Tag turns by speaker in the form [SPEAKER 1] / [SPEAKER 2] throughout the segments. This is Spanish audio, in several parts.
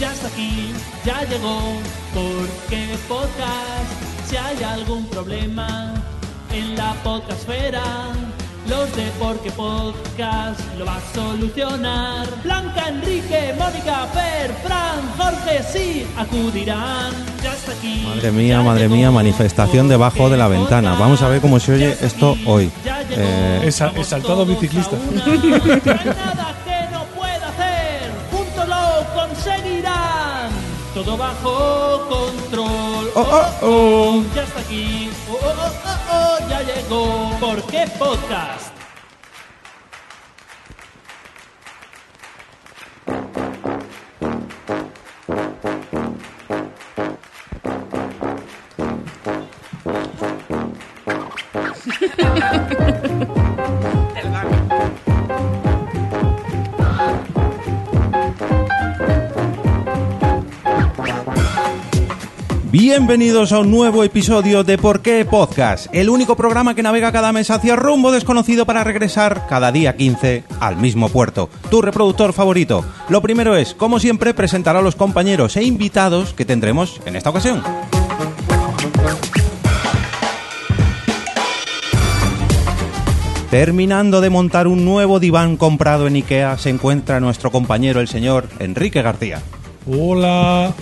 [SPEAKER 1] ya está aquí, ya llegó, porque podcast, si hay algún problema en la podcastfera, los de Porque Podcast lo va a solucionar. Blanca, Enrique, Mónica, Fer, Fran, Jorge, sí, acudirán, ya está aquí.
[SPEAKER 2] Madre mía,
[SPEAKER 1] ya
[SPEAKER 2] madre
[SPEAKER 1] llegó,
[SPEAKER 2] mía, manifestación debajo de la
[SPEAKER 1] Porque
[SPEAKER 2] ventana. Vamos a ver cómo se oye
[SPEAKER 1] ya está
[SPEAKER 2] esto
[SPEAKER 1] aquí,
[SPEAKER 2] hoy.
[SPEAKER 1] ya llegó,
[SPEAKER 2] Eh,
[SPEAKER 3] Es a- es saltado
[SPEAKER 1] todos a
[SPEAKER 3] biciclista.
[SPEAKER 1] una. No hay nada que no pueda hacer. Juntos lo conseguirán. Todo bajo control.
[SPEAKER 2] Oh, oh, oh.
[SPEAKER 1] Ya está aquí. Oh, oh, oh, oh, oh, ya llegó. ¿Por qué podcast?
[SPEAKER 2] Bienvenidos a un nuevo episodio de Por qué Podcast, el único programa que navega cada mes hacia rumbo desconocido para regresar cada día 15 al mismo puerto, tu reproductor favorito. Lo primero es, como siempre, presentar a los compañeros e invitados que tendremos en esta ocasión. Terminando de montar un nuevo diván comprado en Ikea, se encuentra nuestro compañero el señor Enrique García.
[SPEAKER 3] Hola.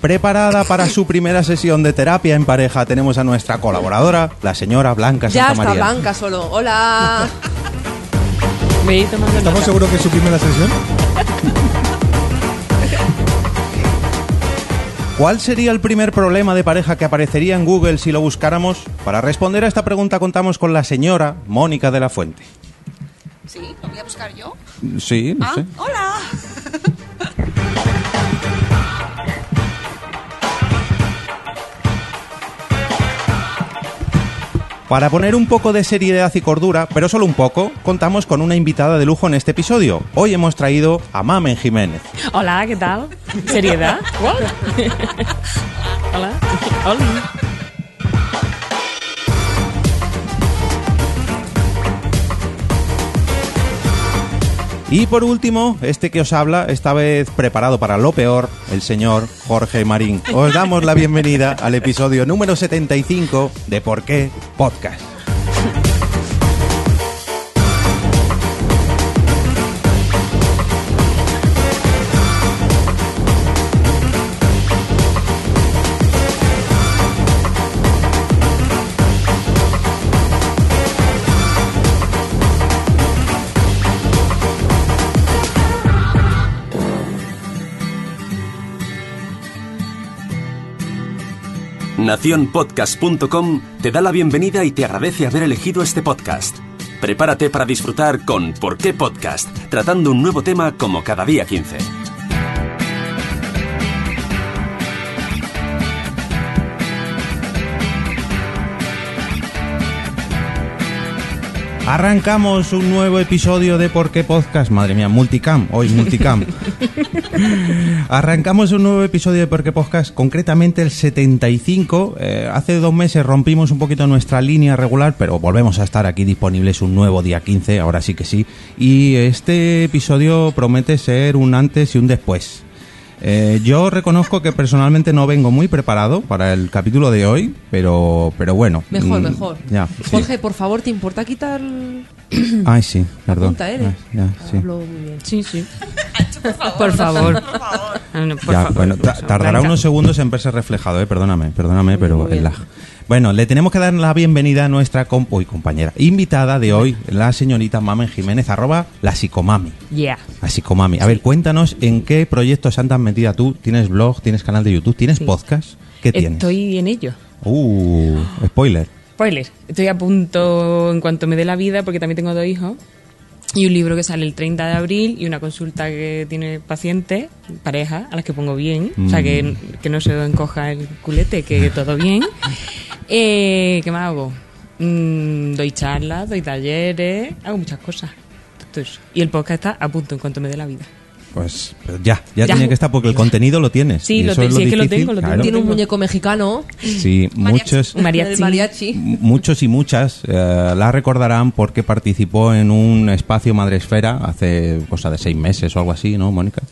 [SPEAKER 2] Preparada para su primera sesión de terapia en pareja, tenemos a nuestra colaboradora, la señora Blanca
[SPEAKER 4] Ya
[SPEAKER 2] Santa
[SPEAKER 4] está
[SPEAKER 2] María.
[SPEAKER 4] Blanca solo. Hola. Me he tomado
[SPEAKER 3] ¿Estamos
[SPEAKER 4] nota.
[SPEAKER 3] seguros que es su primera sesión?
[SPEAKER 2] ¿Cuál sería el primer problema de pareja que aparecería en Google si lo buscáramos? Para responder a esta pregunta contamos con la señora Mónica de la Fuente.
[SPEAKER 5] Sí, lo voy a buscar yo.
[SPEAKER 2] Sí, no
[SPEAKER 5] Ah,
[SPEAKER 2] sé.
[SPEAKER 5] hola.
[SPEAKER 2] Para poner un poco de seriedad y cordura, pero solo un poco, contamos con una invitada de lujo en este episodio. Hoy hemos traído a Mamen Jiménez.
[SPEAKER 6] Hola, ¿qué tal? ¿Seriedad? What? Hola. Hola.
[SPEAKER 2] Y por último, este que os habla, esta vez preparado para lo peor, el señor Jorge Marín. Os damos la bienvenida al episodio número 75 de Por qué Podcast.
[SPEAKER 7] Naciónpodcast.com te da la bienvenida y te agradece haber elegido este podcast. Prepárate para disfrutar con ¿Por qué podcast? Tratando un nuevo tema como cada día 15.
[SPEAKER 2] Arrancamos un nuevo episodio de Por qué Podcast. Madre mía, multicam, hoy multicam. Arrancamos un nuevo episodio de Por qué Podcast, concretamente el 75. Eh, hace dos meses rompimos un poquito nuestra línea regular, pero volvemos a estar aquí disponibles un nuevo día 15, ahora sí que sí. Y este episodio promete ser un antes y un después. Eh, yo reconozco que personalmente no vengo muy preparado para el capítulo de hoy, pero, pero bueno.
[SPEAKER 4] Mejor,
[SPEAKER 2] Mm,
[SPEAKER 4] mejor.
[SPEAKER 2] Ya, sí.
[SPEAKER 4] Jorge, por favor, ¿te importa quitar el-
[SPEAKER 6] Mm.
[SPEAKER 2] Ay, sí,
[SPEAKER 4] la
[SPEAKER 2] perdón.
[SPEAKER 4] punta, eres?
[SPEAKER 2] Ay, ya,
[SPEAKER 6] Ah,
[SPEAKER 2] sí.
[SPEAKER 4] Hablo muy bien.
[SPEAKER 6] Sí, sí. Por favor. Ah, no, por
[SPEAKER 2] Ya,
[SPEAKER 6] favor,
[SPEAKER 2] bueno,
[SPEAKER 6] por
[SPEAKER 2] ta-
[SPEAKER 6] favor.
[SPEAKER 2] tardará
[SPEAKER 6] Blanca.
[SPEAKER 2] unos segundos en verse reflejado, eh, perdóname, perdóname, pero
[SPEAKER 4] Muy
[SPEAKER 2] el
[SPEAKER 4] bien.
[SPEAKER 2] lag. Bueno, le tenemos que dar la bienvenida a nuestra comp uy, compañera invitada de hoy, la señorita Mamen Jiménez, arroba la psicomami.
[SPEAKER 6] Yeah.
[SPEAKER 2] La psicomami. A ver, cuéntanos en qué proyectos andas metida tú. ¿Tienes blog? ¿Tienes canal de YouTube? ¿Tienes
[SPEAKER 6] Sí.
[SPEAKER 2] podcast? ¿Qué tienes?
[SPEAKER 6] Estoy en ello.
[SPEAKER 2] Uh, spoiler.
[SPEAKER 6] Spoiler. Estoy a punto, en cuanto me dé la vida, porque también tengo dos hijos, y un libro que sale el 30 de abril, y una consulta que tiene pacientes, pareja, a las que pongo bien, o sea,
[SPEAKER 2] Mm.
[SPEAKER 6] que, que no se encoja el culete, que
[SPEAKER 2] Ah.
[SPEAKER 6] todo bien. Eh, ¿Qué más hago? Mm, doy charlas, doy talleres, hago muchas cosas. Todo eso. Y el podcast está a punto en cuanto me dé la vida.
[SPEAKER 2] Pues pues ya, ya,
[SPEAKER 4] Ya.
[SPEAKER 2] tiene que estar porque el contenido lo tienes.
[SPEAKER 6] Sí,
[SPEAKER 2] Y
[SPEAKER 6] lo
[SPEAKER 2] eso
[SPEAKER 6] te-
[SPEAKER 2] es lo
[SPEAKER 6] si es que lo
[SPEAKER 2] difícil,
[SPEAKER 6] tengo, lo tengo.
[SPEAKER 2] claro.
[SPEAKER 4] Tiene un
[SPEAKER 6] tengo.
[SPEAKER 4] muñeco mexicano.
[SPEAKER 2] Sí, muchos,
[SPEAKER 6] Un mariachi.
[SPEAKER 4] El mariachi.
[SPEAKER 2] muchos y muchas eh, la recordarán porque participó en un espacio Madresfera hace cosa de seis meses o algo así, ¿no, Mónica?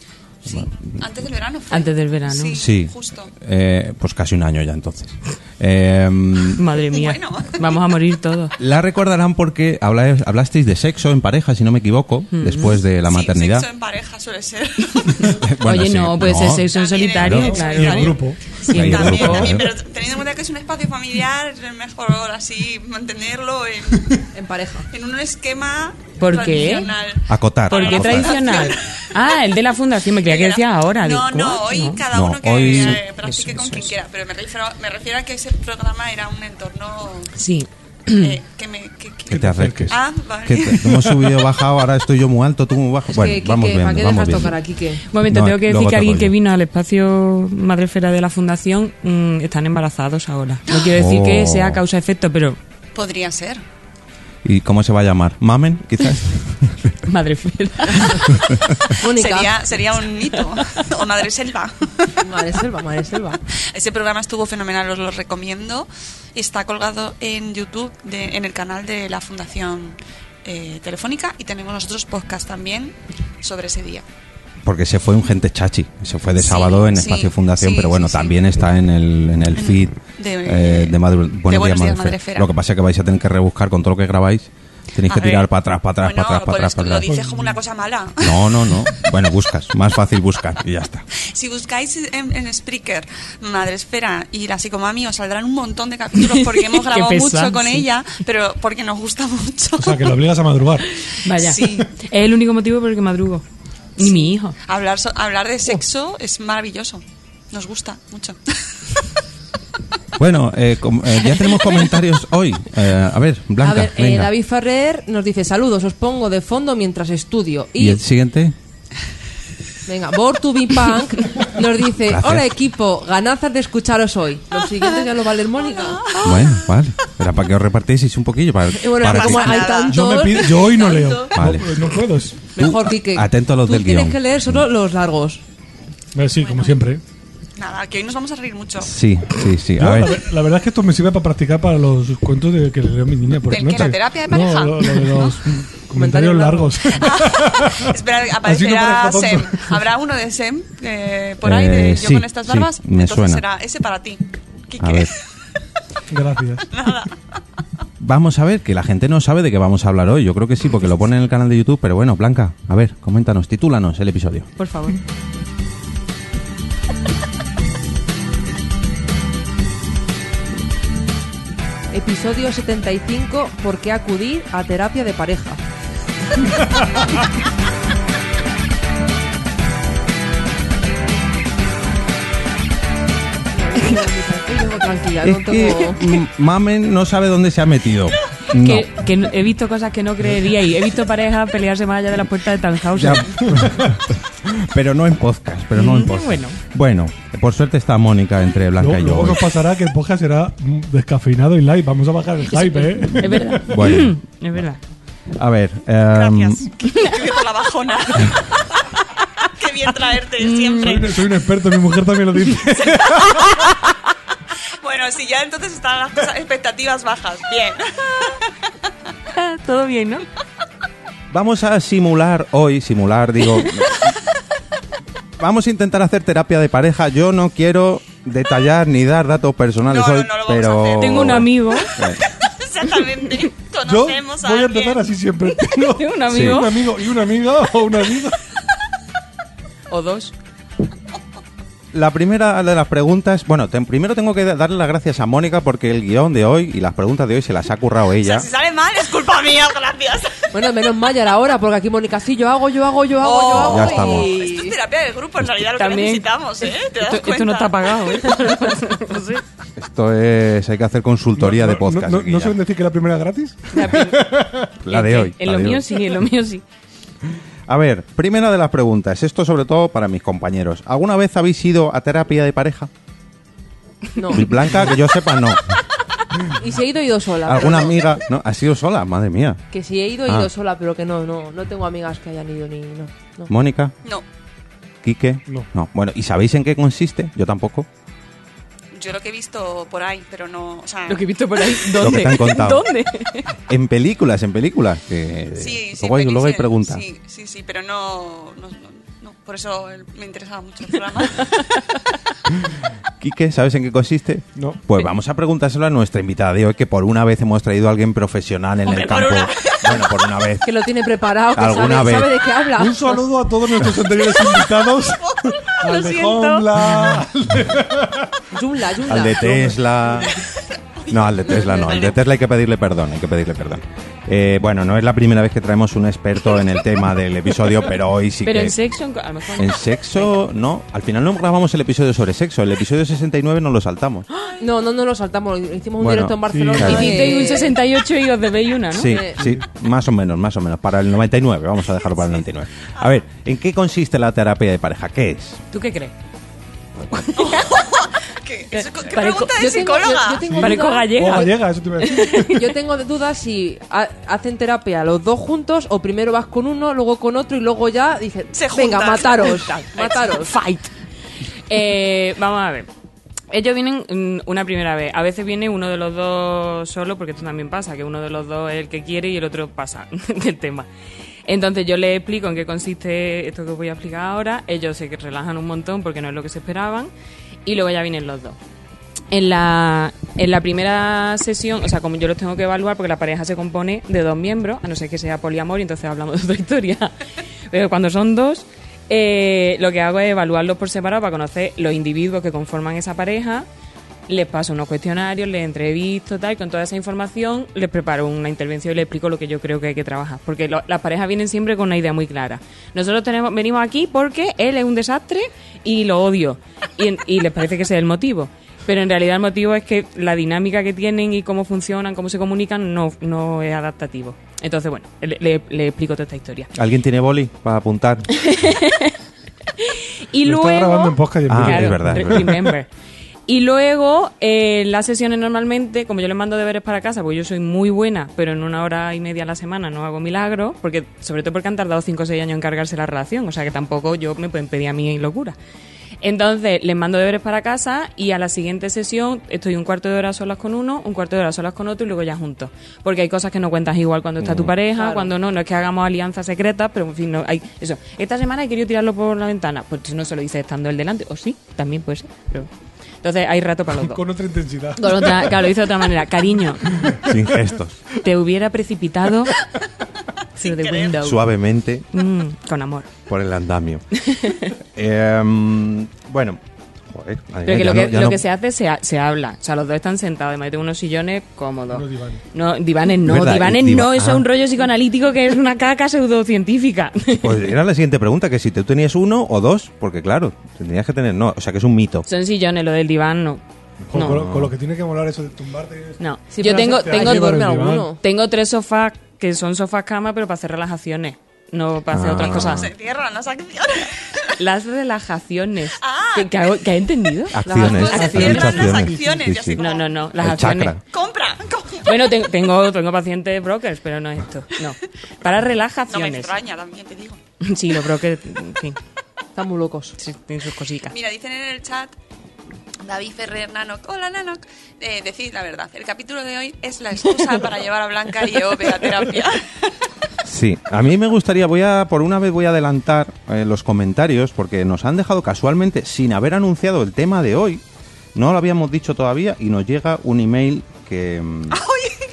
[SPEAKER 5] Sí, antes del verano. fue.
[SPEAKER 6] Antes del verano.
[SPEAKER 5] Sí,
[SPEAKER 2] Sí.
[SPEAKER 5] justo.
[SPEAKER 2] Eh, pues casi un año ya entonces. Eh,
[SPEAKER 6] Madre mía,
[SPEAKER 5] Bueno.
[SPEAKER 6] vamos a morir todos.
[SPEAKER 2] La recordarán porque habla- hablasteis de sexo en pareja, si no me equivoco,
[SPEAKER 6] Mm.
[SPEAKER 2] después de la
[SPEAKER 5] Sí,
[SPEAKER 2] maternidad.
[SPEAKER 5] sexo en pareja suele ser.
[SPEAKER 2] Bueno,
[SPEAKER 6] Oye,
[SPEAKER 2] sí,
[SPEAKER 6] no, pues puede ser sexo en
[SPEAKER 5] También en
[SPEAKER 6] solitario,
[SPEAKER 5] grupo.
[SPEAKER 6] claro.
[SPEAKER 3] Y en grupo.
[SPEAKER 6] Sí, en
[SPEAKER 2] Ahí en
[SPEAKER 6] grupo.
[SPEAKER 5] También,
[SPEAKER 2] grupo. ¿eh?
[SPEAKER 5] también, pero teniendo en cuenta que es un espacio familiar, es mejor así mantenerlo en,
[SPEAKER 4] En pareja.
[SPEAKER 5] en un esquema
[SPEAKER 6] ¿Por qué?
[SPEAKER 5] tradicional.
[SPEAKER 2] Acotar.
[SPEAKER 6] ¿Por qué
[SPEAKER 2] acotar.
[SPEAKER 5] pues,
[SPEAKER 6] tradicional? Ah, el de la fundación, me creía que decía ahora.
[SPEAKER 5] No,
[SPEAKER 6] digo,
[SPEAKER 5] no, hoy
[SPEAKER 6] ¿no?
[SPEAKER 5] cada
[SPEAKER 2] No,
[SPEAKER 5] uno que
[SPEAKER 2] hoy-
[SPEAKER 5] eh, practique
[SPEAKER 6] Eso,
[SPEAKER 5] con
[SPEAKER 6] eso,
[SPEAKER 5] quien
[SPEAKER 6] eso.
[SPEAKER 5] quiera, pero me refiero, me refiero a que ese programa era un entorno
[SPEAKER 6] Sí,
[SPEAKER 5] eh, que me... Que, que-
[SPEAKER 2] Que te acerques.
[SPEAKER 5] Ah, vale.
[SPEAKER 2] Que te- hemos subido, bajado, ahora estoy yo muy alto, tú muy bajo.
[SPEAKER 4] Es
[SPEAKER 2] bueno,
[SPEAKER 4] que, Quique,
[SPEAKER 2] vamos viendo,
[SPEAKER 4] ¿para qué
[SPEAKER 2] vamos
[SPEAKER 4] dejas tocar
[SPEAKER 2] viendo.
[SPEAKER 4] a Quique?
[SPEAKER 6] Un momento,
[SPEAKER 2] No,
[SPEAKER 6] tengo que
[SPEAKER 2] luego
[SPEAKER 6] decir que
[SPEAKER 2] toco
[SPEAKER 6] alguien que
[SPEAKER 2] yo.
[SPEAKER 6] vino al espacio madrefera de la fundación mm, están embarazados ahora. No quiero decir que
[SPEAKER 2] Oh.
[SPEAKER 6] sea causa-efecto, pero
[SPEAKER 5] Podría ser.
[SPEAKER 2] ¿Y cómo se va a llamar? ¿Mamen, quizás?
[SPEAKER 6] madrefera.
[SPEAKER 4] Mónica.
[SPEAKER 5] Sería, sería un hito. o Madre Selva.
[SPEAKER 4] Madre selva, madre selva.
[SPEAKER 5] Ese programa estuvo fenomenal, os lo recomiendo. Está colgado en YouTube, de- en el canal de la Fundación eh, Telefónica y tenemos nosotros podcast también sobre ese día.
[SPEAKER 2] Porque se fue un gente chachi. Se fue de
[SPEAKER 5] Sí,
[SPEAKER 2] sábado en
[SPEAKER 5] sí,
[SPEAKER 2] Espacio Fundación,
[SPEAKER 5] sí,
[SPEAKER 2] pero bueno,
[SPEAKER 5] sí, sí.
[SPEAKER 2] también está en el, en el feed
[SPEAKER 5] de-
[SPEAKER 2] eh, de, Madru- Buenos
[SPEAKER 5] Buenos Días,
[SPEAKER 2] Madrefera.
[SPEAKER 5] Madrefera.
[SPEAKER 2] Lo que pasa es que vais a tener que rebuscar con todo lo que grabáis. Tenéis que
[SPEAKER 5] A ver.
[SPEAKER 2] tirar para atrás, para atrás,
[SPEAKER 5] Bueno,
[SPEAKER 2] para atrás, para
[SPEAKER 5] pues
[SPEAKER 2] atrás, para
[SPEAKER 5] Lo
[SPEAKER 2] atrás.
[SPEAKER 5] dices como una cosa mala.
[SPEAKER 2] No, no, no. Bueno, buscas. Más fácil buscar y ya está.
[SPEAKER 5] Si buscáis en, en Spreaker Madre Esfera y la psicomami os saldrán un montón de capítulos porque hemos
[SPEAKER 6] Qué
[SPEAKER 5] grabado
[SPEAKER 6] pesado,
[SPEAKER 5] mucho con
[SPEAKER 6] sí.
[SPEAKER 5] ella, pero porque nos gusta mucho.
[SPEAKER 3] O sea, que lo obligas a madrugar.
[SPEAKER 6] Vaya.
[SPEAKER 5] Sí.
[SPEAKER 6] Es el único motivo por el que madrugo. Ni mi hijo.
[SPEAKER 5] hablar, so- hablar
[SPEAKER 3] Oh.
[SPEAKER 5] de sexo es maravilloso. Nos gusta mucho.
[SPEAKER 2] Bueno, eh, com- eh, ya tenemos comentarios hoy. Eh, a ver, Blanca,
[SPEAKER 4] a ver, eh,
[SPEAKER 2] venga.
[SPEAKER 4] David Ferrer nos dice saludos, os pongo de fondo mientras estudio.
[SPEAKER 2] ¿Y
[SPEAKER 4] Y,
[SPEAKER 2] el siguiente?
[SPEAKER 4] venga, Born to be Punk nos dice,
[SPEAKER 2] Gracias.
[SPEAKER 4] hola equipo, ganazas de escucharos hoy. Los siguientes ya lo va a leer Mónica.
[SPEAKER 2] Bueno, vale. Era para que os repartieseis un poquillo. Para,
[SPEAKER 4] Ah. Y bueno,
[SPEAKER 2] para
[SPEAKER 4] como
[SPEAKER 2] que-
[SPEAKER 4] hay tantos,
[SPEAKER 3] Yo, me pido- yo hoy no leo.
[SPEAKER 4] Tanto.
[SPEAKER 2] Vale.
[SPEAKER 3] No, no puedo.
[SPEAKER 4] mejor
[SPEAKER 2] Tú,
[SPEAKER 4] Quique.
[SPEAKER 2] atento a los
[SPEAKER 4] Tú
[SPEAKER 2] del
[SPEAKER 4] tienes
[SPEAKER 2] guión.
[SPEAKER 4] que leer solo los largos.
[SPEAKER 3] Eh, Sí, como siempre.
[SPEAKER 5] Nada, que hoy nos vamos a reír mucho.
[SPEAKER 2] Sí, sí, sí.
[SPEAKER 3] Yo,
[SPEAKER 2] A
[SPEAKER 3] la,
[SPEAKER 2] ver.
[SPEAKER 3] ver- la verdad es que esto me sirve para practicar para los cuentos de que le leo a mi niña por
[SPEAKER 5] ¿Del
[SPEAKER 3] la
[SPEAKER 5] qué? ¿La
[SPEAKER 3] noche.
[SPEAKER 5] terapia de pareja?
[SPEAKER 3] No, lo, lo de los
[SPEAKER 4] Comentarios
[SPEAKER 3] comentarios largos.
[SPEAKER 5] Espera,
[SPEAKER 3] Así no
[SPEAKER 5] aparecerá
[SPEAKER 3] parezco
[SPEAKER 5] Sem.
[SPEAKER 3] tonto.
[SPEAKER 5] Habrá uno de Sem eh, por ahí,
[SPEAKER 2] Eh,
[SPEAKER 5] de Yo
[SPEAKER 2] sí,
[SPEAKER 5] con estas
[SPEAKER 2] sí,
[SPEAKER 5] barbas.
[SPEAKER 2] me
[SPEAKER 5] Entonces
[SPEAKER 2] suena.
[SPEAKER 5] será ese para ti. Quique.
[SPEAKER 2] A ver.
[SPEAKER 3] Gracias.
[SPEAKER 2] Vamos a ver, que la gente no sabe de qué vamos a hablar hoy. Yo creo que sí, porque lo pone en el canal de YouTube. Pero bueno, Blanca, a ver, coméntanos, titúlanos el episodio.
[SPEAKER 6] Por favor.
[SPEAKER 4] Episodio 75, ¿por qué acudir a terapia de pareja? Yo muy Tranquila, no
[SPEAKER 2] Es que
[SPEAKER 4] tengo...
[SPEAKER 2] mm, Mamen no sabe dónde se ha metido. No.
[SPEAKER 6] Que, que no- he visto cosas que no creería y he visto parejas pelearse más allá de las puertas de Tannhausen.
[SPEAKER 2] Ya. pero no en podcast, pero no en podcast.
[SPEAKER 6] Bueno.
[SPEAKER 2] Bueno, por suerte está Mónica entre Blanca
[SPEAKER 3] Luego-
[SPEAKER 2] y yo.
[SPEAKER 3] luego
[SPEAKER 2] hoy.
[SPEAKER 3] nos pasará que el podcast será mm, descafeinado y live. Vamos a bajar el hype, ¿eh?
[SPEAKER 6] Es verdad.
[SPEAKER 2] Bueno.
[SPEAKER 6] Es verdad.
[SPEAKER 2] A ver, em,
[SPEAKER 5] Gracias. Qué bien por la bajona. Qué bien traerte
[SPEAKER 3] Soy,
[SPEAKER 5] siempre.
[SPEAKER 3] un- soy un experto, mi mujer también lo dice.
[SPEAKER 5] Bueno, si ya entonces están las cosas- expectativas bajas. Bien.
[SPEAKER 6] Todo bien, ¿no?
[SPEAKER 2] vamos a simular hoy, simular, digo. vamos a intentar hacer terapia de pareja. Yo no quiero detallar ni dar datos personales
[SPEAKER 5] No, no,
[SPEAKER 2] hoy,
[SPEAKER 5] no lo vamos a
[SPEAKER 2] pero.
[SPEAKER 5] hacer.
[SPEAKER 6] Tengo un amigo.
[SPEAKER 2] Eh,
[SPEAKER 5] Exactamente.
[SPEAKER 3] Yo
[SPEAKER 5] Conocemos
[SPEAKER 3] voy a
[SPEAKER 5] alguien.
[SPEAKER 3] empezar así siempre. Tengo
[SPEAKER 6] Tengo un amigo.
[SPEAKER 3] un amigo y una amiga o una amiga.
[SPEAKER 6] O dos.
[SPEAKER 2] La primera de las preguntas, bueno, te- primero tengo que da- darle las gracias a Mónica porque el guión de hoy y las preguntas de hoy se las ha currado
[SPEAKER 5] O sea,
[SPEAKER 2] ella.
[SPEAKER 5] si sale mal, es culpa mía, gracias.
[SPEAKER 4] Bueno, menos mal ya era hora, porque aquí Mónica, sí, yo hago, yo hago, yo hago, yo hago.
[SPEAKER 2] Oh. Ya estamos.
[SPEAKER 4] y-
[SPEAKER 5] Esto es terapia de grupo, en realidad lo que
[SPEAKER 6] También.
[SPEAKER 5] necesitamos, ¿eh? ¿Te das
[SPEAKER 6] Esto, esto no
[SPEAKER 5] cuenta?
[SPEAKER 6] está pagado, ¿eh?
[SPEAKER 2] Esto es, hay que hacer consultoría de
[SPEAKER 3] No-
[SPEAKER 2] podcast.
[SPEAKER 3] ¿No, no,
[SPEAKER 2] aquí
[SPEAKER 3] no
[SPEAKER 2] ya.
[SPEAKER 3] suelen decir que la primera es gratis?
[SPEAKER 6] Ah,
[SPEAKER 2] la de hoy.
[SPEAKER 6] En
[SPEAKER 2] la
[SPEAKER 6] lo
[SPEAKER 2] de
[SPEAKER 6] mío
[SPEAKER 2] hoy.
[SPEAKER 6] sí, en lo mío sí.
[SPEAKER 2] A ver, primera de las preguntas, esto sobre todo para mis compañeros. ¿Alguna vez habéis ido a terapia de pareja?
[SPEAKER 4] No.
[SPEAKER 2] Blanca, que yo sepa, no.
[SPEAKER 4] Y si he ido, he ido sola. pero
[SPEAKER 2] ¿Alguna
[SPEAKER 4] no.
[SPEAKER 2] amiga? No, ¿has ido sola? Madre mía.
[SPEAKER 4] Que si he ido, he
[SPEAKER 2] Ah.
[SPEAKER 4] ido sola, pero que no, no, no tengo amigas que hayan ido ni... No, no.
[SPEAKER 2] Mónica,
[SPEAKER 5] No.
[SPEAKER 2] Quique?
[SPEAKER 3] No.
[SPEAKER 2] Bueno, ¿y sabéis en qué consiste? Yo tampoco.
[SPEAKER 5] Yo lo que he visto por ahí, pero no. O sea,
[SPEAKER 6] Lo que he visto por ahí,
[SPEAKER 2] Lo que
[SPEAKER 6] ¿dónde?
[SPEAKER 2] te han contado.
[SPEAKER 6] ¿Dónde?
[SPEAKER 2] En películas, en películas. Que
[SPEAKER 5] sí, sí,
[SPEAKER 2] luego, hay,
[SPEAKER 5] pero
[SPEAKER 2] luego hay
[SPEAKER 5] sí,
[SPEAKER 2] preguntas.
[SPEAKER 5] Sí, sí, sí, pero no. no, no, no. Por eso el- me interesaba mucho el programa.
[SPEAKER 2] Quique, ¿sabes en qué consiste?
[SPEAKER 3] No.
[SPEAKER 2] Pues vamos a preguntárselo a nuestra invitada de hoy, que por una vez hemos traído a alguien profesional en
[SPEAKER 5] Hombre,
[SPEAKER 2] el
[SPEAKER 5] por
[SPEAKER 2] campo.
[SPEAKER 5] una
[SPEAKER 2] Bueno, por una vez.
[SPEAKER 4] Que lo tiene preparado, que
[SPEAKER 2] Alguna
[SPEAKER 4] sabe,
[SPEAKER 2] vez.
[SPEAKER 4] sabe de qué habla.
[SPEAKER 3] Un saludo a todos nuestros anteriores invitados.
[SPEAKER 6] Lo
[SPEAKER 3] al de
[SPEAKER 6] siento.
[SPEAKER 3] Hombla,
[SPEAKER 4] Yunla, Yunla.
[SPEAKER 2] Al de Tesla. No, al de Tesla no. Al de Tesla hay que pedirle perdón, hay que pedirle perdón. Eh, bueno, no es la primera vez que traemos un experto en el tema del episodio, pero hoy sí
[SPEAKER 6] Pero
[SPEAKER 2] que...
[SPEAKER 6] en sexo, en co- a lo mejor.
[SPEAKER 2] En sexo, no. Al final no grabamos el episodio sobre sexo. El episodio 69 no lo saltamos.
[SPEAKER 6] Ah,
[SPEAKER 4] No, no, no lo saltamos. Hicimos un
[SPEAKER 2] Bueno,
[SPEAKER 4] directo en Barcelona.
[SPEAKER 3] sí, claro.
[SPEAKER 4] de-
[SPEAKER 6] Hicisteis un 68 y os debéis una, ¿no? Eh.
[SPEAKER 2] Sí, sí, más o menos, más o menos. Para el 99, vamos a dejarlo para el 99. A ver, ¿en qué consiste la terapia de pareja? ¿Qué es?
[SPEAKER 6] ¿Tú qué crees?
[SPEAKER 5] ¿Qué, eso- qué
[SPEAKER 6] Parezco-
[SPEAKER 5] pregunta de
[SPEAKER 4] yo tengo-
[SPEAKER 5] psicóloga?
[SPEAKER 4] yo- yo tengo
[SPEAKER 6] Parezco
[SPEAKER 4] duda-
[SPEAKER 3] o
[SPEAKER 6] gallega.
[SPEAKER 3] gallega, Oh, eso te iba a decir.
[SPEAKER 4] Yo tengo dudas si ha- hacen terapia los dos juntos o primero vas con uno, luego con otro y luego ya dicen,
[SPEAKER 5] Se
[SPEAKER 4] venga,
[SPEAKER 5] juntan".
[SPEAKER 4] mataros, mataros.
[SPEAKER 6] Fight. Eh, vamos a ver. Ellos vienen mm, una primera vez. A veces viene uno de los dos solo, porque esto también pasa, que uno de los dos es el que quiere y el otro pasa del tema. Entonces yo les explico en qué consiste esto que os voy a explicar ahora. Ellos se relajan un montón porque no es lo que se esperaban. Y luego ya vienen los dos. En la, en la primera sesión, o sea, como yo los tengo que evaluar, porque la pareja se compone de dos miembros, a no ser que sea poliamor, y entonces hablamos de otra historia. Pero cuando son dos, eh, lo que hago es evaluarlos por separado para conocer los individuos que conforman esa pareja. Les paso unos cuestionarios, les entrevisto, tal, y con toda esa información les preparo una intervención y les explico lo que yo creo que hay que trabajar. Porque lo- las parejas vienen siempre con una idea muy clara. Nosotros tenemos, venimos aquí porque él es un desastre y lo odio. Y, en- y les parece que ese es el motivo. Pero en realidad el motivo es que la dinámica que tienen y cómo funcionan, cómo se comunican, no, no es adaptativo. Entonces, bueno, le, le- le explico toda esta historia.
[SPEAKER 2] ¿Alguien tiene boli para apuntar?
[SPEAKER 6] Y
[SPEAKER 3] Lo
[SPEAKER 6] luego...
[SPEAKER 3] está grabando en podcast y en
[SPEAKER 2] Ah,
[SPEAKER 3] vídeo.
[SPEAKER 2] es verdad, es
[SPEAKER 6] re-
[SPEAKER 2] verdad.
[SPEAKER 6] remember. Y luego, eh, las sesiones normalmente, como yo les mando deberes para casa, porque yo soy muy buena, pero en una hora y media a la semana no hago milagros, porque, sobre todo porque han tardado 5 o 6 años en cargarse la relación, o sea que tampoco yo me pueden pedir a mí locura. Entonces, les mando deberes para casa y a la siguiente sesión estoy un cuarto de hora solas con uno, un cuarto de hora solas con otro y luego ya juntos. Porque hay cosas que no cuentas igual cuando está tu pareja, cuando no, no es que hagamos alianzas secretas, pero en fin, no hay eso. Esta semana he querido tirarlo por la ventana, pues no se lo dices estando él delante, o sí, también puede ser, pero... Entonces hay rato para los dos.
[SPEAKER 3] Con otra intensidad.
[SPEAKER 6] Con otra- claro, lo hice de otra manera. Cariño,
[SPEAKER 2] Sin gestos.
[SPEAKER 6] te hubiera precipitado through the window.
[SPEAKER 2] Suavemente
[SPEAKER 6] Mm, con amor.
[SPEAKER 2] por el andamio. Em, bueno. Joder, madre
[SPEAKER 6] Pero
[SPEAKER 2] mía, ya
[SPEAKER 6] que lo, que,
[SPEAKER 2] no- ya
[SPEAKER 6] lo
[SPEAKER 2] no-
[SPEAKER 6] que se hace se, ha- se habla. O sea, los dos están sentados. Además, yo tengo unos sillones cómodos.
[SPEAKER 3] Unos divanes.
[SPEAKER 6] No, divanes no.
[SPEAKER 2] ¿Verdad?
[SPEAKER 6] Divanes
[SPEAKER 2] Diva-
[SPEAKER 6] no. Eso
[SPEAKER 2] ah.
[SPEAKER 6] es un rollo psicoanalítico que es una caca pseudocientífica.
[SPEAKER 2] Pues era la siguiente pregunta, que si tú tenías uno o dos, porque claro, tendrías que tener... No, o sea que es un mito.
[SPEAKER 6] Son sillones, lo del diván no.
[SPEAKER 3] Con,
[SPEAKER 6] No,
[SPEAKER 3] con- con lo que tiene que molar eso de tumbarte.
[SPEAKER 6] no.
[SPEAKER 4] Sí,
[SPEAKER 6] yo
[SPEAKER 4] pero
[SPEAKER 6] tengo,
[SPEAKER 4] se-
[SPEAKER 3] hay
[SPEAKER 6] tengo,
[SPEAKER 3] que llevar el
[SPEAKER 4] duerme
[SPEAKER 3] diván.
[SPEAKER 4] alguno.
[SPEAKER 6] tengo tres sofás que son sofás cama, pero para hacer relajaciones. No para hacer
[SPEAKER 2] Ah.
[SPEAKER 6] otras
[SPEAKER 5] Se
[SPEAKER 6] cosas.
[SPEAKER 5] cierran las acciones.
[SPEAKER 6] Las relajaciones.
[SPEAKER 5] Ah.
[SPEAKER 6] ¿Qué, qué hago- qué ha entendido?
[SPEAKER 2] Acciones.
[SPEAKER 5] Las-
[SPEAKER 2] has
[SPEAKER 5] se cierran
[SPEAKER 2] dicho
[SPEAKER 5] las acciones,
[SPEAKER 2] Sí,
[SPEAKER 5] ya
[SPEAKER 2] sí.
[SPEAKER 5] sé cómo.
[SPEAKER 6] No, no, no. Las
[SPEAKER 2] El
[SPEAKER 6] acciones.
[SPEAKER 2] chakra.
[SPEAKER 5] Compra, compra.
[SPEAKER 6] Bueno, te- tengo, tengo pacientes brokers, pero no es esto. No. Para
[SPEAKER 5] No me
[SPEAKER 6] relajaciones.
[SPEAKER 5] extraña, también te digo.
[SPEAKER 6] sí, los brokers, en fin,
[SPEAKER 4] Estamos locos.
[SPEAKER 6] sí, tienen sus cositas.
[SPEAKER 5] Mira, dicen en el chat. David Ferrer Nanoc, hola Nanoc. Eh, decid la verdad, el capítulo de hoy es la excusa para llevar a Blanca y Ove a terapia.
[SPEAKER 2] Sí, a mí me gustaría, voy a, por una vez voy a adelantar eh, los comentarios porque nos han dejado casualmente, sin haber anunciado el tema de hoy, no lo habíamos dicho todavía y nos llega un email que... mm,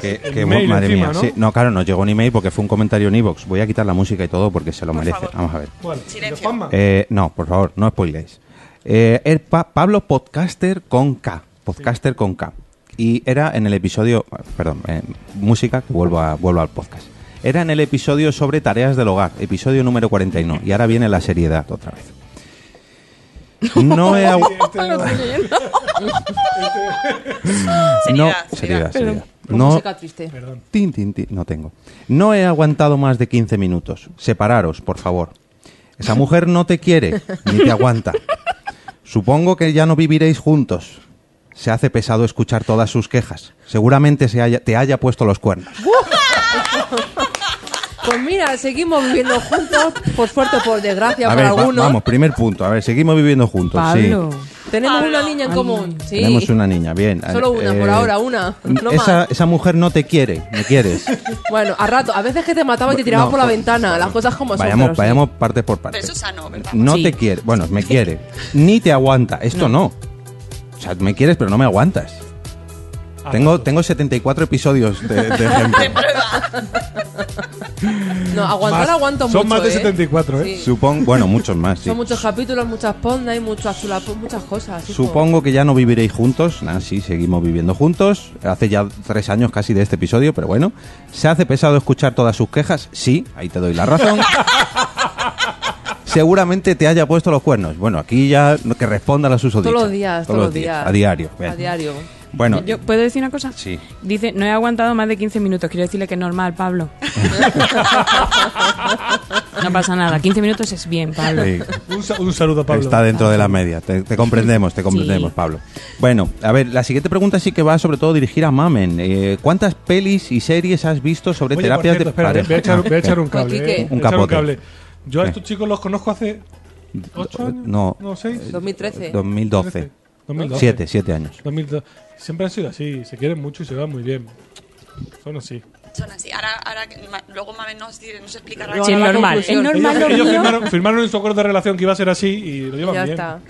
[SPEAKER 2] que,
[SPEAKER 3] El
[SPEAKER 2] que,
[SPEAKER 3] mail
[SPEAKER 2] madre
[SPEAKER 3] encima,
[SPEAKER 2] mía,
[SPEAKER 3] ¿no?
[SPEAKER 2] sí. no, claro, nos llegó un email porque fue un comentario en Evox. Voy a quitar la música y todo porque se lo
[SPEAKER 5] Por
[SPEAKER 2] merece.
[SPEAKER 5] favor.
[SPEAKER 2] Vamos a ver.
[SPEAKER 3] ¿Cuál? ¿El
[SPEAKER 5] Silencio.
[SPEAKER 3] de Juanma?
[SPEAKER 2] Eh, no, por favor, no spoiléis. Eh, el Pa- Pablo Podcaster con K. Podcaster con K. Y era en el episodio. Perdón, eh, música, que vuelvo, a- vuelvo al podcast. Era en el episodio sobre tareas del hogar, episodio número 41. Y ahora viene la seriedad otra vez. No he. agu-
[SPEAKER 3] Este no-
[SPEAKER 2] no,
[SPEAKER 5] Seriedad,
[SPEAKER 2] seriedad,
[SPEAKER 5] seriedad.
[SPEAKER 2] seriedad.
[SPEAKER 4] Con
[SPEAKER 2] No,
[SPEAKER 4] música triste.
[SPEAKER 3] Perdón.
[SPEAKER 2] Tin, tin, tin. No tengo. No he aguantado más de 15 minutos. Separaros, por favor. Esa mujer no te quiere, ni te aguanta. Supongo que ya no viviréis juntos. Se hace pesado escuchar todas sus quejas. Seguramente se haya- te haya puesto los cuernos.
[SPEAKER 4] Pues mira, seguimos viviendo juntos, por suerte o por desgracia
[SPEAKER 2] a
[SPEAKER 4] para
[SPEAKER 2] ver, va-
[SPEAKER 4] algunos.
[SPEAKER 2] vamos, primer punto. A ver, seguimos viviendo juntos.
[SPEAKER 6] Pablo.
[SPEAKER 2] Sí.
[SPEAKER 4] Tenemos una niña en común, sí.
[SPEAKER 2] Tenemos una niña, bien. Eh,
[SPEAKER 4] Solo una, por ahora, una, no
[SPEAKER 2] esa,
[SPEAKER 4] más.
[SPEAKER 2] esa mujer no te quiere, me quieres.
[SPEAKER 4] Bueno, a rato, a veces que te mataba y te tiraba
[SPEAKER 2] No,
[SPEAKER 4] por la
[SPEAKER 2] pues,
[SPEAKER 4] ventana, las cosas como son.
[SPEAKER 2] Vayamos,
[SPEAKER 4] pero sí.
[SPEAKER 2] vayamos parte por parte.
[SPEAKER 5] Pero eso es sano, ¿verdad?
[SPEAKER 2] No
[SPEAKER 6] Sí.
[SPEAKER 2] te quiere, bueno, me quiere. Ni te aguanta, esto no. O sea, me quieres, pero no me aguantas.
[SPEAKER 4] Ah,
[SPEAKER 2] Tengo, tengo 74 episodios de, de ejemplo.
[SPEAKER 4] No, aguantar
[SPEAKER 3] Más-
[SPEAKER 4] aguanto mucho.
[SPEAKER 3] son más de
[SPEAKER 4] ¿eh?
[SPEAKER 3] 74, ¿eh?
[SPEAKER 4] Sí.
[SPEAKER 2] Supongo, bueno, muchos más. sí.
[SPEAKER 4] Son muchos capítulos, muchas pondas y muchas chulapos, muchas cosas. hijo.
[SPEAKER 2] Supongo que ya no viviréis juntos. Nah, sí, seguimos viviendo juntos. Hace ya tres años casi de este episodio, pero bueno. ¿Se hace pesado escuchar todas sus quejas? Sí, ahí te doy la razón. Seguramente te haya puesto los cuernos. Bueno, aquí ya no- que responda la susodicha.
[SPEAKER 4] Todos los días, todos los días.
[SPEAKER 2] A diario. bien.
[SPEAKER 4] A diario.
[SPEAKER 2] Bueno,
[SPEAKER 6] Yo, ¿Puedo decir una cosa?
[SPEAKER 2] Sí.
[SPEAKER 6] Dice, no he aguantado más de 15 minutos. Quiero decirle que es normal, Pablo. no pasa nada. 15 minutos es bien, Pablo.
[SPEAKER 2] sí,
[SPEAKER 3] Un, sa- un saludo a Pablo.
[SPEAKER 2] eh, está dentro de la media. Te, te comprendemos, te comprendemos,
[SPEAKER 6] Sí.
[SPEAKER 2] Pablo. Bueno, a ver, la siguiente pregunta sí que va sobre todo dirigida a Mamen. Eh, ¿Cuántas pelis y series has visto sobre
[SPEAKER 3] Oye, por
[SPEAKER 2] terapias
[SPEAKER 3] cierto,
[SPEAKER 2] de
[SPEAKER 3] espera,
[SPEAKER 2] pareja?
[SPEAKER 3] Voy a echar, voy a echar un
[SPEAKER 4] Pues,
[SPEAKER 3] cable.
[SPEAKER 4] Quique.
[SPEAKER 3] ¿eh?
[SPEAKER 2] Un
[SPEAKER 3] Voy a echar
[SPEAKER 2] capote.
[SPEAKER 3] cable. Yo a
[SPEAKER 2] ¿Qué?
[SPEAKER 3] estos chicos los conozco hace ¿Ocho años?
[SPEAKER 2] No,
[SPEAKER 3] No, seis.
[SPEAKER 4] 2013.
[SPEAKER 2] 2012.
[SPEAKER 3] 2012.
[SPEAKER 2] Siete, siete años.
[SPEAKER 3] 2012. Siempre han sido así, se quieren mucho y se van muy bien. Son así.
[SPEAKER 5] Son así. Ahora, ahora que- ma- luego Mame nos, di- nos explicará.
[SPEAKER 4] Luego
[SPEAKER 6] Sí,
[SPEAKER 4] a
[SPEAKER 6] es
[SPEAKER 4] la
[SPEAKER 6] normal. Es
[SPEAKER 4] conclusión.
[SPEAKER 6] normal
[SPEAKER 3] ellos
[SPEAKER 6] lo
[SPEAKER 3] ellos
[SPEAKER 6] mío.
[SPEAKER 3] firmaron, firmaron en su acuerdo de relación que iba a ser así y lo
[SPEAKER 4] Y
[SPEAKER 3] llevan
[SPEAKER 4] ya
[SPEAKER 3] bien.
[SPEAKER 4] está.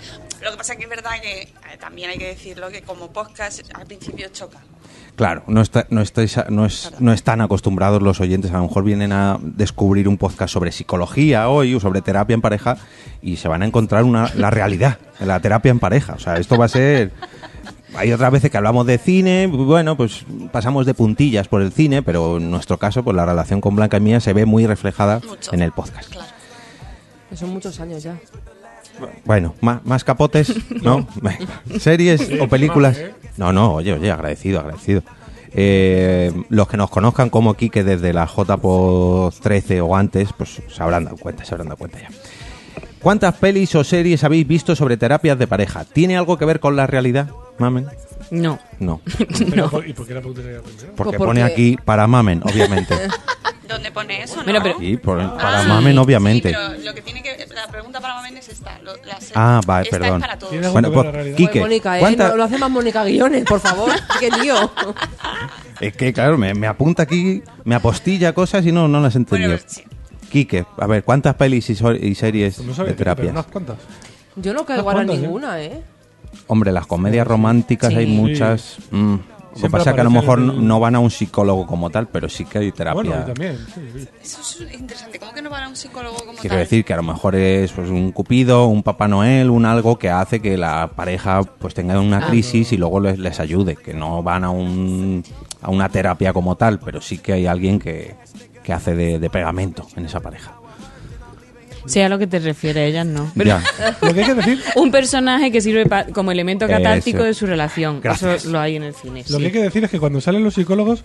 [SPEAKER 5] Lo que pasa es que es verdad que eh, también hay que decirlo que como podcast al principio choca.
[SPEAKER 2] Claro, no, está- no, estáis a- no, es- no están acostumbrados los oyentes. A lo mejor vienen a descubrir un podcast sobre psicología hoy o sobre terapia en pareja y se van a encontrar una, la realidad de la terapia en pareja. O sea, esto va a ser. Hay otras veces que hablamos de cine, bueno, pues pasamos de puntillas por el cine, pero en nuestro caso, pues la relación con Blanca y mía se ve muy reflejada
[SPEAKER 5] Mucho.
[SPEAKER 2] en el podcast.
[SPEAKER 5] Claro.
[SPEAKER 4] Que son muchos años ya.
[SPEAKER 2] Bueno, ma- más, capotes, ¿no? Series o películas. No, no, oye, oye, agradecido, agradecido. Eh, los que nos conozcan como Quique desde la JPO 13 o antes, pues se habrán dado cuenta, se habrán dado cuenta ya. ¿Cuántas pelis o series habéis visto sobre terapias de pareja? ¿Tiene algo que ver con la realidad, Mamen?
[SPEAKER 6] No.
[SPEAKER 2] No,
[SPEAKER 3] Pero, ¿por- ¿Y por qué la pregunta sería primero?
[SPEAKER 2] porque
[SPEAKER 4] Pues porque-
[SPEAKER 2] pone aquí para Mamen, obviamente.
[SPEAKER 5] ¿Dónde pone eso?
[SPEAKER 6] Bueno,
[SPEAKER 5] no?
[SPEAKER 6] pero-
[SPEAKER 2] Y por- para
[SPEAKER 5] Ah,
[SPEAKER 2] Mamen,
[SPEAKER 5] sí,
[SPEAKER 2] obviamente.
[SPEAKER 5] pero lo que tiene que, la pregunta para Mamen es esta. lo- la se-
[SPEAKER 2] Ah, vale,
[SPEAKER 5] esta
[SPEAKER 2] perdón.
[SPEAKER 5] Es para todos.
[SPEAKER 3] Tiene algo-
[SPEAKER 2] Bueno,
[SPEAKER 3] que ver
[SPEAKER 2] pues,
[SPEAKER 3] la realidad.
[SPEAKER 2] Quique,
[SPEAKER 4] Joder, Mónica, ¿eh?
[SPEAKER 2] ¿cuántas-
[SPEAKER 4] No, lo hace más Mónica Guiones, por favor. Qué lío.
[SPEAKER 2] Es que, claro, me, me apunta aquí, me apostilla cosas y no, no las he entendido.
[SPEAKER 5] Bueno, sí.
[SPEAKER 2] Quique, a ver, ¿cuántas pelis y, so- y series
[SPEAKER 3] Pues no
[SPEAKER 2] de
[SPEAKER 3] sabes,
[SPEAKER 2] terapia?
[SPEAKER 3] pero unas cuantas.
[SPEAKER 4] Yo no caigo
[SPEAKER 3] Unas
[SPEAKER 4] ahora en
[SPEAKER 3] cuantas, ¿eh?
[SPEAKER 4] ninguna, ¿eh?
[SPEAKER 2] Hombre, las comedias románticas hay
[SPEAKER 6] Sí.
[SPEAKER 2] muchas. mm. Lo que
[SPEAKER 3] Siempre
[SPEAKER 2] pasa es que a lo
[SPEAKER 3] aparece
[SPEAKER 2] mejor
[SPEAKER 3] el-
[SPEAKER 2] no- no van a un psicólogo como tal, pero sí que hay terapia.
[SPEAKER 3] Bueno, y también. sí, sí.
[SPEAKER 5] Eso es interesante. ¿Cómo que no para un psicólogo como
[SPEAKER 2] Quiero
[SPEAKER 5] tal?
[SPEAKER 2] decir que a lo mejor es pues, un cupido, un Papá Noel, un algo que hace que la pareja pues tenga
[SPEAKER 5] Ah.
[SPEAKER 2] una crisis y luego les, les ayude, que no van a un a una terapia como tal, pero sí que hay alguien que, que hace de, de pegamento en esa pareja.
[SPEAKER 6] Sea lo que te refiere, ellas no. Pero-
[SPEAKER 2] Ya.
[SPEAKER 3] Lo que hay que decir,
[SPEAKER 6] Un personaje que sirve pa- como elemento catártico
[SPEAKER 2] Eso.
[SPEAKER 6] de su relación.
[SPEAKER 2] Gracias.
[SPEAKER 6] Eso lo hay en el cine.
[SPEAKER 3] lo
[SPEAKER 6] sí.
[SPEAKER 3] que hay que decir es que cuando salen los psicólogos,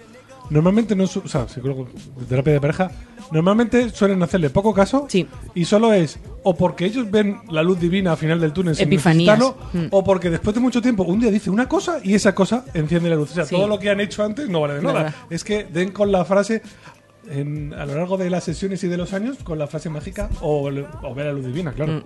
[SPEAKER 3] normalmente no, su- o sea, psicólogos de terapia de pareja, normalmente suelen hacerle poco caso
[SPEAKER 6] Sí.
[SPEAKER 3] y solo es o porque ellos ven la luz divina al final del túnel sin
[SPEAKER 6] Epifanías.
[SPEAKER 3] necesitarlo,
[SPEAKER 6] Mm.
[SPEAKER 3] o porque después de mucho tiempo un día dice una cosa y esa cosa enciende la luz. O sea,
[SPEAKER 6] Sí.
[SPEAKER 3] todo lo que han hecho antes no vale de nada.
[SPEAKER 6] Nada.
[SPEAKER 3] Es que den con la frase en- a lo largo de las sesiones y de los años con la frase mágica o, o ver la luz divina, claro.
[SPEAKER 6] Mm.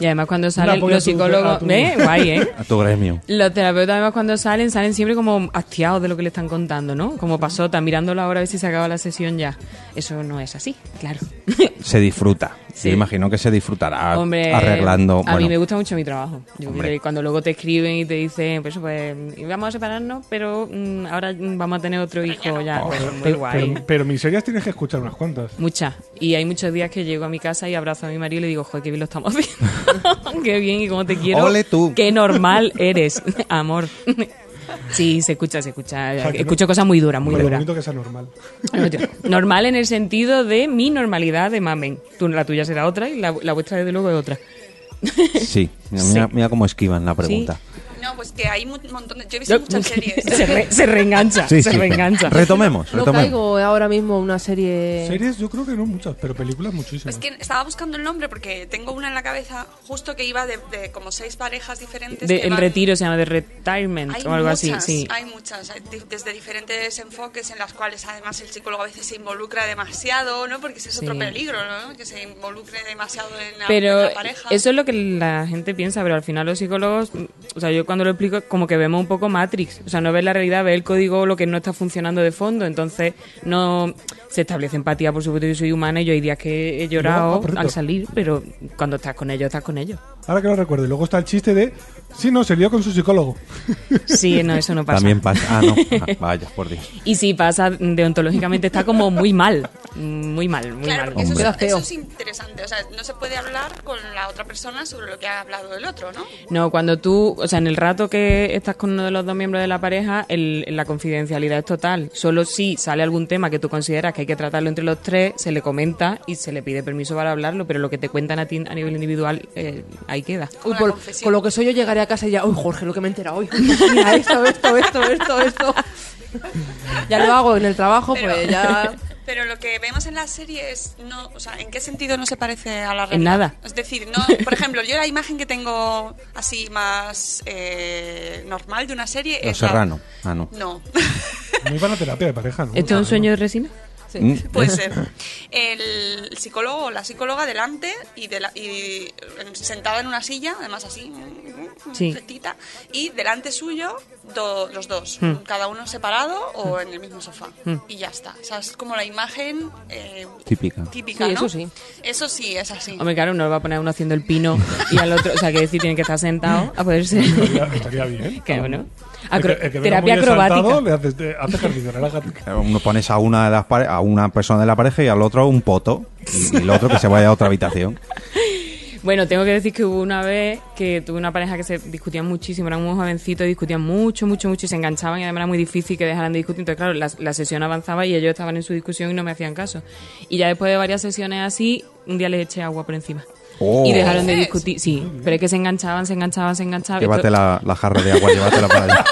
[SPEAKER 6] Y además cuando salen
[SPEAKER 3] polla
[SPEAKER 6] los
[SPEAKER 3] a tu- a
[SPEAKER 6] psicólogos...
[SPEAKER 3] tu-
[SPEAKER 6] ¿Eh? Guay, ¿eh?
[SPEAKER 2] A Ah, tu gremio.
[SPEAKER 6] Los terapeutas además cuando salen, salen siempre como hastiados de lo que le están contando, ¿no? Como pasota, mirando la hora a ver si se acaba la sesión ya. Eso no es así, claro.
[SPEAKER 2] Se disfruta.
[SPEAKER 6] Sí.
[SPEAKER 2] Yo imagino que se disfrutará
[SPEAKER 6] Hombre,
[SPEAKER 2] arreglando.
[SPEAKER 6] A mí
[SPEAKER 2] bueno,
[SPEAKER 6] me gusta mucho mi trabajo. Yo
[SPEAKER 2] Hombre.
[SPEAKER 6] creo que cuando luego te escriben y te dicen, pues, pues vamos a separarnos, pero mm, ahora mm, vamos a tener otro hijo ya. pues, muy
[SPEAKER 3] Oh. Pero,
[SPEAKER 6] guay.
[SPEAKER 3] pero, pero miserias tienes que escuchar unas cuantas.
[SPEAKER 6] Muchas. Y hay muchos días que llego a mi casa y abrazo a mi marido y le digo, joder, qué bien lo estamos haciendo. qué bien y cómo te quiero.
[SPEAKER 2] Ole tú.
[SPEAKER 6] Qué normal eres, amor. sí, se escucha, se escucha.
[SPEAKER 3] sea, que no-
[SPEAKER 6] Escucho cosas muy duras, muy
[SPEAKER 3] Pero lo
[SPEAKER 6] duras.
[SPEAKER 3] bonito que sea normal.
[SPEAKER 6] No, tío. normal en el sentido de mi normalidad de mamen. Tú, la tuya será otra y la, la vuestra, desde luego, es otra.
[SPEAKER 2] Sí, mira,
[SPEAKER 6] Sí.
[SPEAKER 2] mira- mira cómo esquivan la pregunta.
[SPEAKER 5] No, pues que hay un montón de... Yo he visto muchas series.
[SPEAKER 6] se, re- se reengancha,
[SPEAKER 2] Sí,
[SPEAKER 6] se
[SPEAKER 2] sí.
[SPEAKER 6] reengancha.
[SPEAKER 2] Retomemos,
[SPEAKER 4] No
[SPEAKER 2] retomemos.
[SPEAKER 4] caigo ahora mismo en una serie.
[SPEAKER 3] Series yo creo que no muchas, pero películas muchísimas.
[SPEAKER 4] Pues
[SPEAKER 5] Es que estaba buscando el nombre porque tengo una en la cabeza justo que iba de, de como seis parejas diferentes.
[SPEAKER 6] De-
[SPEAKER 5] que
[SPEAKER 6] el
[SPEAKER 5] van-
[SPEAKER 6] retiro se llama de retirement
[SPEAKER 5] Hay
[SPEAKER 6] o algo
[SPEAKER 5] muchas,
[SPEAKER 6] así, sí.
[SPEAKER 5] hay muchas, hay di- desde diferentes enfoques en las cuales además el psicólogo a veces se involucra demasiado, ¿no? Porque ese es otro
[SPEAKER 6] Sí.
[SPEAKER 5] peligro, ¿no? Que se involucre demasiado en la, en
[SPEAKER 6] Pero
[SPEAKER 5] la pareja.
[SPEAKER 6] eso es lo que la gente piensa, pero al final los psicólogos, mm, o sea, yo cuando lo explico, como que vemos un poco Matrix, o sea, no ves la realidad, ves el código, lo que no está funcionando de fondo, entonces no se establece empatía, por supuesto, yo soy humana y yo hay días que he
[SPEAKER 3] No,
[SPEAKER 6] llorado
[SPEAKER 3] ah, por cierto.
[SPEAKER 6] al salir, pero cuando estás con ellos, estás con ellos.
[SPEAKER 3] Ahora que lo recuerdo. Y luego está el chiste de... Sí, no, se lió con su psicólogo.
[SPEAKER 6] Sí, no, eso no pasa.
[SPEAKER 2] También pasa. Ah, no. Ah, vaya, por Dios.
[SPEAKER 6] Y si pasa, deontológicamente está como muy mal, muy mal, muy
[SPEAKER 5] Claro,
[SPEAKER 6] mal.
[SPEAKER 5] porque eso es,
[SPEAKER 4] Queda feo.
[SPEAKER 5] eso es interesante. O sea, no se puede hablar con la otra persona sobre lo que ha hablado el otro, ¿no?
[SPEAKER 6] No, cuando tú, o sea, en el rato que estás con uno de los dos miembros de la pareja, el- la confidencialidad es total. Solo si sale algún tema que tú consideras que hay que tratarlo entre los tres, se le comenta y se le pide permiso para hablarlo, pero lo que te cuentan a ti a nivel individual, eh, ahí queda.
[SPEAKER 4] Uy,
[SPEAKER 5] la
[SPEAKER 4] por-
[SPEAKER 5] confesión.
[SPEAKER 4] con lo que soy yo llegaré a casa y ya, uy, Jorge, lo que me he enterado hoy. Mira, esto, esto, esto, esto, esto. ya lo hago en el trabajo, pues ya.
[SPEAKER 5] pero lo que vemos en las series, no, o sea, ¿en qué sentido no se parece a la realidad?
[SPEAKER 6] nada.
[SPEAKER 5] Es decir, no, por ejemplo, yo la imagen que tengo así más eh, normal de una serie
[SPEAKER 2] Los
[SPEAKER 5] es la-
[SPEAKER 2] Serrano. Ah, no.
[SPEAKER 5] No.
[SPEAKER 3] No iban a terapia de pareja, ¿no?
[SPEAKER 6] ¿Esto es un sueño de resina?
[SPEAKER 2] Mm,
[SPEAKER 6] ¿Eh?
[SPEAKER 5] Puede ser. El psicólogo o la psicóloga delante y, de la- y en- sentada en una silla, además así, mm, mm,
[SPEAKER 6] Sí.
[SPEAKER 5] rectita, y delante suyo do- los dos,
[SPEAKER 6] Hmm.
[SPEAKER 5] cada uno separado o en el mismo sofá. Y ya está. O sea, es como la imagen eh,
[SPEAKER 2] Típica.
[SPEAKER 5] típica,
[SPEAKER 4] Sí,
[SPEAKER 5] ¿no?
[SPEAKER 4] eso sí.
[SPEAKER 5] Eso sí, es así.
[SPEAKER 6] Hombre, claro, uno va a poner a uno haciendo el pino y al otro, o sea, que decir, tiene que estar sentado a poder ser.
[SPEAKER 3] Estaría, estaría bien.
[SPEAKER 6] que bueno.
[SPEAKER 3] Ah. El que-
[SPEAKER 6] Acro-
[SPEAKER 3] el que venga
[SPEAKER 6] terapia
[SPEAKER 3] muy exaltado,
[SPEAKER 6] acrobática.
[SPEAKER 3] Le haces, te- haces jardín, relájate.
[SPEAKER 2] Uno pones a una de las pare- a una persona de la pareja y al otro un poto y, y el otro que se vaya a otra habitación.
[SPEAKER 6] Bueno, tengo que decir que hubo una vez que tuve una pareja que se discutían muchísimo, eran muy jovencitos, discutían mucho, mucho, mucho y se enganchaban y además era muy difícil que dejaran de discutir. Entonces, claro, la, la sesión avanzaba y ellos estaban en su discusión y no me hacían caso. Y ya después de varias sesiones así, un día les eché agua por encima.
[SPEAKER 2] Oh.
[SPEAKER 6] Y dejaron de
[SPEAKER 5] ¿Qué?
[SPEAKER 6] discutir, sí, pero es que se enganchaban, se enganchaban, se enganchaban.
[SPEAKER 2] Llévate
[SPEAKER 6] Esto-
[SPEAKER 2] la, la jarra de agua, llévatela para allá.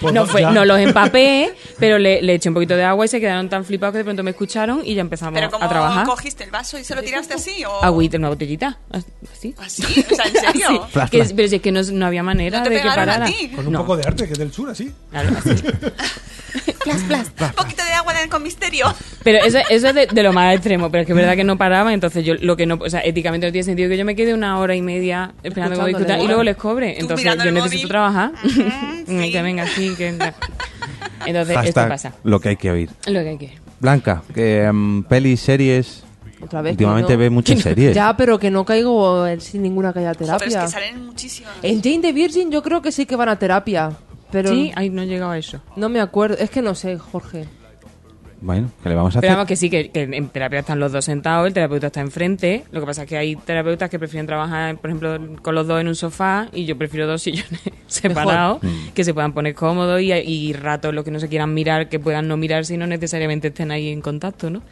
[SPEAKER 3] Pues
[SPEAKER 6] no,
[SPEAKER 3] va-
[SPEAKER 6] fue,
[SPEAKER 3] ya.
[SPEAKER 6] no los empapé, pero le, le eché un poquito de agua y se quedaron tan flipados que de pronto me escucharon y ya empezamos
[SPEAKER 5] Pero
[SPEAKER 6] a trabajar.
[SPEAKER 5] como cogiste el vaso y se lo tiraste así o
[SPEAKER 6] Agüita, una botellita, así.
[SPEAKER 5] así, o sea, en serio.
[SPEAKER 6] Así. Ah, Que- pero si es que no, no había manera
[SPEAKER 5] No te
[SPEAKER 6] de que
[SPEAKER 5] pegaron
[SPEAKER 6] parara.
[SPEAKER 5] a ti.
[SPEAKER 3] Con un
[SPEAKER 6] No.
[SPEAKER 3] poco de arte, que es del sur, así.
[SPEAKER 6] Claro, así.
[SPEAKER 5] Un poquito de agua de- con misterio.
[SPEAKER 6] Pero eso, eso es de, de lo más extremo, pero es que es verdad que no paraba, entonces yo lo que no, o sea, éticamente no tiene sentido que yo me quede una hora y media esperando
[SPEAKER 4] Escuchándole,
[SPEAKER 6] que discutan y
[SPEAKER 4] ¿no?
[SPEAKER 6] luego les cobre.
[SPEAKER 5] Tú
[SPEAKER 6] Entonces
[SPEAKER 5] mirando
[SPEAKER 6] yo
[SPEAKER 5] el
[SPEAKER 6] necesito
[SPEAKER 5] móvil.
[SPEAKER 6] trabajar.
[SPEAKER 5] Ujú, sí.
[SPEAKER 6] que venga, sí, que Entonces esto
[SPEAKER 2] Hashtag
[SPEAKER 6] pasa.
[SPEAKER 2] lo que hay que oír.
[SPEAKER 6] Lo que hay que.
[SPEAKER 2] Blanca, que em, pelis, series.
[SPEAKER 4] Otra vez. que
[SPEAKER 2] Últimamente
[SPEAKER 4] no-
[SPEAKER 2] ve muchas series.
[SPEAKER 4] Ya, pero que no caigo en- sin ninguna que haya
[SPEAKER 5] Joder, es
[SPEAKER 4] terapia.
[SPEAKER 5] que salen muchísimas.
[SPEAKER 4] En Jane the Virgin yo creo que sí que van a terapia. Pero
[SPEAKER 6] Sí, ahí no he llegado a eso.
[SPEAKER 4] no me acuerdo. Es que no sé, Jorge.
[SPEAKER 2] Bueno, ¿qué le vamos a hacer?
[SPEAKER 6] Pero vamos que sí, que, que en terapia están los dos sentados, el terapeuta está enfrente. Lo que pasa es que hay terapeutas que prefieren trabajar, por ejemplo, con los dos en un sofá y yo prefiero dos sillones separados
[SPEAKER 2] Mm.
[SPEAKER 6] que se puedan poner cómodos y, y ratos los que no se quieran mirar, que puedan no mirar si no necesariamente estén ahí en contacto, ¿no?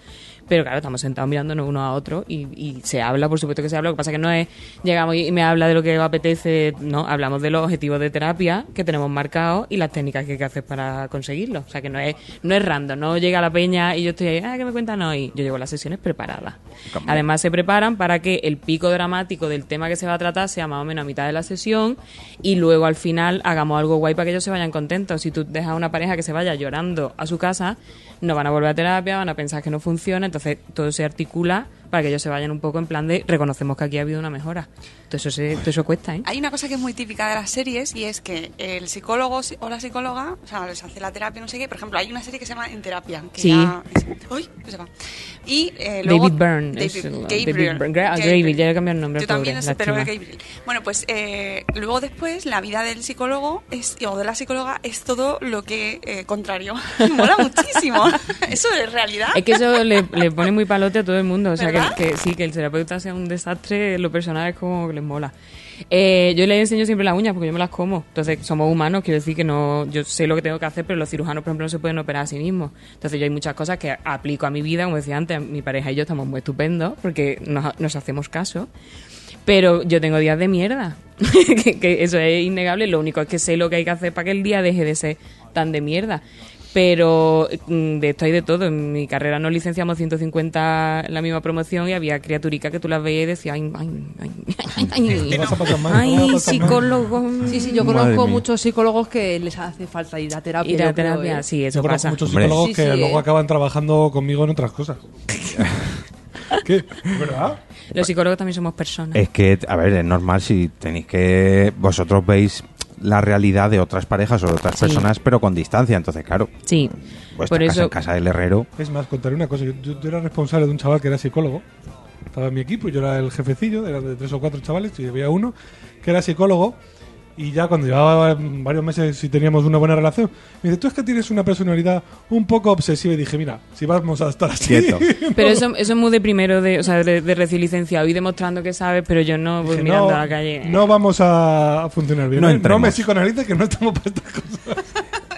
[SPEAKER 6] Pero claro, estamos sentados mirándonos uno a otro y, y se habla, por supuesto que se habla. Lo que pasa es que no es llegamos y me habla de lo que os apetece, no, hablamos de los objetivos de terapia que tenemos marcados y las técnicas que hay que hacer para conseguirlo. O sea que no es, no es random, no llega la peña y yo estoy ahí, ah, ¿qué me cuentan hoy? Yo llevo las sesiones preparadas. Además se preparan para que el pico dramático del tema que se va a tratar sea más o menos a mitad de la sesión y luego al final hagamos algo guay para que ellos se vayan contentos. Si tú dejas a una pareja que se vaya llorando a su casa, no van a volver a terapia, van a pensar que no funciona, entonces todo se articula para que ellos se vayan un poco en plan de reconocemos que aquí ha habido una mejora. Todo eso, se, todo eso cuesta, ¿eh?
[SPEAKER 5] Hay una cosa que es muy típica de las series y es que el psicólogo o la psicóloga, o sea, les hace la terapia, no sé qué. Por ejemplo, hay una serie que se llama En Terapia. Que
[SPEAKER 6] Sí.
[SPEAKER 5] ya- Uy, que se va. Y eh, luego-
[SPEAKER 6] David Byrne
[SPEAKER 5] David,
[SPEAKER 6] es el-
[SPEAKER 5] Gabriel.
[SPEAKER 6] David Byrne. Gra- Gabriel, ya le he cambiado el nombre,
[SPEAKER 5] Yo
[SPEAKER 6] pobre,
[SPEAKER 5] también lo sé, pero
[SPEAKER 6] lástima.
[SPEAKER 5] Gabriel. Bueno, pues eh, luego después la vida del psicólogo es, o de la psicóloga es todo lo que eh, contrario. Mola muchísimo. Eso es realidad.
[SPEAKER 6] Es que eso le, le pone muy palote a todo el mundo. O sea, que,
[SPEAKER 5] ¿Verdad?
[SPEAKER 6] que sí, que el terapeuta sea un desastre, lo personal es como que les mola. Eh, yo les enseño siempre las uñas porque yo me las como. Entonces, somos humanos, quiero decir que no. Yo sé lo que tengo que hacer, pero los cirujanos, por ejemplo, no se pueden operar a sí mismos. Entonces, yo hay muchas cosas que aplico a mi vida. Como decía antes, mi pareja y yo estamos muy estupendos porque nos, nos hacemos caso. Pero yo tengo días de mierda. que, que eso es innegable. Lo único es que sé lo que hay que hacer para que el día deje de ser tan de mierda. Pero mm, de esto hay de todo. En mi carrera nos licenciamos 150 en la misma promoción y había criaturicas que tú las veías y decías, ay, ay, ay, ay, ay,
[SPEAKER 3] Lo vas a pasar mal, lo vas a pasar
[SPEAKER 6] ay,
[SPEAKER 3] mal.
[SPEAKER 6] psicólogo.
[SPEAKER 4] Sí, sí, yo
[SPEAKER 2] Madre
[SPEAKER 4] conozco
[SPEAKER 2] mía.
[SPEAKER 4] muchos psicólogos que les hace falta ir a terapia.
[SPEAKER 6] Ir a
[SPEAKER 4] yo creo,
[SPEAKER 6] terapia,
[SPEAKER 4] ¿eh?
[SPEAKER 6] sí,
[SPEAKER 3] Yo
[SPEAKER 6] eso
[SPEAKER 3] conozco
[SPEAKER 6] pasa.
[SPEAKER 3] muchos
[SPEAKER 2] Hombre.
[SPEAKER 3] psicólogos
[SPEAKER 4] Sí,
[SPEAKER 3] que
[SPEAKER 4] sí,
[SPEAKER 3] luego
[SPEAKER 4] eh.
[SPEAKER 3] acaban trabajando conmigo en otras cosas. ¿Qué? ¿Es ¿Verdad?
[SPEAKER 6] Los psicólogos también somos personas.
[SPEAKER 3] Eh.
[SPEAKER 2] Es que, a ver, es normal si tenéis que. Vosotros veis la realidad de otras parejas o de otras
[SPEAKER 6] Sí.
[SPEAKER 2] personas, pero con distancia. Entonces, claro.
[SPEAKER 6] Sí.
[SPEAKER 2] Vuestra
[SPEAKER 6] Por
[SPEAKER 2] casa
[SPEAKER 6] eso.
[SPEAKER 2] en casa del herrero.
[SPEAKER 3] Es más, contaré una cosa. Yo, yo- yo era responsable de un chaval que era psicólogo. Estaba en mi equipo, yo era el jefecillo, eran de tres o cuatro chavales y había uno que era psicólogo. Y ya cuando llevaba mm, varios meses y teníamos una buena relación, me dice, tú es que tienes una personalidad un poco obsesiva. Y dije, mira, si vamos a estar así...
[SPEAKER 2] Quieto.
[SPEAKER 6] Pero eso, eso es muy de primero, de, o sea, de, de recién licenciado y demostrando que sabes, pero yo no voy
[SPEAKER 3] dije,
[SPEAKER 6] mirando
[SPEAKER 3] no,
[SPEAKER 6] a la calle.
[SPEAKER 3] no vamos a funcionar bien.
[SPEAKER 2] No
[SPEAKER 3] ¿eh?
[SPEAKER 2] entremos.
[SPEAKER 3] me psicoanalices que no estamos para estas cosas.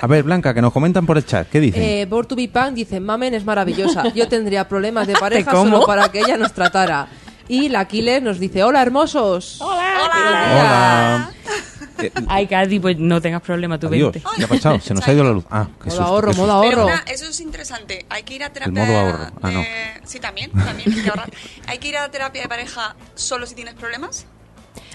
[SPEAKER 2] A ver, Blanca, que nos comentan por el chat. ¿Qué dicen?
[SPEAKER 4] Eh, Born to be Punk dice, Mamen es maravillosa. Yo tendría problemas de pareja
[SPEAKER 6] ¿Cómo?
[SPEAKER 4] solo para que ella nos tratara. Y la Killer nos dice, hola hermosos.
[SPEAKER 2] Hola. Eh,
[SPEAKER 6] Ay, Cati, pues no tengas problema, tú
[SPEAKER 2] adiós.
[SPEAKER 6] vente.
[SPEAKER 2] ¿Qué ha pasado? Se nos ha ido la luz. Ah, qué
[SPEAKER 4] Modo
[SPEAKER 2] susto,
[SPEAKER 4] ahorro,
[SPEAKER 2] qué susto.
[SPEAKER 4] modo ahorro.
[SPEAKER 5] Pero una- eso es interesante. Hay que ir a terapia.
[SPEAKER 2] modo ahorro. Ah, no.
[SPEAKER 5] de- Sí, también. también hay, que ahorrar. Hay que ir a terapia de pareja solo si tienes problemas.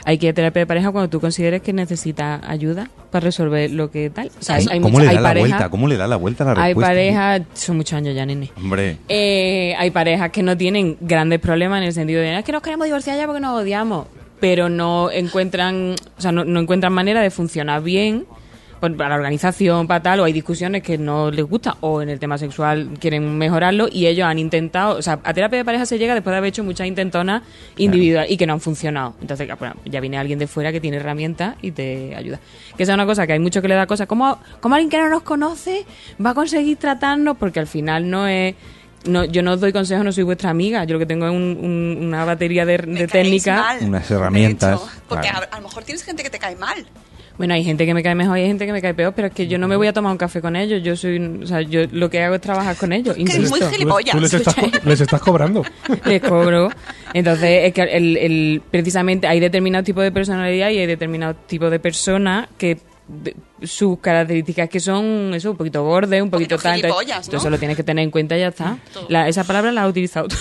[SPEAKER 6] Hay que ir a terapia de pareja cuando tú consideres que necesitas ayuda para resolver lo que tal. O sea, hay, hay
[SPEAKER 2] ¿Cómo
[SPEAKER 6] mucha-
[SPEAKER 2] le da
[SPEAKER 6] hay
[SPEAKER 2] la
[SPEAKER 6] pareja-
[SPEAKER 2] vuelta? ¿Cómo le da la vuelta a la
[SPEAKER 6] Hay
[SPEAKER 2] respuesta?
[SPEAKER 6] parejas, son muchos años ya, nene.
[SPEAKER 2] Hombre.
[SPEAKER 6] Eh, hay parejas que no tienen grandes problemas en el sentido de "No, es que nos queremos divorciar ya porque nos odiamos, pero no encuentran, o sea, no, no encuentran manera de funcionar bien por- para la organización, para tal, o hay discusiones que no les gusta, o en el tema sexual quieren mejorarlo y ellos han intentado, o sea, a terapia de pareja se llega después de haber hecho muchas intentonas individuales y que no han funcionado. Entonces, claro, bueno, ya viene alguien de fuera que tiene herramientas y te ayuda. Que esa es una cosa que hay mucho que le da cosas, como, como alguien que no nos conoce va a conseguir tratarnos, porque al final no es no, yo no os doy consejos, no soy vuestra amiga. Yo lo que tengo es un- un- una batería de, de
[SPEAKER 5] Me caéis
[SPEAKER 6] técnica.
[SPEAKER 5] mal,
[SPEAKER 2] Unas
[SPEAKER 5] de
[SPEAKER 2] herramientas,
[SPEAKER 5] hecho, porque
[SPEAKER 2] claro.
[SPEAKER 5] a, a lo mejor tienes gente que te cae mal.
[SPEAKER 6] Bueno, hay gente que me cae mejor y hay gente que me cae peor, pero es que yo no me voy a tomar un café con ellos. Yo soy, o sea, yo lo que hago es trabajar con ellos.
[SPEAKER 5] eres
[SPEAKER 6] insisto.
[SPEAKER 5] muy
[SPEAKER 3] Tú les-
[SPEAKER 5] gilipollas. ¿eh?
[SPEAKER 3] Tú les estás, co- les estás cobrando.
[SPEAKER 6] les cobro. Entonces, es que el, el- precisamente hay determinado tipo de personalidad y hay determinado tipo de persona que de- sus características que son eso un poquito gordes un poquito
[SPEAKER 5] Poquito
[SPEAKER 6] tal entonces-
[SPEAKER 5] gilipollas,
[SPEAKER 6] entonces
[SPEAKER 5] ¿no?
[SPEAKER 6] eso lo tienes que tener en cuenta y ya está La- esa palabra la has utilizado tú.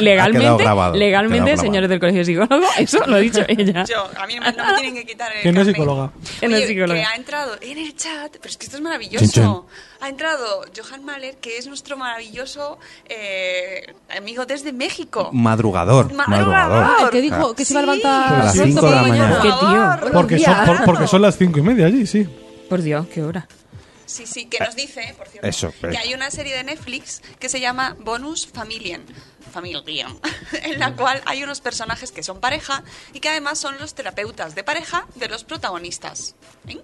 [SPEAKER 6] legalmente
[SPEAKER 2] grabado, ha
[SPEAKER 6] legalmente
[SPEAKER 2] quedado grabado.
[SPEAKER 6] señores del colegio de psicólogos eso lo ha dicho
[SPEAKER 2] Ah.
[SPEAKER 6] ella
[SPEAKER 5] Yo, a mí no me, no me tienen que quitar el
[SPEAKER 3] Que no es
[SPEAKER 5] carnet.
[SPEAKER 3] psicóloga.
[SPEAKER 6] Que no es
[SPEAKER 5] Oye,
[SPEAKER 6] psicóloga.
[SPEAKER 5] que ha entrado en el chat, pero es que esto es maravilloso.
[SPEAKER 2] Chin, chin.
[SPEAKER 5] Ha entrado Johan Mahler, que es nuestro maravilloso eh, amigo desde México.
[SPEAKER 2] Madrugador. Madrugador.
[SPEAKER 5] Madrugador.
[SPEAKER 4] Ah, el que dijo que se iba a
[SPEAKER 5] Sí.
[SPEAKER 4] levantar
[SPEAKER 2] A las
[SPEAKER 4] las
[SPEAKER 2] cinco
[SPEAKER 4] ocho
[SPEAKER 2] de la mañana.
[SPEAKER 6] Es que, tío,
[SPEAKER 4] Buenos
[SPEAKER 3] Porque son,
[SPEAKER 4] días.
[SPEAKER 3] por- porque son las cinco y media allí, sí.
[SPEAKER 6] por Dios qué hora
[SPEAKER 5] Sí, sí, que nos dice, por cierto,
[SPEAKER 2] Eh, Eso, pero-
[SPEAKER 5] que hay una serie de Netflix que se llama Bonus Familien, Familien, en
[SPEAKER 2] Mm.
[SPEAKER 5] la cual hay unos personajes que son pareja y que además son los terapeutas de pareja de los protagonistas. ¿Eh?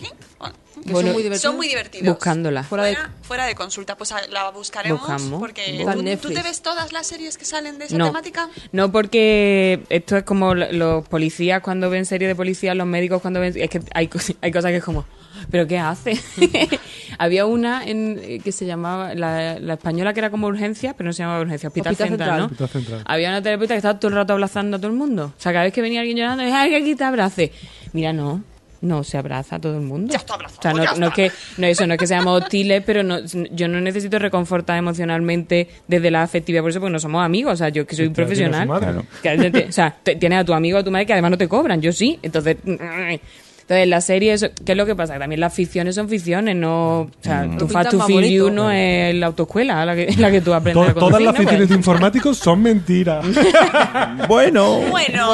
[SPEAKER 5] ¿Eh? Bueno,
[SPEAKER 4] Que son muy divertidos.
[SPEAKER 5] son muy divertidos.
[SPEAKER 6] Buscándola.
[SPEAKER 5] Fuera
[SPEAKER 4] Fuera
[SPEAKER 5] de,
[SPEAKER 4] de-
[SPEAKER 5] fuera de consulta, pues a- la buscaremos
[SPEAKER 6] Buscamos.
[SPEAKER 5] porque
[SPEAKER 4] Está en
[SPEAKER 5] ¿tú- ¿tú,
[SPEAKER 4] Netflix.
[SPEAKER 5] te ves todas las series que salen de esa temática.
[SPEAKER 6] No, porque esto es como lo- los policías cuando ven serie de policías, los médicos cuando ven... Es que hay, cos- hay cosas que es como, ¿pero qué hace? Había una en, eh, que se llamaba, la, la española que era como urgencia, pero no se llamaba urgencia, hospital,
[SPEAKER 4] Hospital
[SPEAKER 6] central,
[SPEAKER 4] Central.
[SPEAKER 6] ¿no?
[SPEAKER 3] Hospital Central.
[SPEAKER 6] Había una terapeuta que estaba todo el rato abrazando a todo el mundo. O sea, cada vez que venía alguien llorando, es alguien que te abrace. Mira, no. No, se abraza a todo el mundo.
[SPEAKER 5] Ya está abrazado,
[SPEAKER 6] O sea, no,
[SPEAKER 5] ya
[SPEAKER 6] no es
[SPEAKER 5] está.
[SPEAKER 6] que, no, eso, no es que seamos hostiles, pero no, yo no necesito reconfortar emocionalmente desde la afectividad, por eso, porque no somos amigos. O sea, yo que soy un
[SPEAKER 3] Pero tiene
[SPEAKER 6] profesional.
[SPEAKER 3] su madre.
[SPEAKER 2] Claro.
[SPEAKER 6] Que alguien te- o sea, te- tienes a tu amigo o a tu madre que además no te cobran, yo sí. Entonces, entonces la serie, es- ¿qué es lo que pasa? Que también las ficciones son ficciones, no. O sea, tu
[SPEAKER 4] Lo pintan
[SPEAKER 6] Fast to
[SPEAKER 4] más
[SPEAKER 6] Feel
[SPEAKER 4] bonito.
[SPEAKER 6] You no es la autoescuela la que, la que tú aprendes
[SPEAKER 3] To-
[SPEAKER 6] a conducir,
[SPEAKER 3] todas las
[SPEAKER 6] ¿no? Pues,
[SPEAKER 3] ficciones de informáticos son mentiras.
[SPEAKER 2] Bueno.
[SPEAKER 5] Bueno,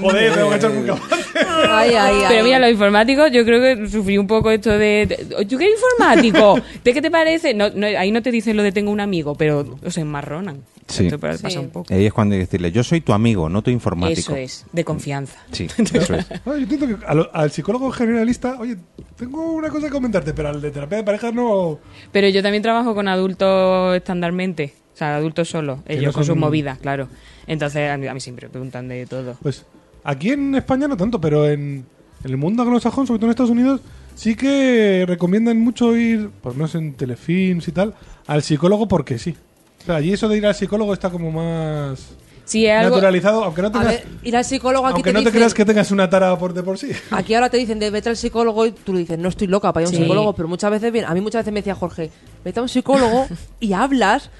[SPEAKER 3] Joder, tengo que echar un caballo.
[SPEAKER 4] Ay, ay, ay.
[SPEAKER 6] Pero mira, los informáticos, yo creo que sufrí un poco esto de. de- ¿Tú qué eres informático? ¿De qué te parece? No, no, ahí no te dicen lo de tengo un amigo, pero os enmarronan.
[SPEAKER 2] Sí.
[SPEAKER 6] Esto pa- pasa un poco.
[SPEAKER 2] Ahí es cuando hay que decirle, yo soy tu amigo, no tu informático.
[SPEAKER 6] Eso es, de confianza.
[SPEAKER 2] Sí, eso es.
[SPEAKER 3] Bueno, yo entiendo que a lo- al, psicólogo generalista, oye, tengo una cosa que comentarte, pero al de terapia de pareja no.
[SPEAKER 6] Pero yo también trabajo con adultos estandarmente, o sea, adultos solos,
[SPEAKER 3] Que
[SPEAKER 6] ellos
[SPEAKER 3] no
[SPEAKER 6] con sus
[SPEAKER 3] son-
[SPEAKER 6] movidas, claro. Entonces a mí, a mí siempre me preguntan de todo.
[SPEAKER 3] Pues aquí en España no tanto, pero en, en el mundo anglosajón, sobre todo en Estados Unidos, sí que recomiendan mucho ir, por lo menos en telefilms y tal, al psicólogo porque sí. O sea, allí eso de ir al psicólogo está como más.
[SPEAKER 6] Si es algo,
[SPEAKER 3] naturalizado, aunque no
[SPEAKER 4] A
[SPEAKER 3] tengas,
[SPEAKER 4] ver, ir al psicólogo aquí
[SPEAKER 3] aunque
[SPEAKER 4] te
[SPEAKER 3] no te
[SPEAKER 4] dicen-
[SPEAKER 3] creas que tengas una tara por de por sí.
[SPEAKER 4] Aquí ahora te dicen de vete al psicólogo y tú le dices, no estoy loca para ir a un
[SPEAKER 6] Sí.
[SPEAKER 4] psicólogo, pero muchas veces bien, a mí muchas veces me decía Jorge, vete a un psicólogo y hablas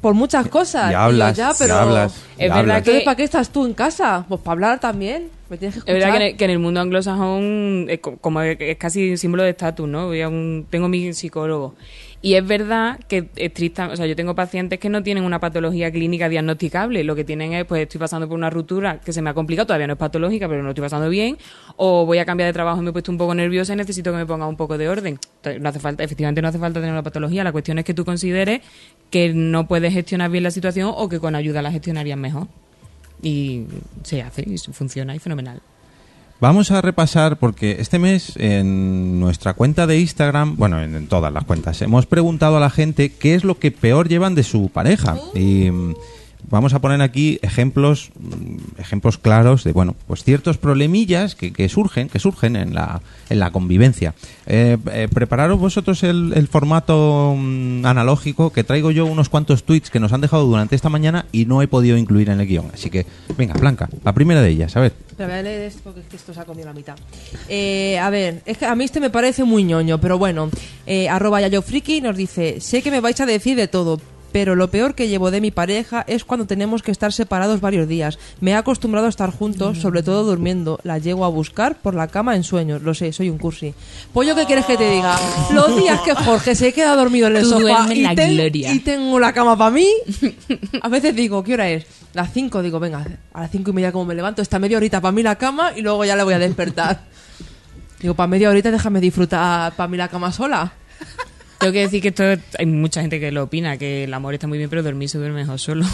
[SPEAKER 4] por muchas cosas.
[SPEAKER 2] Y
[SPEAKER 4] yo,
[SPEAKER 2] hablas,
[SPEAKER 4] ya,
[SPEAKER 2] y
[SPEAKER 4] pero
[SPEAKER 2] hablas, y
[SPEAKER 6] Es verdad
[SPEAKER 2] hablas.
[SPEAKER 4] Entonces,
[SPEAKER 6] que-
[SPEAKER 4] ¿para qué estás tú en casa? Pues para hablar también. Me tienes que
[SPEAKER 6] Es
[SPEAKER 4] escuchar.
[SPEAKER 6] verdad que en, el, que en el mundo anglosajón eh, co- como es es casi un símbolo de estatus, ¿no? Voy a un- tengo mi psicólogo. Y es verdad que estricta, o sea, yo tengo pacientes que no tienen una patología clínica diagnosticable, lo que tienen es pues estoy pasando por una ruptura que se me ha complicado, todavía no es patológica, pero no lo estoy pasando bien, o voy a cambiar de trabajo, me he puesto un poco nerviosa y necesito que me ponga un poco de orden. Entonces, No hace falta, efectivamente no hace falta tener una patología, la cuestión es que tú consideres que no puedes gestionar bien la situación o que con ayuda la gestionarías mejor. Y se hace, y funciona, y fenomenal.
[SPEAKER 2] Vamos a repasar porque este mes en nuestra cuenta de Instagram, bueno, en, en todas las cuentas, hemos preguntado a la gente qué es lo que peor llevan de su pareja. Y mm, vamos a poner aquí ejemplos, mm, ejemplos claros de, bueno, pues ciertos problemillas que, que surgen, que surgen en la, en la convivencia. Eh, eh, prepararos vosotros el, el formato mm, analógico que traigo yo unos cuantos tweets que nos han dejado durante esta mañana y no he podido incluir en el guión. Así que, venga, Blanca, la primera de ellas, a ver.
[SPEAKER 4] Pero voy a leer esto porque es que esto se ha comido la mitad. Eh, a ver, es que a mí este me parece muy ñoño, pero bueno. Eh, arroba yayofriki nos dice, sé que me vais a decir de todo, pero lo peor que llevo de mi pareja es cuando tenemos que estar separados varios días. Me he acostumbrado a estar juntos,
[SPEAKER 6] Mm.
[SPEAKER 4] sobre todo durmiendo. La llego a buscar por la cama en sueños. Lo sé, soy un cursi. Pollo, ¿qué quieres que te diga? Los días que Jorge se queda dormido en el
[SPEAKER 6] Tú
[SPEAKER 4] sofá
[SPEAKER 6] duerme
[SPEAKER 4] y,
[SPEAKER 6] la
[SPEAKER 4] ten-
[SPEAKER 6] gloria.
[SPEAKER 4] y tengo la cama para mí. A veces digo, ¿qué hora es? Las 5, digo, venga, a las 5 y media como me levanto, está media horita para mí la cama y luego ya la voy a despertar. Digo, para media horita déjame disfrutar para mí la cama sola.
[SPEAKER 6] Tengo que decir que esto hay mucha gente que lo opina, que el amor está muy bien, pero dormir se duerme mejor solo.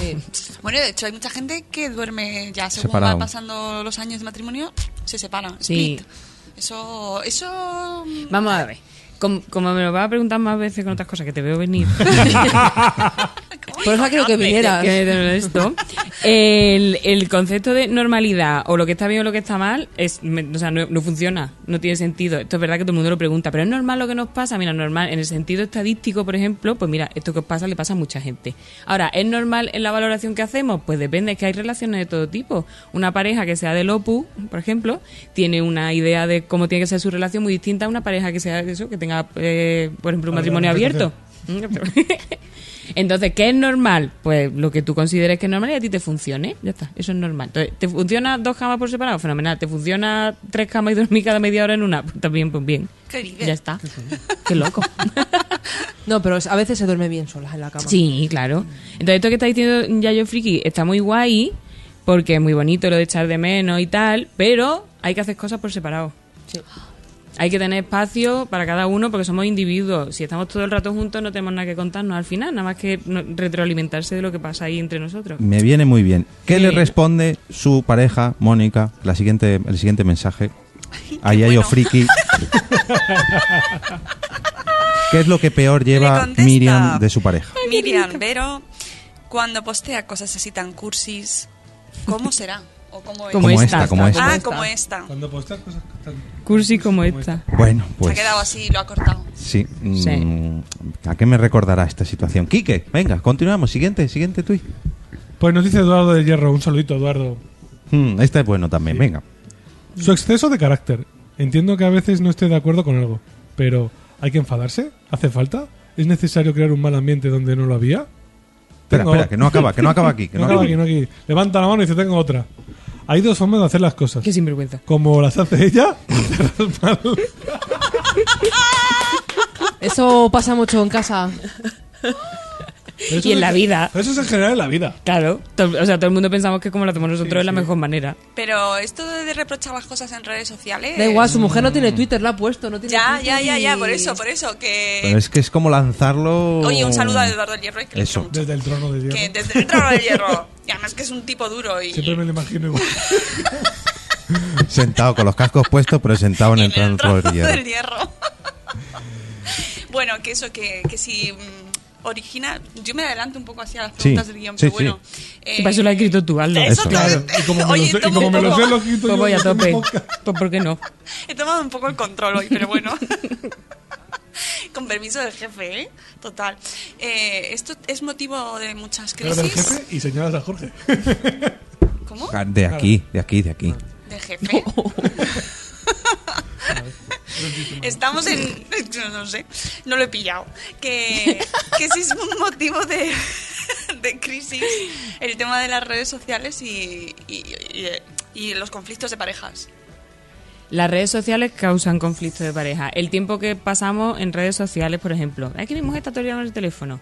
[SPEAKER 5] Bueno, de hecho, hay mucha gente que duerme ya según
[SPEAKER 2] Separado.
[SPEAKER 5] va pasando los años de matrimonio, se separa.
[SPEAKER 6] Sí.
[SPEAKER 5] Split. Eso. Eso.
[SPEAKER 6] Vamos a ver. Com- Como, me lo vas a preguntar más veces con otras cosas que te veo venir,
[SPEAKER 4] Por eso quiero que vinieras.
[SPEAKER 6] que de esto, el, el concepto de normalidad o lo que está bien o lo que está mal, es, me- o sea, no, no funciona, no tiene sentido. Esto es verdad que todo el mundo lo pregunta, pero es normal lo que nos pasa. Mira, normal, en el sentido estadístico, por ejemplo, pues mira, esto que os pasa le pasa a mucha gente. Ahora, ¿es normal en la valoración que hacemos? Pues depende, es que hay relaciones de todo tipo. Una pareja que sea del OPU, por ejemplo, tiene una idea de cómo tiene que ser su relación muy distinta a una pareja que sea eso, que tenga, eh, por ejemplo, un matrimonio abierto. Entonces, ¿qué es normal? Pues lo que tú consideres que es normal y a ti te funcione. Ya está, eso es normal. Entonces, ¿te funciona dos camas por separado? Fenomenal. ¿Te funciona tres camas y dormir cada media hora en una? Pues también, pues bien.
[SPEAKER 5] ¿Qué dices?
[SPEAKER 6] Ya está. Qué loco.
[SPEAKER 4] No, pero a veces se duerme bien sola en la cama.
[SPEAKER 6] Sí, claro. Entonces, esto que está diciendo Yayo Friki está muy guay porque es muy bonito lo de echar de menos y tal, pero hay que hacer cosas por separado.
[SPEAKER 4] Sí.
[SPEAKER 6] Hay que tener espacio para cada uno porque somos individuos. Si estamos todo el rato juntos no tenemos nada que contarnos al final, nada más que no- retroalimentarse de lo que pasa ahí entre nosotros.
[SPEAKER 2] Me viene muy bien. ¿Qué
[SPEAKER 6] Muy
[SPEAKER 2] le
[SPEAKER 6] bien.
[SPEAKER 2] responde su pareja, Mónica? La siguiente, el siguiente mensaje. A
[SPEAKER 5] qué
[SPEAKER 2] Yayo
[SPEAKER 5] bueno.
[SPEAKER 2] Friki. ¿Qué es lo que peor
[SPEAKER 5] Le
[SPEAKER 2] lleva
[SPEAKER 5] contesta.
[SPEAKER 2] Miriam de su pareja?
[SPEAKER 5] Miriam Vero, cuando postea cosas así tan cursis, ¿cómo será? ¿O cómo es?
[SPEAKER 6] Como
[SPEAKER 2] Como
[SPEAKER 6] esta,
[SPEAKER 2] esta, como esta.
[SPEAKER 5] Ah, como esta.
[SPEAKER 3] Cuando posteas cosas tan-
[SPEAKER 6] Cursi como esta.
[SPEAKER 2] Bueno, pues.
[SPEAKER 5] Se ha quedado así, lo ha cortado.
[SPEAKER 2] Sí. mm,
[SPEAKER 6] Sí.
[SPEAKER 2] ¿A qué me recordará esta situación? Quique, venga, continuamos. Siguiente, siguiente tuit.
[SPEAKER 3] Pues nos dice Eduardo de Hierro, un saludito Eduardo.
[SPEAKER 2] Mm, este es bueno también, venga.
[SPEAKER 6] Mm.
[SPEAKER 3] Su exceso de carácter. Entiendo que a veces no esté de acuerdo con algo, pero ¿hay que enfadarse? ¿Hace falta? ¿Es necesario crear un mal ambiente donde no lo había?
[SPEAKER 2] Espera,
[SPEAKER 3] Tengo-
[SPEAKER 2] espera, que no acaba, que no acaba aquí. Que no
[SPEAKER 3] No, no,
[SPEAKER 2] acaba
[SPEAKER 3] aquí,
[SPEAKER 2] aquí.
[SPEAKER 3] no, aquí. Levanta la mano y dice, tengo otra. Hay dos formas de hacer las cosas.
[SPEAKER 6] Qué sinvergüenza.
[SPEAKER 3] Como las hace ella, cerrar mal.
[SPEAKER 4] Eso pasa mucho en casa.
[SPEAKER 3] Pero eso
[SPEAKER 6] Y en
[SPEAKER 3] es-
[SPEAKER 6] la vida.
[SPEAKER 3] Eso es en general en la vida.
[SPEAKER 6] Claro. To- O sea, todo el mundo pensamos que como lo hacemos nosotros es la mejor manera.
[SPEAKER 5] Pero esto de reprochar las cosas en redes sociales.
[SPEAKER 4] Da igual, su mujer no tiene Twitter, la ha puesto, no tiene
[SPEAKER 5] Ya,
[SPEAKER 4] Twitter
[SPEAKER 5] ya, ya, ya,
[SPEAKER 4] y-
[SPEAKER 5] por eso, por eso. Que...
[SPEAKER 2] Pero es que es como lanzarlo.
[SPEAKER 5] Oye, un saludo a Eduardo del Hierro. y Que le
[SPEAKER 2] Eso.
[SPEAKER 5] quiero mucho.
[SPEAKER 3] Desde el trono de Dios.
[SPEAKER 5] Que desde el trono del hierro. Y además que es un tipo duro y.
[SPEAKER 3] Siempre me lo imagino igual.
[SPEAKER 2] Sentado con los cascos puestos, pero sentado en
[SPEAKER 5] y
[SPEAKER 2] el trono del hierro.
[SPEAKER 5] del hierro. bueno, que eso, que, que si mm, origina. Yo me adelanto un poco hacia las
[SPEAKER 2] Sí,
[SPEAKER 5] preguntas del guión,
[SPEAKER 2] sí,
[SPEAKER 5] pero bueno. eh,
[SPEAKER 6] Y para eso lo has escrito tú, Aldo.
[SPEAKER 5] Eso,
[SPEAKER 2] Eso.
[SPEAKER 5] claro.
[SPEAKER 3] Y como me
[SPEAKER 5] Oye,
[SPEAKER 3] lo sé, y
[SPEAKER 5] tomo
[SPEAKER 3] como
[SPEAKER 5] un
[SPEAKER 3] me lo
[SPEAKER 5] poco-
[SPEAKER 3] sé, lo quito
[SPEAKER 6] Pues
[SPEAKER 3] yo
[SPEAKER 6] voy a
[SPEAKER 3] en mi
[SPEAKER 6] tope.
[SPEAKER 3] boca.
[SPEAKER 6] Pues ¿por qué no?
[SPEAKER 5] He tomado un poco el control hoy, pero bueno. Como con permiso del jefe, ¿eh? Total. Eh, esto es motivo de muchas
[SPEAKER 3] Pero del
[SPEAKER 5] crisis.
[SPEAKER 3] jefe y señalas a Jorge.
[SPEAKER 5] ¿Cómo?
[SPEAKER 2] Ah, De aquí, de aquí, de aquí.
[SPEAKER 5] ¿De jefe? Estamos en... yo No sé, no lo he pillado. Que, que sí es un motivo de, de crisis el tema de las redes sociales y, y, y- y los conflictos de parejas.
[SPEAKER 6] Las redes sociales causan conflictos de pareja. El tiempo que pasamos en redes sociales, por ejemplo, es que mi mujer está todo el día en el teléfono.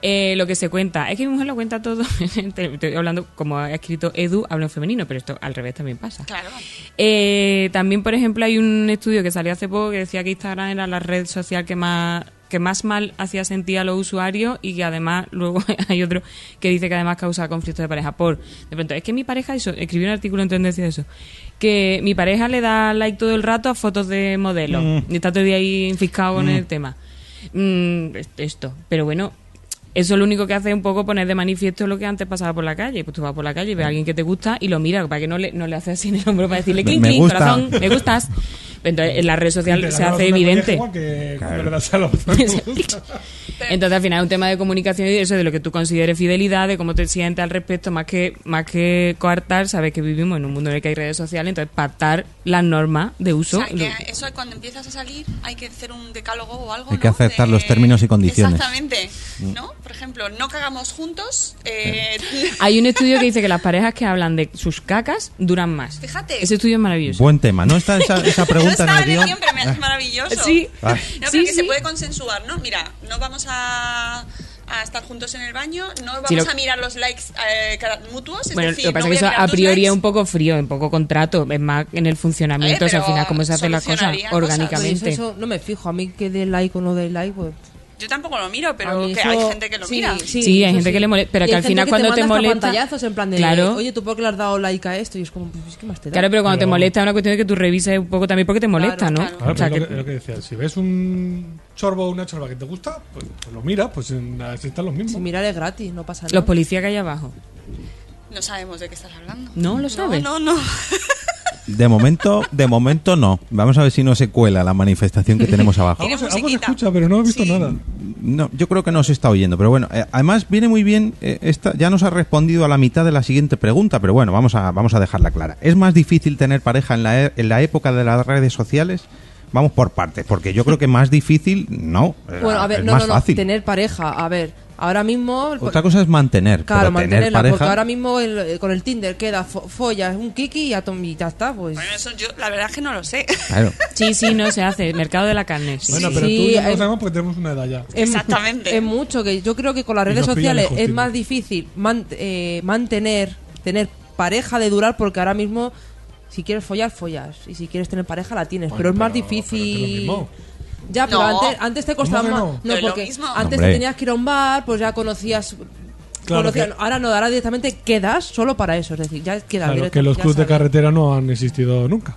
[SPEAKER 6] Eh, lo que se cuenta, es que mi mujer lo cuenta todo. Estoy hablando, como ha escrito Edu, hablo en femenino, pero esto al revés también pasa.
[SPEAKER 5] Claro.
[SPEAKER 6] Eh, también, por ejemplo, hay un estudio que salió hace poco que decía que Instagram era la red social que más que más mal hacía sentir a los usuarios y que además luego hay otro que dice que además causa conflictos de pareja por de pronto es que mi pareja eso escribí un artículo en tendencia de eso que mi pareja le da like todo el rato a fotos de modelos y está todo el día ahí enfiscado con el tema Mm, es- esto pero bueno eso lo único que hace es un poco poner de manifiesto lo que antes pasaba por la calle. Pues tú vas por la calle y ves a alguien que te gusta y lo mira, para que no le, no le haces así en el hombro para decirle
[SPEAKER 2] Me-
[SPEAKER 6] clink,
[SPEAKER 2] me
[SPEAKER 6] clink,
[SPEAKER 2] gusta".
[SPEAKER 6] corazón, me gustas. Entonces en la red social se hace evidente.
[SPEAKER 3] Igual que cuando
[SPEAKER 2] Claro.
[SPEAKER 3] le das a los
[SPEAKER 6] Entonces al final es un tema de comunicación y de eso de lo que tú consideres fidelidad, de cómo te sientes al respecto, más que más que coartar, sabes que vivimos en un mundo en el que hay redes sociales, entonces pactar las normas de
[SPEAKER 5] O
[SPEAKER 6] uso.
[SPEAKER 5] sea, que eso cuando empiezas a salir hay que hacer un decálogo o algo.
[SPEAKER 2] Hay que
[SPEAKER 5] ¿no?
[SPEAKER 2] aceptar los términos y condiciones. Mm.
[SPEAKER 5] Exactamente. ¿No? Por ejemplo, no cagamos juntos. eh,
[SPEAKER 6] Hay un estudio que dice que las parejas que hablan de sus cacas duran más.
[SPEAKER 5] Fíjate.
[SPEAKER 6] Ese estudio es maravilloso.
[SPEAKER 2] Buen tema, ¿no? Está esa, esa pregunta
[SPEAKER 5] no
[SPEAKER 2] en
[SPEAKER 5] estaba
[SPEAKER 2] el guión.
[SPEAKER 5] guión, pero me hace maravilloso.
[SPEAKER 6] Sí.
[SPEAKER 2] Ah.
[SPEAKER 5] No,
[SPEAKER 6] Sí,
[SPEAKER 5] pero que se
[SPEAKER 6] sí.
[SPEAKER 5] puede consensuar, ¿no? Mira, no vamos a, a estar juntos en el baño, no vamos
[SPEAKER 6] Sí, lo-
[SPEAKER 5] a mirar los likes eh, cada- mutuos. Es
[SPEAKER 6] Bueno,
[SPEAKER 5] decir,
[SPEAKER 6] lo que pasa
[SPEAKER 5] no
[SPEAKER 6] es que
[SPEAKER 5] voy
[SPEAKER 6] eso
[SPEAKER 5] mirar
[SPEAKER 6] a
[SPEAKER 5] tus
[SPEAKER 6] priori
[SPEAKER 5] likes.
[SPEAKER 6] es un poco frío, en poco contrato, es más en el funcionamiento,
[SPEAKER 5] Eh,
[SPEAKER 6] o sea, al
[SPEAKER 5] pero
[SPEAKER 6] final cómo se hace la cosa
[SPEAKER 5] solucionaría cosas.
[SPEAKER 6] orgánicamente.
[SPEAKER 4] Pues eso no me fijo. A mí que dé like o no dé like, pues.
[SPEAKER 5] Yo tampoco lo miro,
[SPEAKER 4] a
[SPEAKER 5] pero
[SPEAKER 4] mí
[SPEAKER 5] que
[SPEAKER 4] eso-
[SPEAKER 5] hay gente que lo
[SPEAKER 4] sí,
[SPEAKER 5] mira.
[SPEAKER 6] Sí, hay
[SPEAKER 4] eso
[SPEAKER 6] gente que le molesta, pero
[SPEAKER 4] Y
[SPEAKER 6] que
[SPEAKER 4] hay
[SPEAKER 6] al
[SPEAKER 4] gente
[SPEAKER 6] final cuando te
[SPEAKER 4] manda hasta
[SPEAKER 6] molesta-
[SPEAKER 4] pantallazos en plan de,
[SPEAKER 6] Claro.
[SPEAKER 4] Oye, ¿tú por qué le has dado like a esto? Y es como, pues, ¿qué más te da?
[SPEAKER 6] Claro, pero cuando te molesta es una cuestión de que tú revises un poco también porque te molesta,
[SPEAKER 5] Claro,
[SPEAKER 6] ¿no?
[SPEAKER 5] claro.
[SPEAKER 3] Claro,
[SPEAKER 6] O sea,
[SPEAKER 3] pero es lo, que,
[SPEAKER 6] que-
[SPEAKER 3] es lo que decía, si ves un chorbo o una chorba que te gusta, pues, pues lo miras, pues en, así están los mismos.
[SPEAKER 4] Si mirar es gratis, no pasa nada.
[SPEAKER 6] los policías que hay abajo.
[SPEAKER 5] No sabemos de qué estás hablando.
[SPEAKER 6] No lo sabes.
[SPEAKER 5] No, no, no.
[SPEAKER 2] De momento, de momento no. Vamos a ver si no se cuela la manifestación que tenemos abajo.
[SPEAKER 5] Tiene
[SPEAKER 3] Algo se- algo se
[SPEAKER 5] musiquita.
[SPEAKER 3] escucha, pero no he visto
[SPEAKER 5] Sí.
[SPEAKER 3] nada.
[SPEAKER 2] No, yo creo que no se está oyendo, pero bueno, eh, además viene muy bien, eh, esta, ya nos ha respondido a la mitad de la siguiente pregunta, pero bueno, vamos a, vamos a dejarla clara. ¿Es más difícil tener pareja en la, e- en la época de las redes sociales? Vamos por partes, porque yo creo que más difícil, no, eh,
[SPEAKER 4] Bueno, a ver,
[SPEAKER 2] es
[SPEAKER 4] no,
[SPEAKER 2] más
[SPEAKER 4] no, no,
[SPEAKER 2] fácil.
[SPEAKER 4] tener pareja. A ver, ahora mismo.
[SPEAKER 2] Otra cosa es mantener,
[SPEAKER 4] Claro,
[SPEAKER 2] pero
[SPEAKER 4] mantenerla,
[SPEAKER 2] tener pareja...
[SPEAKER 4] porque ahora mismo el- eh, con el Tinder queda fo- follas, un kiki y, a tom- y ya está, pues.
[SPEAKER 5] Bueno, eso yo, la verdad es que no lo sé.
[SPEAKER 2] Claro.
[SPEAKER 6] Sí, sí, no se hace. Mercado de la carne. sí.
[SPEAKER 3] Bueno, pues pero
[SPEAKER 4] Sí,
[SPEAKER 3] tú y yo no
[SPEAKER 4] hay-
[SPEAKER 3] lo sabemos porque tenemos una edad ya.
[SPEAKER 4] Es-
[SPEAKER 5] Exactamente.
[SPEAKER 4] Es mucho, que yo creo que con las redes
[SPEAKER 3] nos pilla
[SPEAKER 4] sociales
[SPEAKER 3] lejos,
[SPEAKER 4] es
[SPEAKER 3] tío.
[SPEAKER 4] más difícil man- eh, mantener, tener pareja de durar, porque ahora mismo, si quieres follar, follas. Y si quieres tener pareja, la tienes.
[SPEAKER 3] Bueno,
[SPEAKER 4] pero es más
[SPEAKER 3] pero- pero es
[SPEAKER 4] difícil.
[SPEAKER 3] lo mismo.
[SPEAKER 4] Ya, pero
[SPEAKER 5] No.
[SPEAKER 4] antes, antes te costaba
[SPEAKER 3] ¿Cómo
[SPEAKER 4] más.
[SPEAKER 3] que
[SPEAKER 4] No,
[SPEAKER 5] no? No es lo
[SPEAKER 4] porque
[SPEAKER 5] mismo.
[SPEAKER 4] antes
[SPEAKER 2] Hombre.
[SPEAKER 4] te tenías que ir a un bar, pues ya conocías.
[SPEAKER 3] Claro
[SPEAKER 4] conocías-
[SPEAKER 3] que-
[SPEAKER 4] ahora no, ahora directamente quedas solo para eso. Es decir, ya quedas.
[SPEAKER 3] Claro,
[SPEAKER 4] directa-
[SPEAKER 3] que los
[SPEAKER 4] ya
[SPEAKER 3] clubes de
[SPEAKER 4] sabes.
[SPEAKER 3] carretera no han existido nunca.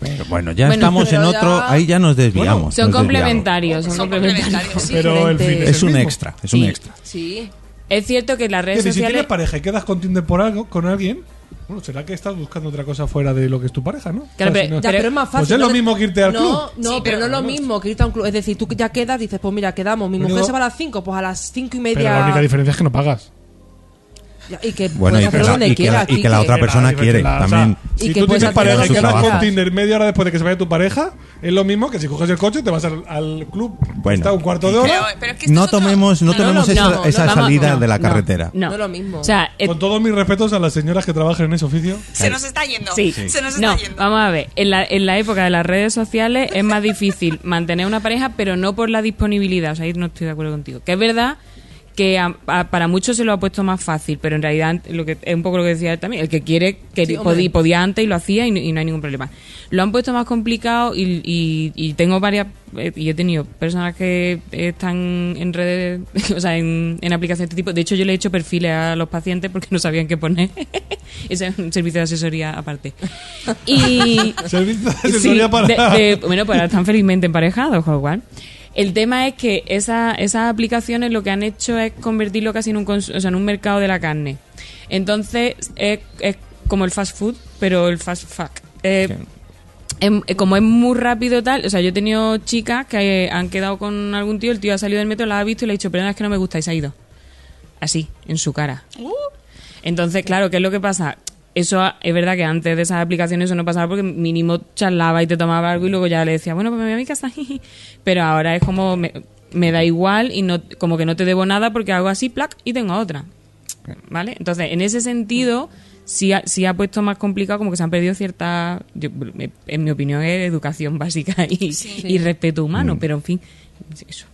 [SPEAKER 2] Pero bueno, ya
[SPEAKER 6] Bueno,
[SPEAKER 2] estamos en
[SPEAKER 4] pero
[SPEAKER 2] otro,
[SPEAKER 4] ya-
[SPEAKER 2] ahí ya nos desviamos.
[SPEAKER 6] Son
[SPEAKER 2] nos desviamos.
[SPEAKER 6] complementarios, son,
[SPEAKER 5] Son
[SPEAKER 6] complementarios.
[SPEAKER 5] complementarios. sí.
[SPEAKER 3] pero el fin
[SPEAKER 4] diferente.
[SPEAKER 2] Es
[SPEAKER 3] el
[SPEAKER 2] un
[SPEAKER 3] mismo.
[SPEAKER 2] extra, es un
[SPEAKER 6] Sí.
[SPEAKER 2] extra.
[SPEAKER 4] Sí.
[SPEAKER 6] Es cierto que las redes
[SPEAKER 3] Es decir, si
[SPEAKER 6] sociales...
[SPEAKER 3] tienes pareja y quedas con Tinder por algo, con alguien, bueno, será que estás buscando otra cosa fuera de lo que es tu pareja, ¿no?
[SPEAKER 6] Claro,
[SPEAKER 3] O sea, si
[SPEAKER 6] pero-
[SPEAKER 3] no-
[SPEAKER 4] Eh, Ya, pero, es más fácil.
[SPEAKER 3] Pues es lo
[SPEAKER 4] no te-
[SPEAKER 3] mismo que irte al
[SPEAKER 4] no,
[SPEAKER 3] club.
[SPEAKER 4] No,
[SPEAKER 5] Sí,
[SPEAKER 4] pero,
[SPEAKER 5] pero
[SPEAKER 4] no es lo
[SPEAKER 3] vamos.
[SPEAKER 4] mismo que irte a un club. Es decir, tú ya quedas, dices, pues mira, quedamos. Mi
[SPEAKER 3] Pero-
[SPEAKER 4] mujer se va a las 5, pues a las 5 y
[SPEAKER 3] Pero
[SPEAKER 4] media.
[SPEAKER 3] la única diferencia es que no pagas.
[SPEAKER 4] Ya, y que
[SPEAKER 2] Bueno,
[SPEAKER 4] puedes
[SPEAKER 2] y que,
[SPEAKER 4] hacer
[SPEAKER 2] la,
[SPEAKER 4] donde
[SPEAKER 2] y que la-
[SPEAKER 4] quieras,
[SPEAKER 2] y que la
[SPEAKER 4] Quique.
[SPEAKER 2] otra persona
[SPEAKER 3] La
[SPEAKER 2] quiere
[SPEAKER 3] diferencia, o sea,
[SPEAKER 2] también.
[SPEAKER 4] Y
[SPEAKER 3] si
[SPEAKER 4] que
[SPEAKER 3] tú
[SPEAKER 4] puedes
[SPEAKER 3] tienes
[SPEAKER 4] hacer
[SPEAKER 3] pareja
[SPEAKER 4] lo
[SPEAKER 3] y
[SPEAKER 4] que
[SPEAKER 3] quedas con
[SPEAKER 4] quieras.
[SPEAKER 3] Tinder media hora después de que se vaya tu pareja, es lo mismo que si coges el coche, te vas al, al club,
[SPEAKER 2] Bueno.
[SPEAKER 3] está un cuarto de
[SPEAKER 5] Pero,
[SPEAKER 3] hora,
[SPEAKER 5] pero es que esto
[SPEAKER 2] No
[SPEAKER 5] es otro-
[SPEAKER 2] tomemos, no
[SPEAKER 6] No, no,
[SPEAKER 2] tomemos
[SPEAKER 6] no,
[SPEAKER 2] esa,
[SPEAKER 6] no,
[SPEAKER 2] esa
[SPEAKER 6] no, vamos,
[SPEAKER 2] salida
[SPEAKER 6] no,
[SPEAKER 2] de la
[SPEAKER 6] no.
[SPEAKER 2] carretera.
[SPEAKER 6] No.
[SPEAKER 4] No es lo mismo.
[SPEAKER 6] O sea, eh,
[SPEAKER 3] con todos mis respetos a las señoras que trabajan en ese oficio.
[SPEAKER 5] Se nos está yendo.
[SPEAKER 6] Sí.
[SPEAKER 5] Se nos
[SPEAKER 6] no,
[SPEAKER 5] está yendo.
[SPEAKER 6] vamos a ver. En la, en la época de las redes sociales es más difícil mantener una pareja, pero no por la disponibilidad. O sea, ahí no estoy de acuerdo contigo. Que es verdad que a- a- para muchos se lo ha puesto más fácil, pero en realidad lo que es un poco lo que decía él también. El que quiere, que
[SPEAKER 4] Sí,
[SPEAKER 6] pod-
[SPEAKER 4] hombre.
[SPEAKER 6] podía, antes y lo hacía y, no- y no hay ningún problema. Lo han puesto más complicado y, y- y tengo varias. eh, Y he tenido personas que están en redes, o sea, en, en aplicaciones de este tipo. De hecho, yo le he hecho perfiles a los pacientes porque no sabían qué poner. Ese es un servicio de asesoría aparte. Y.
[SPEAKER 3] Servicio de
[SPEAKER 6] Sí,
[SPEAKER 3] asesoría para.
[SPEAKER 6] de- de- bueno, pues ahora están felizmente emparejados, Hogwarts. El tema es que esa- esas aplicaciones lo que han hecho es convertirlo casi en un, cons- o sea, en un mercado de la carne. Entonces es, es como el fast food, pero el fast fuck. Eh, em- eh, como es muy rápido tal, o sea, yo he tenido chicas que eh, han quedado con algún tío, el tío ha salido del metro, la ha visto y le ha dicho, pero no, es que no me gusta y se ha ido. Así, en su cara. Entonces, claro, ¿qué es lo que pasa? Eso ah, es verdad que antes de esas aplicaciones eso no pasaba porque mínimo charlaba y te tomaba algo y luego ya le decía, bueno, pues me voy a mi casa. Pero ahora es como, me, me da igual y no como que no te debo nada porque hago así, plac, y tengo otra. ¿Vale? Entonces, en ese sentido, sí ha, sí ha puesto más complicado, como que se han perdido cierta, yo- en mi opinión, es educación básica y, y respeto humano, pero en fin, eso.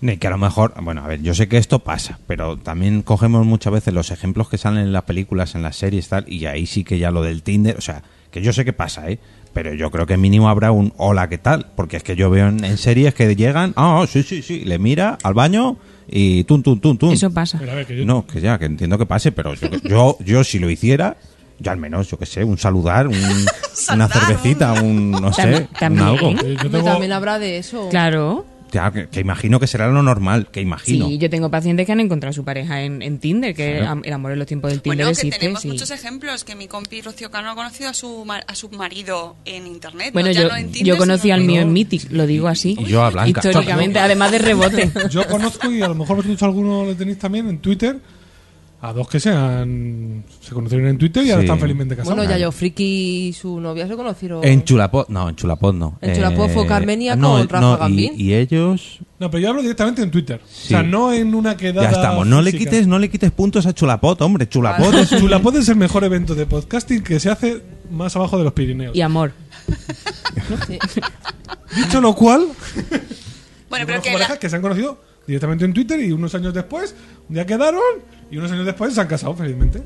[SPEAKER 2] No, que a lo mejor, bueno, a ver, yo sé que esto pasa, pero también cogemos muchas veces los ejemplos que salen en las películas, en las series, tal, y ahí sí que ya lo del Tinder, o sea, que yo sé que pasa, ¿eh? Pero yo creo que mínimo habrá un hola, ¿qué tal? Porque es que yo veo en, en series que llegan, ah, sí, sí, sí, le mira al baño y tun, tun, tun, tun.
[SPEAKER 6] Eso pasa.
[SPEAKER 3] Pero a ver, que yo-
[SPEAKER 2] No, que ya, que entiendo que pase, pero yo, yo, yo si lo hiciera, yo al menos, yo qué sé, un saludar, un- una
[SPEAKER 5] Saludar,
[SPEAKER 2] cervecita, un, no sé,
[SPEAKER 6] Tam-
[SPEAKER 2] un algo.
[SPEAKER 6] también.
[SPEAKER 3] Yo- Eh, yo
[SPEAKER 4] Hombre,
[SPEAKER 3] tengo-
[SPEAKER 4] También habrá de eso.
[SPEAKER 6] Claro.
[SPEAKER 2] Ya, que, que imagino que será lo normal, que
[SPEAKER 6] Sí,
[SPEAKER 2] imagino.
[SPEAKER 6] yo tengo pacientes que han encontrado su pareja en, en Tinder, que
[SPEAKER 2] Claro.
[SPEAKER 6] am- el amor en los tiempos del Tinder
[SPEAKER 5] Bueno, que
[SPEAKER 6] existe.
[SPEAKER 5] tenemos
[SPEAKER 6] sí.
[SPEAKER 5] muchos ejemplos, que mi compi Rocío Cano ha conocido a su, ma- a su marido en internet.
[SPEAKER 6] Bueno,
[SPEAKER 5] ¿no? Ya
[SPEAKER 6] yo,
[SPEAKER 5] no en Tinder,
[SPEAKER 6] yo conocí
[SPEAKER 5] sino
[SPEAKER 6] al
[SPEAKER 5] en-
[SPEAKER 6] mío en Mythic, lo digo así.
[SPEAKER 2] y yo a Blanca.
[SPEAKER 6] Históricamente, además de rebote.
[SPEAKER 3] Yo conozco, y a lo mejor vosotros alguno lo tenéis también en Twitter, a dos que se han, se conocieron en Twitter y ahora
[SPEAKER 2] Sí.
[SPEAKER 3] están felizmente casados.
[SPEAKER 4] Bueno, ya yo, Friki y su novia se conocieron.
[SPEAKER 2] En Chulapod, no, en Chulapod no. Eh,
[SPEAKER 4] En Chulapod fue Carmenia
[SPEAKER 2] no,
[SPEAKER 4] con
[SPEAKER 2] no,
[SPEAKER 4] Rafa
[SPEAKER 2] y-
[SPEAKER 4] Gambín.
[SPEAKER 2] Y, ellos.
[SPEAKER 3] No, pero yo hablo directamente en Twitter.
[SPEAKER 2] Sí.
[SPEAKER 3] O sea, no en una quedada.
[SPEAKER 2] Ya estamos. No le
[SPEAKER 3] física.
[SPEAKER 2] quites, no le quites puntos a Chulapod, hombre. Chulapod es un-
[SPEAKER 3] Chulapod es el mejor evento de podcasting que se hace más abajo de los Pirineos.
[SPEAKER 6] y amor.
[SPEAKER 4] Sí.
[SPEAKER 3] Dicho lo cual,
[SPEAKER 5] Bueno,
[SPEAKER 3] yo
[SPEAKER 5] pero
[SPEAKER 3] conozco
[SPEAKER 5] que
[SPEAKER 3] parejas
[SPEAKER 5] la-
[SPEAKER 3] que se han conocido directamente en Twitter y unos años después, un día quedaron y unos años después se han casado felizmente.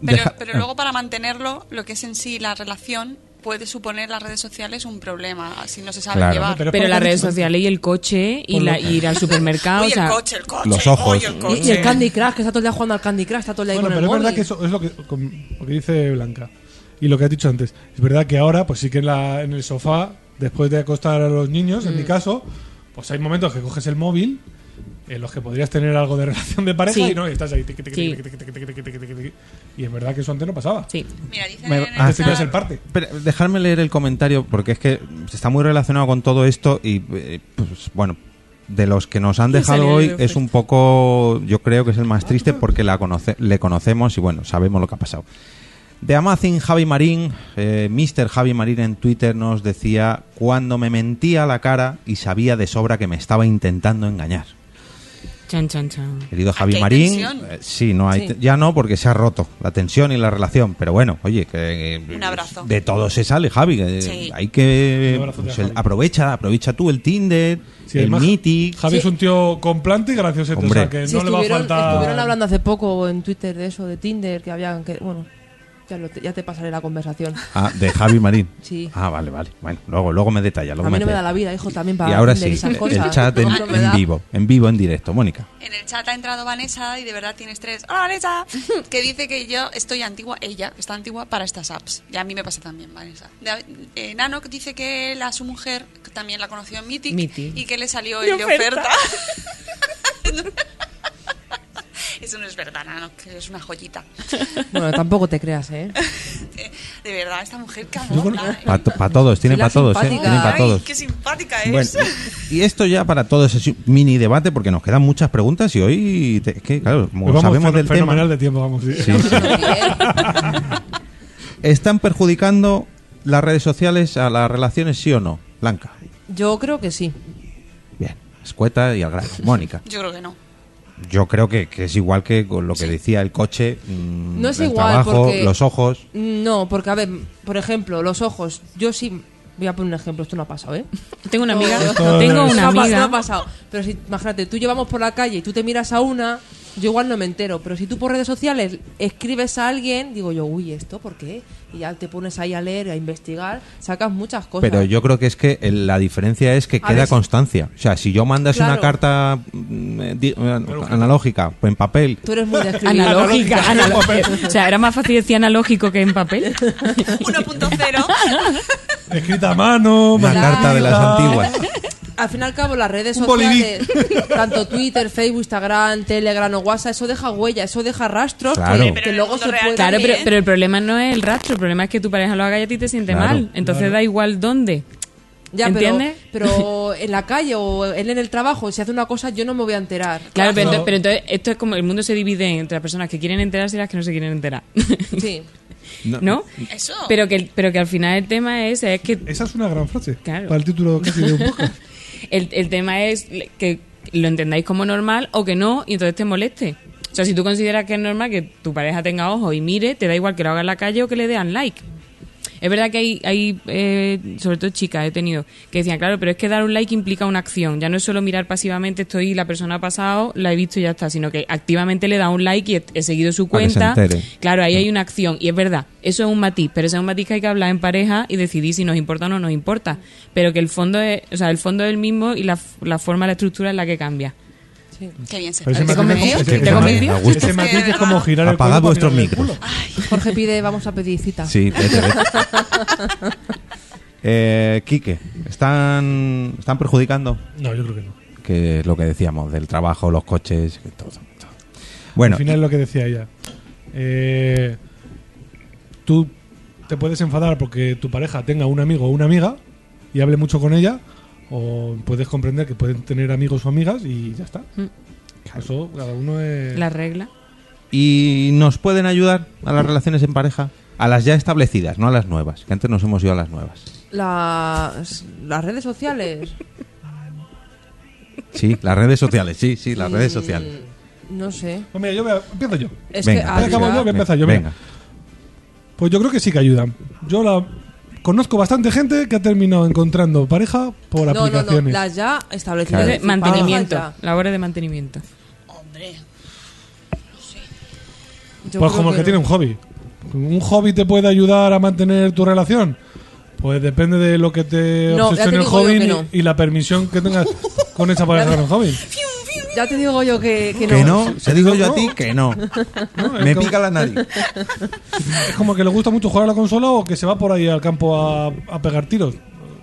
[SPEAKER 5] Pero,
[SPEAKER 2] Deja-
[SPEAKER 5] pero luego para mantenerlo, lo que es en sí la relación, puede suponer las redes sociales un problema si no se sabe
[SPEAKER 2] Claro.
[SPEAKER 5] llevar.
[SPEAKER 3] Pero es
[SPEAKER 6] Pero
[SPEAKER 3] para
[SPEAKER 6] las
[SPEAKER 3] que-
[SPEAKER 6] redes sociales y el coche y,
[SPEAKER 3] Por
[SPEAKER 6] la,
[SPEAKER 3] lo-
[SPEAKER 6] y ir al supermercado.
[SPEAKER 5] Uy,
[SPEAKER 6] o sea,
[SPEAKER 5] el coche, el coche.
[SPEAKER 2] los ojos.
[SPEAKER 5] uy, el
[SPEAKER 4] Y,
[SPEAKER 5] coche.
[SPEAKER 4] y el Candy Crush, que está todo el día jugando al Candy Crush, está todo el día ahí
[SPEAKER 3] Bueno,
[SPEAKER 4] con
[SPEAKER 3] pero
[SPEAKER 4] el
[SPEAKER 3] es verdad
[SPEAKER 4] móvil.
[SPEAKER 3] que eso es lo que, con- lo que dice Blanca y lo que has dicho antes. Es verdad que ahora, pues sí que en, la- en el sofá, después de acostar a los niños, en mi caso, pues hay momentos que coges el móvil en los que podrías tener algo de relación de pareja
[SPEAKER 6] Sí.
[SPEAKER 3] y no, y estás ahí. tiqui, tiqui,
[SPEAKER 6] Sí.
[SPEAKER 3] tiqui, tiqui, tiqui, tiqui, tiqui, tiqui, tiqui. Y es verdad que eso antes no pasaba.
[SPEAKER 6] Sí.
[SPEAKER 5] Mira, dicen
[SPEAKER 2] Me-
[SPEAKER 5] en
[SPEAKER 2] ah,
[SPEAKER 5] el
[SPEAKER 3] Antes tenías
[SPEAKER 5] chat-
[SPEAKER 3] el parte.
[SPEAKER 2] Pero dejadme leer el comentario porque es que está muy relacionado con todo esto y eh, pues, bueno, de los que nos han
[SPEAKER 6] Sí,
[SPEAKER 2] dejado
[SPEAKER 6] salió
[SPEAKER 2] hoy
[SPEAKER 6] de
[SPEAKER 2] es un poco, yo creo que es el más triste porque la conoce, le conocemos y bueno, sabemos lo que ha pasado. De Amazing Javi Marín, eh, Mr. Javi Marín en Twitter nos decía, cuando me mentía a la cara y sabía de sobra que me estaba intentando engañar.
[SPEAKER 6] Chan, chan, chan.
[SPEAKER 2] Querido Javi
[SPEAKER 5] hay
[SPEAKER 2] Marín,
[SPEAKER 5] tensión.
[SPEAKER 2] eh, sí, no hay,
[SPEAKER 4] Sí.
[SPEAKER 2] ya no porque se ha roto la tensión y la relación, pero bueno, oye, que eh,
[SPEAKER 5] Un abrazo.
[SPEAKER 2] de todo se sale, Javi, que, eh,
[SPEAKER 5] Sí.
[SPEAKER 2] hay que
[SPEAKER 3] Un abrazo
[SPEAKER 2] pues,
[SPEAKER 3] de
[SPEAKER 2] el-
[SPEAKER 3] Javi.
[SPEAKER 2] aprovecha, aprovecha tú el Tinder,
[SPEAKER 3] Sí,
[SPEAKER 2] el
[SPEAKER 3] además,
[SPEAKER 2] Mythic.
[SPEAKER 3] Javi es un tío complante y gracioso. O
[SPEAKER 2] Hombre.
[SPEAKER 3] sea, que
[SPEAKER 4] Sí,
[SPEAKER 3] eh, no le va a
[SPEAKER 4] estuvieron,
[SPEAKER 3] faltar.
[SPEAKER 4] estuvieron hablando hace poco en Twitter de eso, de Tinder, que habían que. Bueno, ya, lo te- ya te pasaré la conversación.
[SPEAKER 2] Ah, de Javi Marín.
[SPEAKER 4] Sí.
[SPEAKER 2] Ah, vale, vale. Bueno, luego, luego me detalla. Luego
[SPEAKER 4] A mí
[SPEAKER 2] me
[SPEAKER 4] no me da
[SPEAKER 2] detalla.
[SPEAKER 4] la vida, hijo, también para
[SPEAKER 2] y ahora
[SPEAKER 4] Tinder y
[SPEAKER 2] sí,
[SPEAKER 4] esas
[SPEAKER 2] el
[SPEAKER 4] cosas.
[SPEAKER 2] chat en,
[SPEAKER 4] No me
[SPEAKER 2] en
[SPEAKER 4] da.
[SPEAKER 2] vivo, en vivo, en directo, Mónica.
[SPEAKER 5] En el chat ha entrado Vanessa y de verdad tienes tres. ¡Hola, Vanessa! Que dice que yo estoy antigua, ella está antigua para estas apps. Y a mí me pasa también, Vanessa. De- eh, Nano dice que la, su mujer que también la conoció en Mythic,
[SPEAKER 6] Mythic.
[SPEAKER 5] y que le salió
[SPEAKER 6] De
[SPEAKER 5] el de oferta.
[SPEAKER 6] oferta.
[SPEAKER 5] Eso no es verdad, Nano, que es una joyita.
[SPEAKER 4] Bueno, tampoco te creas, ¿eh?
[SPEAKER 5] Eh, De verdad, esta mujer que
[SPEAKER 3] Yo con-
[SPEAKER 5] amor. ay.
[SPEAKER 2] Para todos, tiene
[SPEAKER 4] Sí, la
[SPEAKER 2] para todos, ¿eh?
[SPEAKER 4] simpática.
[SPEAKER 2] Tiene para
[SPEAKER 5] Ay,
[SPEAKER 2] todos.
[SPEAKER 5] qué simpática es.
[SPEAKER 2] Bueno, y esto ya para todos es un mini debate porque nos quedan muchas preguntas y hoy te- es que claro, como
[SPEAKER 3] Pues vamos,
[SPEAKER 2] sabemos
[SPEAKER 3] feno-
[SPEAKER 2] del tema,
[SPEAKER 3] fenomenal de tiempo, vamos. sí.
[SPEAKER 2] Sí, sí. ¿Están perjudicando las redes sociales a las relaciones, sí o no? Blanca.
[SPEAKER 4] Yo creo que sí.
[SPEAKER 2] Bien. Escueta y al grano. Mónica.
[SPEAKER 5] Yo creo que no.
[SPEAKER 2] Yo creo que, que es igual que con lo que decía el coche, mm,
[SPEAKER 4] No es
[SPEAKER 2] el
[SPEAKER 4] igual,
[SPEAKER 2] trabajo,
[SPEAKER 4] porque-
[SPEAKER 2] los ojos.
[SPEAKER 4] No, porque a ver, por ejemplo, los ojos. Yo sí. Voy a poner un ejemplo, esto no ha pasado, ¿eh?
[SPEAKER 6] Tengo una amiga.
[SPEAKER 3] Esto-
[SPEAKER 6] Tengo
[SPEAKER 4] No
[SPEAKER 6] una
[SPEAKER 4] ha pas- No ha
[SPEAKER 6] amiga.
[SPEAKER 4] pasado. Pero si, imagínate, tú llevamos por la calle y tú te miras a una, yo igual no me entero. Pero si tú por redes sociales escribes a alguien, digo yo, uy, ¿esto por qué? Y ya te pones ahí a leer, a investigar, sacas muchas cosas.
[SPEAKER 2] Pero yo creo que es que el- la diferencia es que
[SPEAKER 4] A
[SPEAKER 2] queda
[SPEAKER 4] ver si-
[SPEAKER 2] constancia. O sea, si yo mandas una
[SPEAKER 4] Claro.
[SPEAKER 2] carta mm, eh, di- analógica en papel,
[SPEAKER 4] Tú eres muy de escribir.
[SPEAKER 6] Analógica. analógica. o sea, era más fácil decir analógico que en papel.
[SPEAKER 5] 1.0.
[SPEAKER 3] Escrita a mano,
[SPEAKER 2] una
[SPEAKER 3] manuscrita.
[SPEAKER 2] carta de las antiguas.
[SPEAKER 4] al fin y al cabo, las redes
[SPEAKER 3] Un bolivín.
[SPEAKER 4] sociales, tanto Twitter, Facebook, Instagram, Telegram o WhatsApp, eso deja huella, eso deja rastros que-
[SPEAKER 2] Claro.
[SPEAKER 4] que,
[SPEAKER 5] Pero en el
[SPEAKER 4] luego
[SPEAKER 5] mundo
[SPEAKER 4] se
[SPEAKER 5] real
[SPEAKER 4] puede.
[SPEAKER 5] también.
[SPEAKER 6] Claro, pero, pero el problema no es el rastro, el problema es que tu pareja lo haga y a ti te siente
[SPEAKER 2] Claro,
[SPEAKER 6] mal. Entonces da igual dónde.
[SPEAKER 4] Ya, pero-
[SPEAKER 6] ¿Entiendes?
[SPEAKER 4] Pero, en la calle o él en el trabajo, si hace una cosa, yo no me voy a enterar.
[SPEAKER 6] Claro, pero,
[SPEAKER 3] Claro.
[SPEAKER 6] ento- pero entonces esto es como el mundo se divide entre las personas que quieren enterarse y las que no se quieren enterar.
[SPEAKER 4] Sí.
[SPEAKER 6] ¿No?
[SPEAKER 5] Eso.
[SPEAKER 6] Pero que, pero que al final el tema es, es que
[SPEAKER 3] Esa es una gran frase.
[SPEAKER 6] Claro.
[SPEAKER 3] Para el título casi de un podcast.
[SPEAKER 6] el, el tema es le- que lo entendáis como normal o que no y entonces te moleste. O sea, si tú consideras que es normal que tu pareja tenga ojos y mire, te da igual que lo haga en la calle o que le dean like. Es verdad que hay, hay eh, sobre todo chicas he tenido, que decían, claro, pero es que dar un like implica una acción. Ya no es solo mirar pasivamente, estoy, la persona ha pasado, la he visto y ya está, sino que activamente le da un like y he, he seguido su
[SPEAKER 2] Para que se
[SPEAKER 6] cuenta.
[SPEAKER 2] entere.
[SPEAKER 6] Claro, ahí hay una acción y es verdad, eso es un matiz, pero ese es un matiz que hay que hablar en pareja y decidir si nos importa o no nos importa, pero que el fondo es, o sea, el fondo es el mismo y la, f- la forma, la estructura es la que cambia.
[SPEAKER 5] Qué bien se
[SPEAKER 3] Pero
[SPEAKER 5] ¿Te
[SPEAKER 3] matiz-
[SPEAKER 5] convenció?
[SPEAKER 3] ese-
[SPEAKER 2] ¿Te
[SPEAKER 3] ese
[SPEAKER 2] convenció?
[SPEAKER 3] matiz-
[SPEAKER 2] A gusto.
[SPEAKER 3] Ese matiz es como girar el
[SPEAKER 2] Apagad
[SPEAKER 3] cuerpo
[SPEAKER 2] vuestros
[SPEAKER 3] para mirarle el
[SPEAKER 2] micros.
[SPEAKER 3] culo.
[SPEAKER 4] Jorge pide, vamos a pedir cita.
[SPEAKER 2] Sí, vete, vete. Eh, Quique, ¿están, ¿están perjudicando?
[SPEAKER 3] No, yo creo que no.
[SPEAKER 2] Que es lo que decíamos, del trabajo, los coches, que todo. todo. Bueno,
[SPEAKER 3] Al final lo que decía ella. Eh, tú te puedes enfadar porque tu pareja tenga un amigo o una amiga y hable mucho con ella, o puedes comprender que pueden tener amigos o amigas y ya está.
[SPEAKER 4] Mm.
[SPEAKER 3] Eso cada uno es.
[SPEAKER 6] La regla.
[SPEAKER 2] ¿y nos pueden ayudar a las relaciones en pareja? A las ya establecidas, no a las nuevas, que antes nos hemos ido a las nuevas.
[SPEAKER 4] Las, las redes sociales.
[SPEAKER 2] Sí, las redes sociales, sí, sí, las redes sociales.
[SPEAKER 4] No sé.
[SPEAKER 3] Pues mira, yo voy a- empiezo yo.
[SPEAKER 4] Es que
[SPEAKER 2] Venga,
[SPEAKER 4] ah,
[SPEAKER 3] acabo
[SPEAKER 4] ya.
[SPEAKER 3] yo, que- empiezo mira.
[SPEAKER 2] venga.
[SPEAKER 3] Pues yo creo que sí que ayudan. Yo la conozco bastante gente que ha terminado encontrando pareja por
[SPEAKER 4] No, no, no,
[SPEAKER 3] aplicaciones.
[SPEAKER 4] las ya establecidas.
[SPEAKER 2] Claro.
[SPEAKER 6] Entonces,
[SPEAKER 4] Paga
[SPEAKER 6] mantenimiento,
[SPEAKER 4] ya.
[SPEAKER 6] labores de mantenimiento.
[SPEAKER 5] Hombre. No sé.
[SPEAKER 4] Yo
[SPEAKER 3] pues
[SPEAKER 4] creo
[SPEAKER 3] como el que
[SPEAKER 4] no.
[SPEAKER 3] tiene un hobby. ¿Un hobby te puede ayudar a mantener tu relación? Pues depende de lo que te
[SPEAKER 4] No, ya
[SPEAKER 3] obsesione
[SPEAKER 4] te
[SPEAKER 3] el
[SPEAKER 4] digo yo
[SPEAKER 3] hobby
[SPEAKER 4] que
[SPEAKER 3] y-
[SPEAKER 4] no.
[SPEAKER 3] y la permisión que tengas con esa pareja con el hobby.
[SPEAKER 4] Ya te digo yo que, que no.
[SPEAKER 2] Que no, se digo yo a
[SPEAKER 3] No.
[SPEAKER 2] ti que no.
[SPEAKER 3] No, es
[SPEAKER 2] Me
[SPEAKER 3] como-
[SPEAKER 2] pica la nariz.
[SPEAKER 3] Es como que le gusta mucho jugar a la consola o que se va por ahí al campo a, a pegar tiros.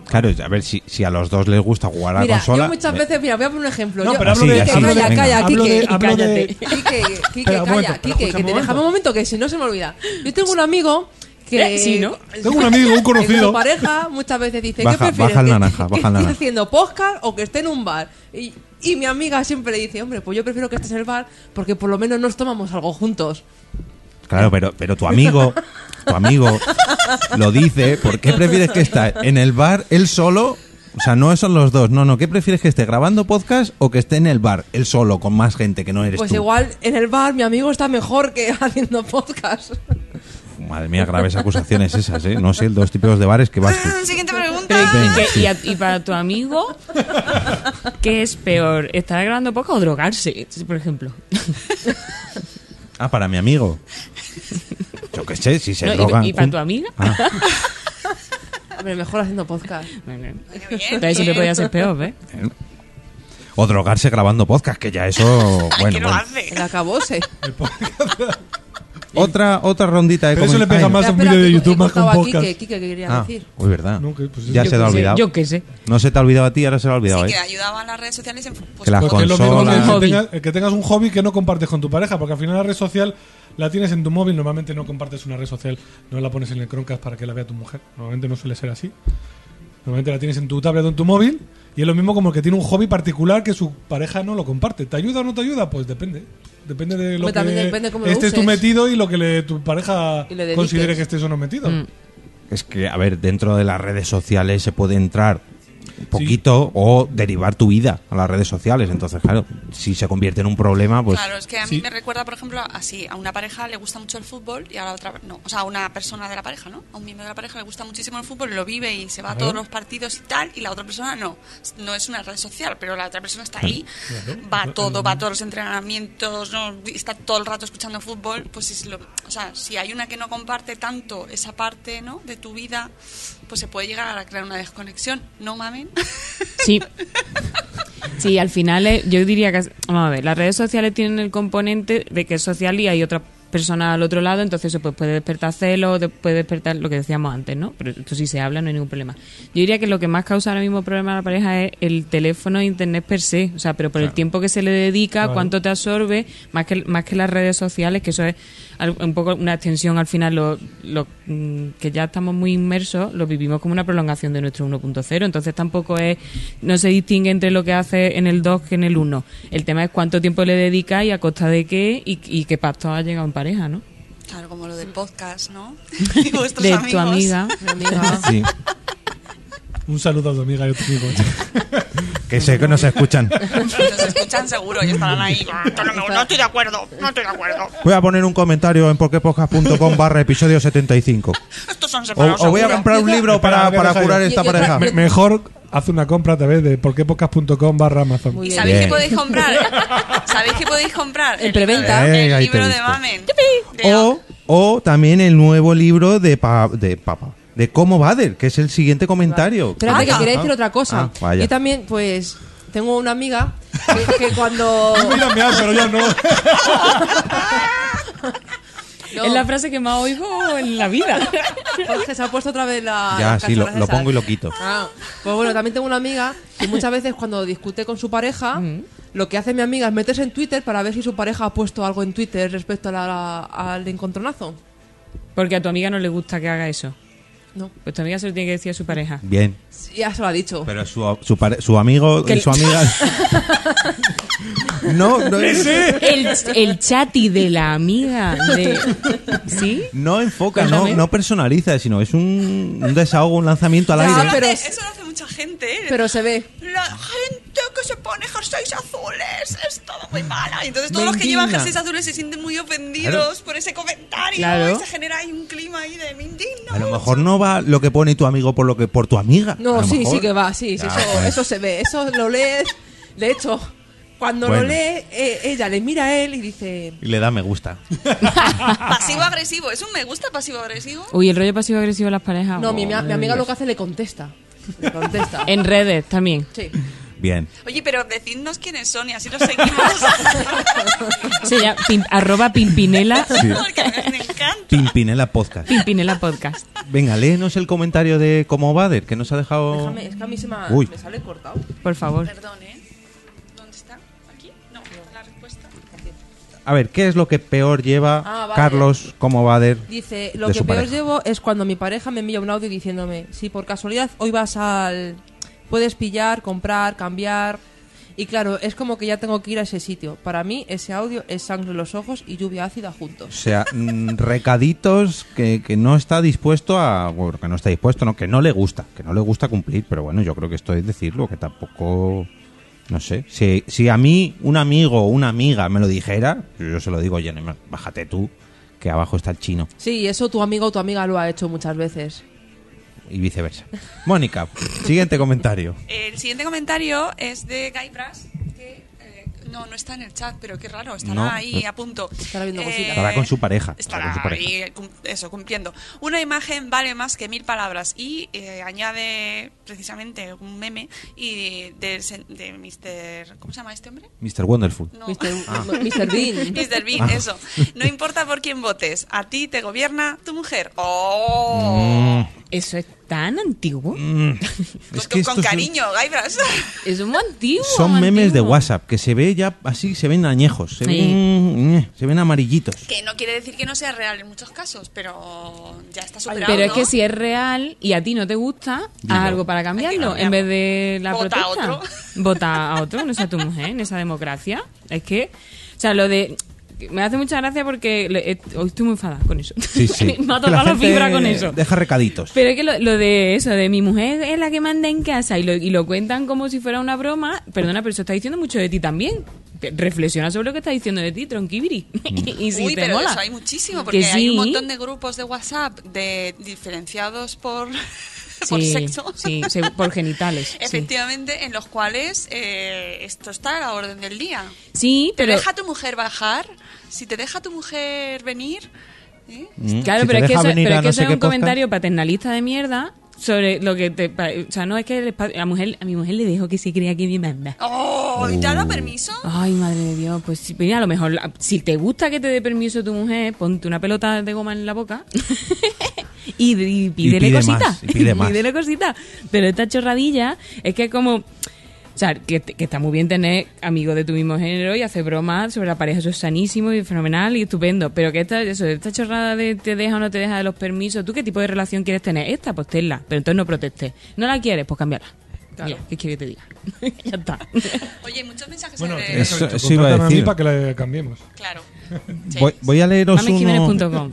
[SPEAKER 2] Claro, a ver si, si a los dos les gusta jugar a la
[SPEAKER 4] Mira,
[SPEAKER 2] consola.
[SPEAKER 4] yo muchas veces, mira, voy a poner un ejemplo.
[SPEAKER 3] No,
[SPEAKER 4] Yo-
[SPEAKER 3] pero hablo
[SPEAKER 2] Así,
[SPEAKER 3] de...
[SPEAKER 2] así,
[SPEAKER 3] hablo de-
[SPEAKER 2] venga.
[SPEAKER 4] Calla,
[SPEAKER 3] hablo de-
[SPEAKER 4] Kike,
[SPEAKER 3] hablo de-
[SPEAKER 6] cállate.
[SPEAKER 4] Quique,
[SPEAKER 3] Espera,
[SPEAKER 4] Quique,
[SPEAKER 3] un
[SPEAKER 4] calla,
[SPEAKER 3] momento, pero
[SPEAKER 4] Quique,
[SPEAKER 3] escucha
[SPEAKER 4] que
[SPEAKER 3] un
[SPEAKER 4] te
[SPEAKER 3] momento.
[SPEAKER 4] dejamos un momento que si no se me olvida. Yo tengo un amigo que
[SPEAKER 6] Eh, sí, ¿no?
[SPEAKER 3] Tengo un amigo, un
[SPEAKER 4] que
[SPEAKER 3] conocido.
[SPEAKER 4] su pareja muchas veces dice,
[SPEAKER 2] Baja-
[SPEAKER 4] ¿qué prefieres?
[SPEAKER 2] baja el
[SPEAKER 4] que-
[SPEAKER 2] naranja,
[SPEAKER 4] que
[SPEAKER 2] baja el
[SPEAKER 4] esté
[SPEAKER 2] naranja.
[SPEAKER 4] haciendo podcast o que esté en un bar? Y, y mi amiga siempre dice, hombre, pues yo prefiero que estés en el bar porque por lo menos nos tomamos algo juntos.
[SPEAKER 2] Claro, pero, pero tu amigo, tu amigo lo dice, ¿por qué prefieres que esté en el bar él solo? O sea, no son los dos, no, no, ¿qué prefieres que esté grabando podcast o que esté en el bar él solo con más gente que no eres
[SPEAKER 4] Pues
[SPEAKER 2] tú?
[SPEAKER 4] igual en el bar mi amigo está mejor que haciendo podcast.
[SPEAKER 2] Madre mía, graves acusaciones esas, ¿eh? No sé, dos tipos de bares que vas tú.
[SPEAKER 5] Siguiente pregunta.
[SPEAKER 6] Pero, ¿y,
[SPEAKER 2] Venga,
[SPEAKER 6] qué-
[SPEAKER 2] sí.
[SPEAKER 6] y a- y para tu amigo, ¿qué es peor? ¿Estar grabando poco o drogarse, por ejemplo?
[SPEAKER 2] Ah, para mi amigo. Yo qué sé, si se
[SPEAKER 6] No, y-
[SPEAKER 2] drogan.
[SPEAKER 6] y para tu
[SPEAKER 2] jun-
[SPEAKER 6] amiga.
[SPEAKER 2] Ah,
[SPEAKER 4] Hombre, mejor haciendo podcast.
[SPEAKER 6] Bueno,
[SPEAKER 5] Qué bien,
[SPEAKER 6] entonces siempre
[SPEAKER 5] bien.
[SPEAKER 6] podía ser peor, ¿eh?
[SPEAKER 2] bien. o drogarse grabando podcast, que ya eso. Bueno,
[SPEAKER 5] ¿Qué lo
[SPEAKER 2] bueno.
[SPEAKER 5] hace?
[SPEAKER 4] El acabose.
[SPEAKER 2] Otra, otra rondita de
[SPEAKER 3] Pero eso
[SPEAKER 2] comen-
[SPEAKER 3] le pega
[SPEAKER 2] Ay,
[SPEAKER 3] más a un
[SPEAKER 4] Espera,
[SPEAKER 3] vídeo de
[SPEAKER 4] que-
[SPEAKER 3] YouTube
[SPEAKER 4] que
[SPEAKER 3] más que un
[SPEAKER 4] cortaba a
[SPEAKER 3] podcast.
[SPEAKER 4] Quique, Quique, que quería
[SPEAKER 2] Ah,
[SPEAKER 4] decir.
[SPEAKER 2] uy, verdad.
[SPEAKER 3] No, que, pues,
[SPEAKER 2] ya se
[SPEAKER 3] yo
[SPEAKER 2] te
[SPEAKER 3] qué
[SPEAKER 2] ha
[SPEAKER 3] sé.
[SPEAKER 2] olvidado.
[SPEAKER 6] Yo qué sé.
[SPEAKER 2] No se te ha olvidado a ti, ahora se lo ha olvidado.
[SPEAKER 5] Sí,
[SPEAKER 2] ¿eh?
[SPEAKER 5] que ayudaba a las redes sociales en pues,
[SPEAKER 2] Que la-
[SPEAKER 5] pues,
[SPEAKER 3] Porque es lo mismo que,
[SPEAKER 2] consolas.
[SPEAKER 3] que
[SPEAKER 6] Hobby.
[SPEAKER 3] tengas, que tengas un hobby que no compartes con tu pareja, porque al final la red social la tienes en tu móvil, normalmente no compartes una red social, no la pones en el Chromecast para que la vea tu mujer, normalmente no suele ser así. Normalmente la tienes en tu tablet o en tu móvil y es lo mismo como el que tiene un hobby particular que su pareja no lo comparte. ¿Te ayuda o no te ayuda? Pues depende. Depende de lo
[SPEAKER 4] Hombre, también
[SPEAKER 3] que
[SPEAKER 4] depende cómo lo
[SPEAKER 3] estés tú
[SPEAKER 4] uses.
[SPEAKER 3] metido y lo que le- tu pareja
[SPEAKER 4] Y le dediques. Mm.
[SPEAKER 3] considere que estés o no metido.
[SPEAKER 2] Es que, a ver, dentro de las redes sociales se puede entrar poquito o derivar tu vida a las redes sociales. Entonces, claro, si se convierte en un problema, pues
[SPEAKER 5] Claro, es que a mí
[SPEAKER 3] sí.
[SPEAKER 5] me recuerda, por ejemplo, así, a una pareja le gusta mucho el fútbol y a la otra no, o sea, a una persona de la pareja, ¿no? A un miembro de la pareja le gusta muchísimo el fútbol, lo vive y se va a todos los partidos y tal, y la otra persona no. No es una red social, pero la otra persona está ahí, va a todo, va a todos los entrenamientos, ¿no? está todo el rato escuchando fútbol, pues es lo, o sea, si hay una que no comparte tanto esa parte, ¿no? de tu vida, pues se puede llegar a crear una desconexión, ¿no mamen?
[SPEAKER 6] Sí. Sí, al final eh, yo diría que... Vamos a ver, las redes sociales tienen el componente de que es social y hay otra personas al otro lado, entonces eso pues, puede despertar celos, de- puede despertar lo que decíamos antes, ¿no? Pero esto sí se habla, no hay ningún problema. Yo diría que lo que más causa ahora mismo problema a la pareja es el teléfono e internet per se, o sea, pero por el tiempo que se le dedica,
[SPEAKER 3] Claro.
[SPEAKER 6] cuánto te absorbe, más que, más que las redes sociales, que eso es al- un poco una extensión al final, lo, lo, mm, que ya estamos muy inmersos, lo vivimos como una prolongación de nuestro 1.0, entonces tampoco es, no se distingue entre lo que hace en el 2 que en el 1. El tema es cuánto tiempo le dedica y a costa de qué y, y qué pacto ha llegado en pareja, ¿no?
[SPEAKER 5] Claro, como lo del podcast, ¿no? Y vuestros
[SPEAKER 6] de
[SPEAKER 5] amigos.
[SPEAKER 6] tu amiga.
[SPEAKER 4] Mi amiga.
[SPEAKER 2] Sí.
[SPEAKER 3] Un saludo a tu amiga y a tu amigo.
[SPEAKER 2] Que sé que nos escuchan.
[SPEAKER 5] Que Nos escuchan seguro y estarán ahí. "Esto No, me- no estoy de acuerdo, no estoy de acuerdo.
[SPEAKER 2] Voy a poner un comentario en porquepodcast.com barra episodio 75.
[SPEAKER 5] Estos son
[SPEAKER 2] O,
[SPEAKER 5] separados.
[SPEAKER 2] o voy a
[SPEAKER 5] seguro".
[SPEAKER 2] comprar un libro para, para curar esta pareja.
[SPEAKER 3] Me- mejor haz una compra a través de porquepodcast.com barra Amazon.
[SPEAKER 4] Muy
[SPEAKER 5] ¿Y
[SPEAKER 4] bien.
[SPEAKER 5] sabéis
[SPEAKER 2] Bien.
[SPEAKER 5] qué podéis comprar? ¿Sabéis qué podéis comprar?
[SPEAKER 4] En preventa.
[SPEAKER 5] libro de-
[SPEAKER 2] Eh,
[SPEAKER 5] El
[SPEAKER 2] ahí te
[SPEAKER 5] libro de
[SPEAKER 2] gusta.
[SPEAKER 5] Mamen. De-
[SPEAKER 2] O, o también el nuevo libro de, pa- de Papa. De cómo Bader, que es el siguiente comentario.
[SPEAKER 4] Espérate, que
[SPEAKER 5] Ah,
[SPEAKER 4] quería decir otra cosa.
[SPEAKER 2] Ah, vaya.
[SPEAKER 4] Yo también, pues, tengo una amiga que, que cuando.
[SPEAKER 3] Mira, me hace, pero yo no.
[SPEAKER 4] No,
[SPEAKER 6] Es la frase que más oigo en la vida.
[SPEAKER 4] Jorge se ha puesto otra vez la.
[SPEAKER 2] Ya,
[SPEAKER 4] las
[SPEAKER 2] sí, lo-
[SPEAKER 4] cachorras
[SPEAKER 2] lo
[SPEAKER 4] esas.
[SPEAKER 2] pongo y lo quito.
[SPEAKER 4] Ah, pues bueno, también tengo una amiga que muchas veces cuando discute con su pareja,
[SPEAKER 3] Mm.
[SPEAKER 4] lo que hace mi amiga es meterse en Twitter para ver si su pareja ha puesto algo en Twitter respecto a la- al encontronazo.
[SPEAKER 6] Porque a tu amiga no le gusta que haga eso.
[SPEAKER 4] No,
[SPEAKER 6] Pues tu amiga se lo tiene que decir a su pareja.
[SPEAKER 2] Bien.
[SPEAKER 4] sí, ya se lo ha dicho.
[SPEAKER 2] Pero su, su, pare- su amigo
[SPEAKER 6] Que
[SPEAKER 2] y
[SPEAKER 6] el-
[SPEAKER 2] su amiga. No, no,
[SPEAKER 6] El, el chati de la amiga. De, ¿Sí?
[SPEAKER 2] no enfoca, no,
[SPEAKER 6] Cuéntame.
[SPEAKER 2] no personaliza, sino es un, un desahogo, un lanzamiento al
[SPEAKER 4] Ya,
[SPEAKER 2] aire.
[SPEAKER 5] Eso lo
[SPEAKER 4] pero-
[SPEAKER 5] hace- Eso lo hace mucha gente, ¿eh?
[SPEAKER 4] Pero se ve.
[SPEAKER 5] La gente que se pone jerseys azules es todo muy mala. Y Entonces
[SPEAKER 2] Me
[SPEAKER 5] todos los que llevan
[SPEAKER 2] indigna.
[SPEAKER 5] jerseys azules se sienten muy ofendidos por ese comentario.
[SPEAKER 6] Claro.
[SPEAKER 5] Y se genera ahí un clima ahí de me indigno.
[SPEAKER 2] A lo mejor no va lo que pone tu amigo por lo que por tu amiga. A
[SPEAKER 4] No,
[SPEAKER 2] lo
[SPEAKER 4] sí,
[SPEAKER 2] mejor.
[SPEAKER 4] sí que va, sí, sí,
[SPEAKER 2] Ya,
[SPEAKER 4] eso,
[SPEAKER 2] pues.
[SPEAKER 4] eso se ve, eso lo lees. De hecho, cuando
[SPEAKER 2] Bueno.
[SPEAKER 4] lo lee, eh, ella le mira a él y dice,
[SPEAKER 2] Y le da me gusta.
[SPEAKER 5] Pasivo agresivo. ¿Es un me gusta pasivo agresivo?
[SPEAKER 6] Uy, el rollo pasivo-agresivo de las parejas.
[SPEAKER 4] no, mi, mi
[SPEAKER 6] madre de
[SPEAKER 4] amiga
[SPEAKER 6] Dios.
[SPEAKER 4] lo que hace le contesta. Le contesta.
[SPEAKER 6] En redes también.
[SPEAKER 4] Sí.
[SPEAKER 2] Bien.
[SPEAKER 5] Oye, pero decidnos quiénes son y así los seguimos.
[SPEAKER 6] Se llama pim- arroba pimpinela.
[SPEAKER 5] Porque me, me encanta.
[SPEAKER 2] Pimpinela Podcast.
[SPEAKER 6] Pimpinela podcast.
[SPEAKER 2] Venga, léenos el comentario de Como Bader, que nos ha dejado.
[SPEAKER 4] Déjame, es que a mí se me, ha-
[SPEAKER 2] Uy.
[SPEAKER 4] me sale cortado.
[SPEAKER 6] Por favor.
[SPEAKER 5] Perdón, ¿eh? ¿Dónde está? ¿Aquí? No, está la respuesta.
[SPEAKER 2] A ver, ¿qué es lo que peor lleva
[SPEAKER 4] Ah, vale.
[SPEAKER 2] Carlos Como Bader?
[SPEAKER 4] Dice, lo
[SPEAKER 2] de
[SPEAKER 4] que
[SPEAKER 2] su
[SPEAKER 4] peor
[SPEAKER 2] pareja?
[SPEAKER 4] llevo es cuando mi pareja me envía un audio diciéndome, si por casualidad hoy vas al... Puedes pillar, comprar, cambiar. Y claro, es como que ya tengo que ir a ese sitio. Para mí ese audio es sangre en los ojos y lluvia ácida
[SPEAKER 2] O
[SPEAKER 4] juntos.
[SPEAKER 2] sea, mm, recaditos que, que no está dispuesto a. Bueno, que no está dispuesto, no, que no le gusta, que no le gusta cumplir, pero bueno, yo creo que esto es decirlo, que tampoco. No sé. Si, si a mí un amigo o una amiga me lo dijera, yo se lo digo, oye, Neymar, bájate tú, que abajo está el chino,
[SPEAKER 4] Sí, eso tu amigo o tu amiga lo ha hecho muchas veces.
[SPEAKER 2] y viceversa. Mónica, siguiente comentario.
[SPEAKER 5] El siguiente comentario es de Guy Brass, que eh, no, no está en el chat, pero qué raro, estará
[SPEAKER 2] No.
[SPEAKER 5] ahí a punto. Eh,
[SPEAKER 4] Estará viendo cositas.
[SPEAKER 2] Estará con su pareja, estará
[SPEAKER 5] Estará
[SPEAKER 2] con su pareja.
[SPEAKER 5] ahí, cum- eso, cumpliendo. Una imagen vale más que mil palabras y eh, añade precisamente un meme y de, de Mr. ¿Cómo se llama este hombre?
[SPEAKER 2] Mr. Wonderful.
[SPEAKER 5] No.
[SPEAKER 4] Mr.
[SPEAKER 2] Ah.
[SPEAKER 4] Mr. Bean.
[SPEAKER 5] Mr. Bean, eso. No importa por quién votes, a ti te gobierna tu mujer.
[SPEAKER 2] Mm.
[SPEAKER 5] ¡Oh!
[SPEAKER 6] Eso es tan antiguo.
[SPEAKER 5] Con,
[SPEAKER 2] Es que
[SPEAKER 5] con
[SPEAKER 2] estos son-
[SPEAKER 5] cariño, Gaibras.
[SPEAKER 6] Es un antiguo.
[SPEAKER 2] Son memes de
[SPEAKER 6] antiguo.
[SPEAKER 2] WhatsApp que se ve ya así, se ven añejos, se
[SPEAKER 6] Sí.
[SPEAKER 2] ven, eh, se ven amarillitos.
[SPEAKER 5] Que no quiere decir que no sea real en muchos casos, pero ya está superado.
[SPEAKER 6] Pero es que
[SPEAKER 5] ¿no?
[SPEAKER 6] si es real y a ti no te gusta,
[SPEAKER 2] Dilo.
[SPEAKER 6] haz algo para cambiarlo. En vez de la
[SPEAKER 5] Vota a
[SPEAKER 6] protesta.
[SPEAKER 5] otro.
[SPEAKER 6] Vota a otro, no sea tu mujer, en esa democracia. Es que, o sea, lo de... Me hace mucha gracia porque le- eh, hoy estoy muy enfadada con eso.
[SPEAKER 2] Sí, sí.
[SPEAKER 6] Me ha
[SPEAKER 2] Que la
[SPEAKER 6] tocado la,
[SPEAKER 2] gente
[SPEAKER 6] fibra con eso.
[SPEAKER 2] Deja recaditos.
[SPEAKER 6] Pero es que lo, lo de eso, de mi mujer es la que manda en casa y lo, y lo cuentan como si fuera una broma, perdona, pero eso está diciendo mucho de ti también. Pe- Reflexiona sobre lo que está diciendo de ti, tronquibiri.
[SPEAKER 2] Mm.
[SPEAKER 6] y si
[SPEAKER 5] Uy,
[SPEAKER 6] te
[SPEAKER 5] pero
[SPEAKER 6] mola.
[SPEAKER 5] eso hay muchísimo,
[SPEAKER 6] Que
[SPEAKER 5] porque hay un
[SPEAKER 6] sí.
[SPEAKER 5] montón de grupos de WhatsApp de diferenciados por, por
[SPEAKER 6] Sí,
[SPEAKER 5] sexo.
[SPEAKER 6] sí, se- por genitales. sí.
[SPEAKER 5] Efectivamente, en los cuales eh, esto está a la orden del día.
[SPEAKER 6] Sí,
[SPEAKER 5] ¿Te
[SPEAKER 6] pero.
[SPEAKER 5] deja tu mujer bajar? Si te deja tu mujer venir... ¿eh?
[SPEAKER 2] Mm.
[SPEAKER 6] Claro,
[SPEAKER 2] Si te
[SPEAKER 6] pero es que
[SPEAKER 2] deja
[SPEAKER 6] eso,
[SPEAKER 2] venir
[SPEAKER 6] pero
[SPEAKER 2] a
[SPEAKER 6] es que
[SPEAKER 2] no
[SPEAKER 6] eso
[SPEAKER 2] sé
[SPEAKER 6] es
[SPEAKER 2] qué
[SPEAKER 6] un
[SPEAKER 2] podcast,
[SPEAKER 6] comentario paternalista de mierda sobre lo que te... pa- O sea, no es que el espacio- la mujer, a mi mujer le dijo que sí quería que mi mamá.
[SPEAKER 5] ¡Oh! ¿Ya
[SPEAKER 6] Mm.
[SPEAKER 5] da permiso?
[SPEAKER 6] Ay, madre de Dios, pues sí, mira, a lo mejor, la- si te gusta que te dé permiso tu mujer, ponte una pelota de goma en la boca y, y pídele
[SPEAKER 2] pide
[SPEAKER 6] cosita.
[SPEAKER 2] más, y pide más.
[SPEAKER 6] pídele cosita. Pero esta chorradilla es que es como... O sea, que, que está muy bien tener amigos de tu mismo género y hacer bromas sobre la pareja, eso es sanísimo y fenomenal y estupendo. Pero que esta, eso, esta chorrada de te deja o no te deja de los permisos, ¿tú qué tipo de relación quieres tener? Esta, pues tenla, pero entonces no protestes. ¿No la quieres? Pues cámbiala. Mira, ¿Qué quieres que te diga? ya está.
[SPEAKER 5] Oye, hay muchos mensajes
[SPEAKER 3] Bueno,
[SPEAKER 5] sobre...
[SPEAKER 2] eso-
[SPEAKER 3] Eso,
[SPEAKER 2] eso iba a
[SPEAKER 3] a mí
[SPEAKER 2] decir.
[SPEAKER 3] para que la cambiemos.
[SPEAKER 5] Claro. Sí.
[SPEAKER 2] Voy, voy a leeros uno. eh,
[SPEAKER 6] MameJiménez.com.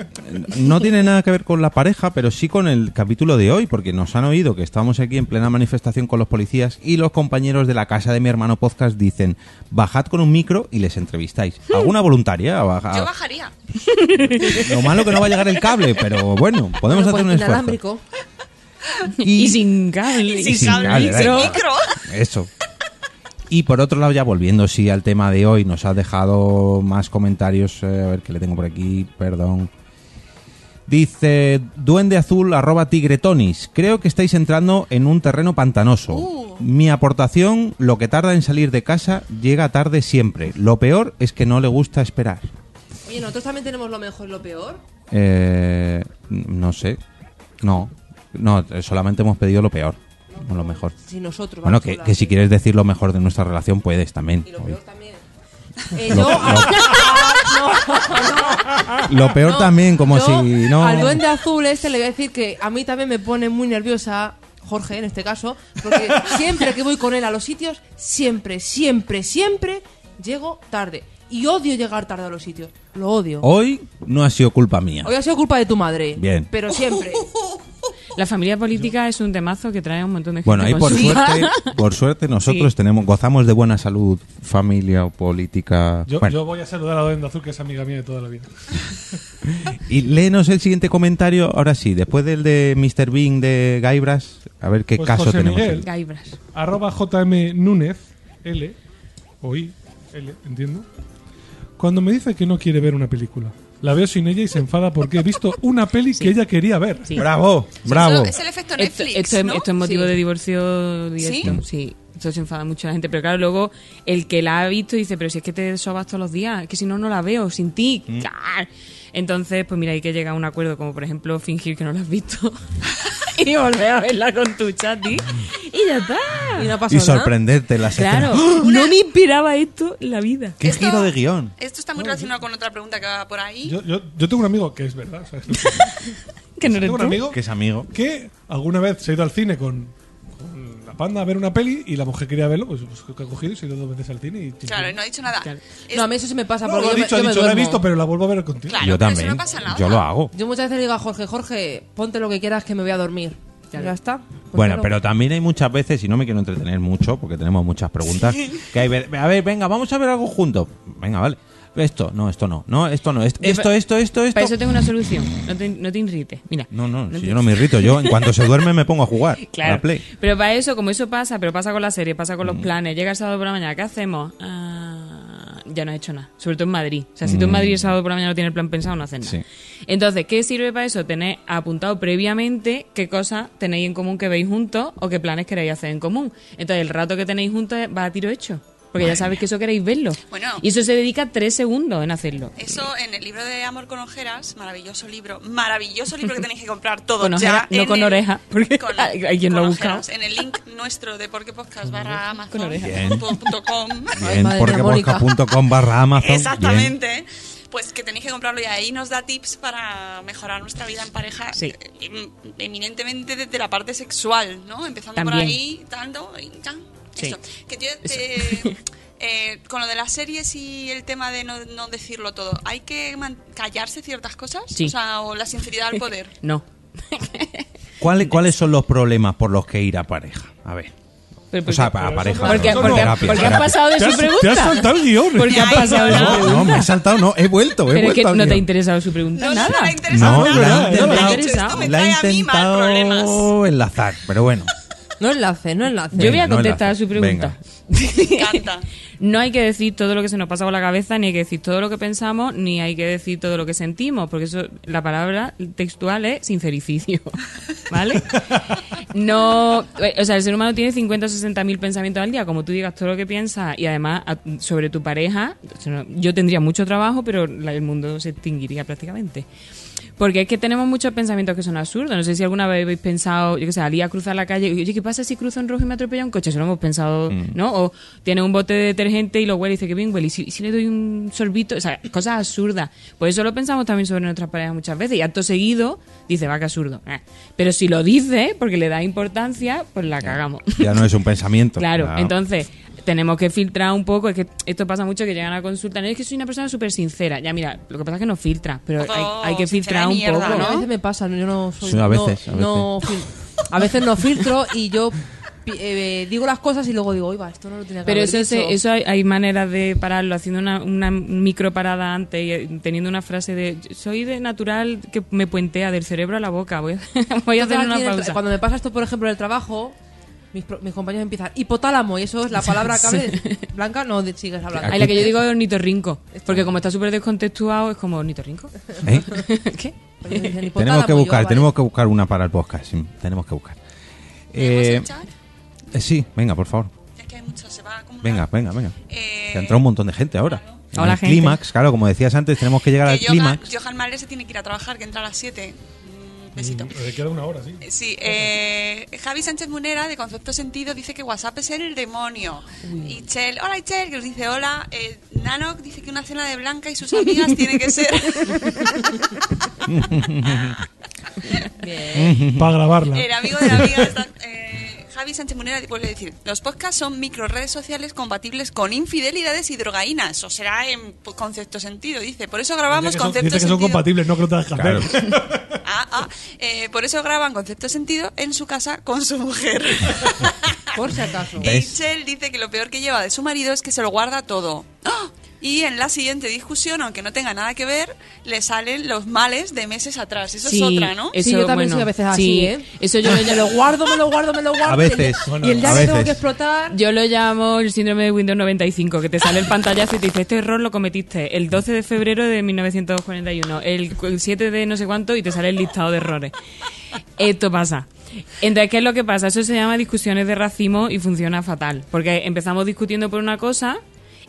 [SPEAKER 2] No tiene nada que ver con la pareja, pero sí con el capítulo de hoy, porque nos han oído que estamos aquí en plena manifestación con los policías y los compañeros de la casa de mi hermano podcast dicen: bajad con un micro y les entrevistáis.
[SPEAKER 6] Hmm.
[SPEAKER 2] ¿Alguna voluntaria? Baja-
[SPEAKER 5] Yo bajaría.
[SPEAKER 2] Lo malo que no va a llegar el cable, pero bueno, podemos hacer
[SPEAKER 4] Bueno, pues,
[SPEAKER 2] un esfuerzo.
[SPEAKER 4] inalámbrico.
[SPEAKER 6] Y, sin cable.
[SPEAKER 5] Y sin
[SPEAKER 2] sin
[SPEAKER 5] cable,
[SPEAKER 2] cable,
[SPEAKER 5] y
[SPEAKER 2] da
[SPEAKER 5] sin
[SPEAKER 2] igual.
[SPEAKER 5] micro.
[SPEAKER 2] Eso. Y por otro lado, ya volviendo sí al tema de hoy, nos ha dejado más comentarios. eh, a ver que le tengo por aquí, perdón. Dice duende azul arroba tigretonis. Creo que estáis entrando en un terreno pantanoso. Mi aportación, lo que tarda en salir de casa, llega tarde siempre. Lo peor es que no le gusta esperar.
[SPEAKER 4] Oye, nosotros también tenemos lo mejor y lo peor.
[SPEAKER 2] Eh, no sé. No. No, solamente hemos pedido lo peor. No lo mejor.
[SPEAKER 4] Si nosotros
[SPEAKER 2] Bueno,
[SPEAKER 4] vamos a
[SPEAKER 2] que,
[SPEAKER 4] hablar
[SPEAKER 2] que si
[SPEAKER 4] de-
[SPEAKER 2] quieres decir lo mejor de nuestra relación, puedes también.
[SPEAKER 4] Y lo
[SPEAKER 2] Oye.
[SPEAKER 4] peor también. Eh,
[SPEAKER 2] Lo-
[SPEAKER 4] yo-
[SPEAKER 2] lo-
[SPEAKER 4] no, no.
[SPEAKER 2] Lo peor
[SPEAKER 4] No,
[SPEAKER 2] también, como
[SPEAKER 4] yo
[SPEAKER 2] si no.
[SPEAKER 4] Al duende azul este le voy a decir que a mí también me pone muy nerviosa, Jorge en este caso, porque siempre que voy con él a los sitios, siempre, siempre, siempre llego tarde. Y odio llegar tarde a los sitios. Lo odio.
[SPEAKER 2] Hoy no ha sido culpa mía.
[SPEAKER 4] Hoy ha sido culpa de tu madre.
[SPEAKER 2] Oh. Bien.
[SPEAKER 4] Pero siempre.
[SPEAKER 6] La familia política es un temazo que trae a un montón de gente.
[SPEAKER 2] Bueno, ahí
[SPEAKER 6] con
[SPEAKER 2] por
[SPEAKER 6] su-
[SPEAKER 2] suerte, por suerte nosotros
[SPEAKER 6] Sí.
[SPEAKER 2] tenemos, gozamos de buena salud, familia o política.
[SPEAKER 3] Yo,
[SPEAKER 2] Bueno,
[SPEAKER 3] yo voy a saludar a Doendo Azul, que es amiga mía de toda la vida.
[SPEAKER 2] y léenos el siguiente comentario, ahora sí, después del de Mr. Bean de Gaibras, a ver qué
[SPEAKER 3] Pues
[SPEAKER 2] caso
[SPEAKER 3] José
[SPEAKER 2] tenemos.
[SPEAKER 3] Miguel.
[SPEAKER 6] Gaibras.
[SPEAKER 3] arroba JM Núñez, L, o I, L, entiendo. Cuando me dice que no quiere ver una película, la veo sin ella y se enfada porque he visto una peli que ella quería ver.
[SPEAKER 6] Sí.
[SPEAKER 2] Bravo,
[SPEAKER 5] Eso
[SPEAKER 2] bravo.
[SPEAKER 5] Es el efecto
[SPEAKER 6] Esto,
[SPEAKER 5] Netflix,
[SPEAKER 6] esto es-
[SPEAKER 5] ¿no?
[SPEAKER 6] esto es motivo
[SPEAKER 4] Sí.
[SPEAKER 6] de divorcio directo.
[SPEAKER 2] ¿Sí?
[SPEAKER 6] ¿Sí? Eso se enfada mucho a la gente. Pero claro, luego el que la ha visto dice, pero si es que te sobas todos los días, es que si no, no la veo, sin ti.
[SPEAKER 2] Mm.
[SPEAKER 6] Car. Entonces, pues mira, hay que llegar a un acuerdo, como por ejemplo fingir que no la has visto y volver a verla con tu chat y ya está.
[SPEAKER 4] Y no pasó
[SPEAKER 2] Y
[SPEAKER 4] nada.
[SPEAKER 2] sorprenderte las
[SPEAKER 6] Claro,
[SPEAKER 2] escenas.
[SPEAKER 6] no me inspiraba esto en la vida.
[SPEAKER 2] ¡Qué giro de guión!
[SPEAKER 5] Esto está muy relacionado con otra pregunta que va por ahí.
[SPEAKER 3] Yo, yo- yo tengo un amigo que es verdad, o sea, es-
[SPEAKER 6] Que no eres
[SPEAKER 3] tengo un
[SPEAKER 6] tú.
[SPEAKER 3] amigo
[SPEAKER 2] Que es amigo.
[SPEAKER 3] que alguna vez se ha ido al cine con, con la panda a ver una peli y la mujer quería verlo, pues, pues, que ha cogido y se ha ido dos veces al cine y...
[SPEAKER 5] Claro, no ha dicho nada.
[SPEAKER 6] Claro.
[SPEAKER 5] Es-
[SPEAKER 4] No, a mí eso se me pasa.
[SPEAKER 3] No,
[SPEAKER 4] porque
[SPEAKER 3] lo he
[SPEAKER 4] yo, me-
[SPEAKER 3] dicho,
[SPEAKER 4] yo
[SPEAKER 3] ha
[SPEAKER 4] me
[SPEAKER 3] dicho, la he
[SPEAKER 4] duermo.
[SPEAKER 3] visto, pero la vuelvo a ver contigo.
[SPEAKER 5] Claro,
[SPEAKER 2] yo
[SPEAKER 5] pero eso
[SPEAKER 2] también.
[SPEAKER 5] no pasa nada.
[SPEAKER 2] Yo lo hago.
[SPEAKER 4] Yo muchas veces le digo a Jorge, Jorge, ponte lo que quieras que me voy a dormir. Ya está. Pues
[SPEAKER 2] Bueno,
[SPEAKER 4] claro.
[SPEAKER 2] pero también hay muchas veces, y no me quiero entretener mucho porque tenemos muchas preguntas, que hay ver- a ver, venga, vamos a ver algo juntos. Venga, vale. Esto, no, esto no, no, esto no, esto, esto, esto, esto. esto.
[SPEAKER 6] Para eso tengo una solución. No te, no te irrites. Mira.
[SPEAKER 2] No, no, si
[SPEAKER 6] te-
[SPEAKER 2] yo no me irrito, yo en cuanto se duerme me pongo a jugar. a la
[SPEAKER 6] Claro.
[SPEAKER 2] Play. Mm.
[SPEAKER 6] Pero para eso, como eso pasa, pero pasa con la serie, pasa con los planes. Llega el sábado por la mañana, ¿qué hacemos? Ah, ya no has hecho nada. Sobre todo en Madrid. O sea, si tú
[SPEAKER 2] Mm.
[SPEAKER 6] en Madrid el sábado por la mañana no tienes el plan pensado, no haces nada. Entonces, ¿qué sirve para eso? Tener apuntado previamente qué cosas tenéis en común que veis juntos o qué planes queréis hacer en común. Entonces, el rato que tenéis juntos va a tiro hecho. Porque ya sabéis que eso queréis verlo.
[SPEAKER 5] Bueno.
[SPEAKER 6] Y eso se dedica tres segundos en hacerlo.
[SPEAKER 5] Eso en el libro de Amor con Ojeras, maravilloso libro, maravilloso libro que tenéis que comprar todos
[SPEAKER 6] Con
[SPEAKER 5] ya.
[SPEAKER 6] ojera, no
[SPEAKER 5] en
[SPEAKER 6] con
[SPEAKER 5] el-
[SPEAKER 6] oreja, porque
[SPEAKER 5] con-
[SPEAKER 6] hay quien lo
[SPEAKER 5] con
[SPEAKER 6] ha buscado.
[SPEAKER 5] ojeras, En el link nuestro de Porque Podcast barra
[SPEAKER 6] con oreja.
[SPEAKER 5] Amazon.com.
[SPEAKER 4] Ay,
[SPEAKER 2] Bien,
[SPEAKER 4] madre mía, Mónica.
[SPEAKER 2] porqueposca.com barra Amazon. bien.
[SPEAKER 5] Exactamente. Pues que tenéis que comprarlo y ahí nos da tips para mejorar nuestra vida en pareja,
[SPEAKER 6] Sí.
[SPEAKER 5] em- eminentemente desde la parte sexual, ¿no? Empezando por
[SPEAKER 6] También.
[SPEAKER 5] ahí, tanto y tan.
[SPEAKER 6] Sí.
[SPEAKER 5] Eso. Que yo, eh, eh, con lo de las series y el tema de no, no decirlo todo, ¿hay que man- callarse ciertas cosas?
[SPEAKER 6] Sí.
[SPEAKER 5] O sea, o la sinceridad al poder.
[SPEAKER 6] No.
[SPEAKER 2] ¿Cuál- ¿Cuáles son los problemas por los que ir a pareja? A ver.
[SPEAKER 6] Pero
[SPEAKER 2] O sea,
[SPEAKER 6] porque-
[SPEAKER 2] a pareja.
[SPEAKER 6] porque,
[SPEAKER 2] no,
[SPEAKER 6] porque,
[SPEAKER 2] terapia,
[SPEAKER 6] porque has
[SPEAKER 2] terapia.
[SPEAKER 6] pasado de
[SPEAKER 3] Te
[SPEAKER 6] su
[SPEAKER 3] has-
[SPEAKER 6] pregunta.
[SPEAKER 3] te has saltado el guión.
[SPEAKER 6] Porque has
[SPEAKER 5] Ay,
[SPEAKER 6] pasado de su
[SPEAKER 5] no.
[SPEAKER 6] pregunta.
[SPEAKER 2] No, me he saltado, no, he vuelto, he
[SPEAKER 6] Pero es
[SPEAKER 2] vuelto
[SPEAKER 6] que
[SPEAKER 2] al
[SPEAKER 6] no te ha
[SPEAKER 2] guión.
[SPEAKER 6] interesado su pregunta
[SPEAKER 5] No, no
[SPEAKER 6] nada.
[SPEAKER 5] le ha
[SPEAKER 2] No,
[SPEAKER 5] interesado
[SPEAKER 2] la
[SPEAKER 5] nada.
[SPEAKER 2] ha
[SPEAKER 5] Le ha
[SPEAKER 2] intentado-
[SPEAKER 5] dicho, esto me
[SPEAKER 2] la ha
[SPEAKER 5] trae a mí más problemas.
[SPEAKER 2] intentado enlazar, pero bueno.
[SPEAKER 4] No enlace, no enlace.
[SPEAKER 6] Yo voy
[SPEAKER 2] Venga,
[SPEAKER 6] a
[SPEAKER 2] no
[SPEAKER 6] contestar
[SPEAKER 2] enlace.
[SPEAKER 6] a su pregunta.
[SPEAKER 2] Venga.
[SPEAKER 5] Me encanta.
[SPEAKER 6] No hay que decir todo lo que se nos pasa por la cabeza, ni hay que decir todo lo que pensamos, ni hay que decir todo lo que sentimos, porque eso, la palabra textual es sincericidio, ¿vale? No, o sea, el ser humano tiene 50 o 60 mil pensamientos al día, como tú digas todo lo que piensas, y además a- sobre tu pareja, o sea, no- yo tendría mucho trabajo, pero la- el mundo se extinguiría prácticamente. Porque es que tenemos muchos pensamientos que son absurdos. No sé si alguna vez habéis pensado, yo qué sé, al ir a cruzar la calle, oye, ¿qué pasa si cruzo en rojo y me atropella un coche? Eso lo hemos pensado, ¿no? O tiene un bote de detergente y lo huele y dice que bien huele. Y si, si le doy un sorbito, o sea, cosas absurdas. Pues eso lo pensamos también sobre nuestras parejas muchas veces. Y acto seguido dice, va, que absurdo. Ah. Pero si lo dice, porque le da importancia, pues la cagamos.
[SPEAKER 2] Ya no es un pensamiento.
[SPEAKER 6] Claro,
[SPEAKER 2] No.
[SPEAKER 6] entonces tenemos que filtrar un poco. Es que esto pasa mucho que llegan a consulta. No es que soy una persona súper sincera. Ya, mira, lo que pasa es que no filtra, pero hay,
[SPEAKER 5] Oh,
[SPEAKER 6] hay que filtrar
[SPEAKER 5] sincera
[SPEAKER 6] un
[SPEAKER 5] de mierda,
[SPEAKER 6] poco.
[SPEAKER 5] ¿no?
[SPEAKER 4] A veces me pasa, yo no soy.
[SPEAKER 2] Sí, a veces,
[SPEAKER 4] no,
[SPEAKER 2] a veces.
[SPEAKER 4] no fil- a veces no filtro y yo pi- eh, digo las cosas y luego digo, oiga, esto no lo tenía que
[SPEAKER 6] Pero
[SPEAKER 4] haber
[SPEAKER 6] eso, se-
[SPEAKER 4] dicho".
[SPEAKER 6] eso hay, hay maneras de pararlo, haciendo una, una micro parada antes y eh, teniendo una frase de soy de natural que me puentea del cerebro a la boca. Voy a, voy a hacer
[SPEAKER 4] Entonces,
[SPEAKER 6] una
[SPEAKER 4] aquí en el-
[SPEAKER 6] pausa.
[SPEAKER 4] Cuando me pasa esto, por ejemplo, en el trabajo, mis, pro- mis compañeros empiezan hipotálamo, y eso es la palabra clave. Blanca, no de- sigues hablando. Pues
[SPEAKER 6] Ay, la que yo digo es ornitorrinco, porque como está súper descontextuado es como ornitorrinco.
[SPEAKER 2] ¿Eh?
[SPEAKER 6] ¿Qué?
[SPEAKER 4] Porque me dicen
[SPEAKER 2] Tenemos
[SPEAKER 4] hipotálamo,
[SPEAKER 2] que
[SPEAKER 4] y yo,
[SPEAKER 2] buscar,
[SPEAKER 4] "Vale".
[SPEAKER 2] tenemos que buscar una para el podcast. sí, tenemos que buscar.
[SPEAKER 5] ¿Leemos
[SPEAKER 2] Eh,
[SPEAKER 5] el chat?
[SPEAKER 2] eh, sí, venga, por favor.
[SPEAKER 5] Es que hay mucho, se va a acumular.
[SPEAKER 2] Venga, venga, venga.
[SPEAKER 5] Eh,
[SPEAKER 2] Que ha entrado un montón de gente ahora. En
[SPEAKER 6] Hola,
[SPEAKER 2] el
[SPEAKER 6] gente.
[SPEAKER 2] clímax, claro, como decías antes, tenemos que llegar al
[SPEAKER 5] que Johan,
[SPEAKER 2] clímax.
[SPEAKER 5] Johan Mahler se tiene que ir a trabajar, que entra a las 7. Besito.
[SPEAKER 3] Le queda una hora, sí.
[SPEAKER 5] Sí, eh, Javi Sánchez Munera de Concepto Sentido dice que WhatsApp es el demonio. Y Chel, hola Chel, que nos dice hola. Eh, Nanok dice que una cena de Blanca y sus amigas tiene que ser.
[SPEAKER 3] Para grabarla.
[SPEAKER 5] El amigo de la amiga está- eh, Javi Sánchez Munera vuelve a decir, los podcasts son micro redes sociales compatibles con infidelidades y drogaína. Eso será en po- concepto sentido, dice. Por eso grabamos
[SPEAKER 3] Dice que son-
[SPEAKER 5] concepto
[SPEAKER 3] dice que son
[SPEAKER 5] sentido.
[SPEAKER 3] compatibles, no creo que lo tengas que
[SPEAKER 2] Claro.
[SPEAKER 3] hacer.
[SPEAKER 5] Ah, ah. Eh, por eso graban concepto sentido en su casa con su mujer.
[SPEAKER 4] Por si acaso.
[SPEAKER 2] ¿Ves?
[SPEAKER 5] Rachel dice que lo peor que lleva de su marido es que se lo guarda todo. ¡Ah! Y en la siguiente discusión, aunque no tenga nada que ver, le salen los males de meses atrás. Eso es otra, ¿no?
[SPEAKER 6] eh,
[SPEAKER 4] Sí, yo también soy a veces así,
[SPEAKER 6] sí.
[SPEAKER 4] ¿eh?
[SPEAKER 6] Eso yo lo,
[SPEAKER 4] me, me lo guardo, me lo guardo, me lo guardo.
[SPEAKER 2] A veces,
[SPEAKER 4] Y el día, y el día
[SPEAKER 2] a
[SPEAKER 4] que tengo
[SPEAKER 2] veces.
[SPEAKER 4] que explotar.
[SPEAKER 6] Yo lo llamo el síndrome de Windows 95, que te sale el pantallazo y te dice, este error lo cometiste el 12 de febrero de 1941, el cu- el 7 de no sé cuánto y te sale el listado de errores. Esto pasa. Entonces, ¿qué es lo que pasa? Eso se llama discusiones de racimo y funciona fatal, porque empezamos discutiendo por una cosa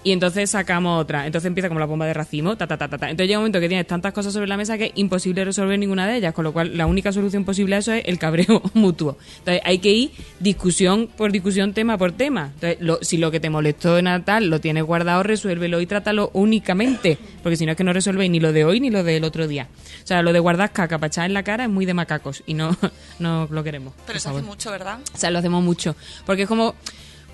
[SPEAKER 6] y entonces sacamos otra. Entonces empieza como la bomba de racimo, ta, ta, ta, ta, ta. Entonces llega un momento que tienes tantas cosas sobre la mesa que es imposible resolver ninguna de ellas, con lo cual la única solución posible a eso es el cabreo mutuo. Entonces hay que ir discusión por discusión, tema por tema. Entonces, lo- si lo que te molestó en Natal lo tienes guardado, resuélvelo y trátalo únicamente, porque si no es que no resuelves ni lo de hoy ni lo del otro día. O sea, lo de guardar caca para echar en la cara es muy de macacos y no, no lo queremos. por
[SPEAKER 5] Pero se hace
[SPEAKER 6] favor.
[SPEAKER 5] mucho, ¿verdad?
[SPEAKER 6] O sea, lo hacemos mucho. Porque es como,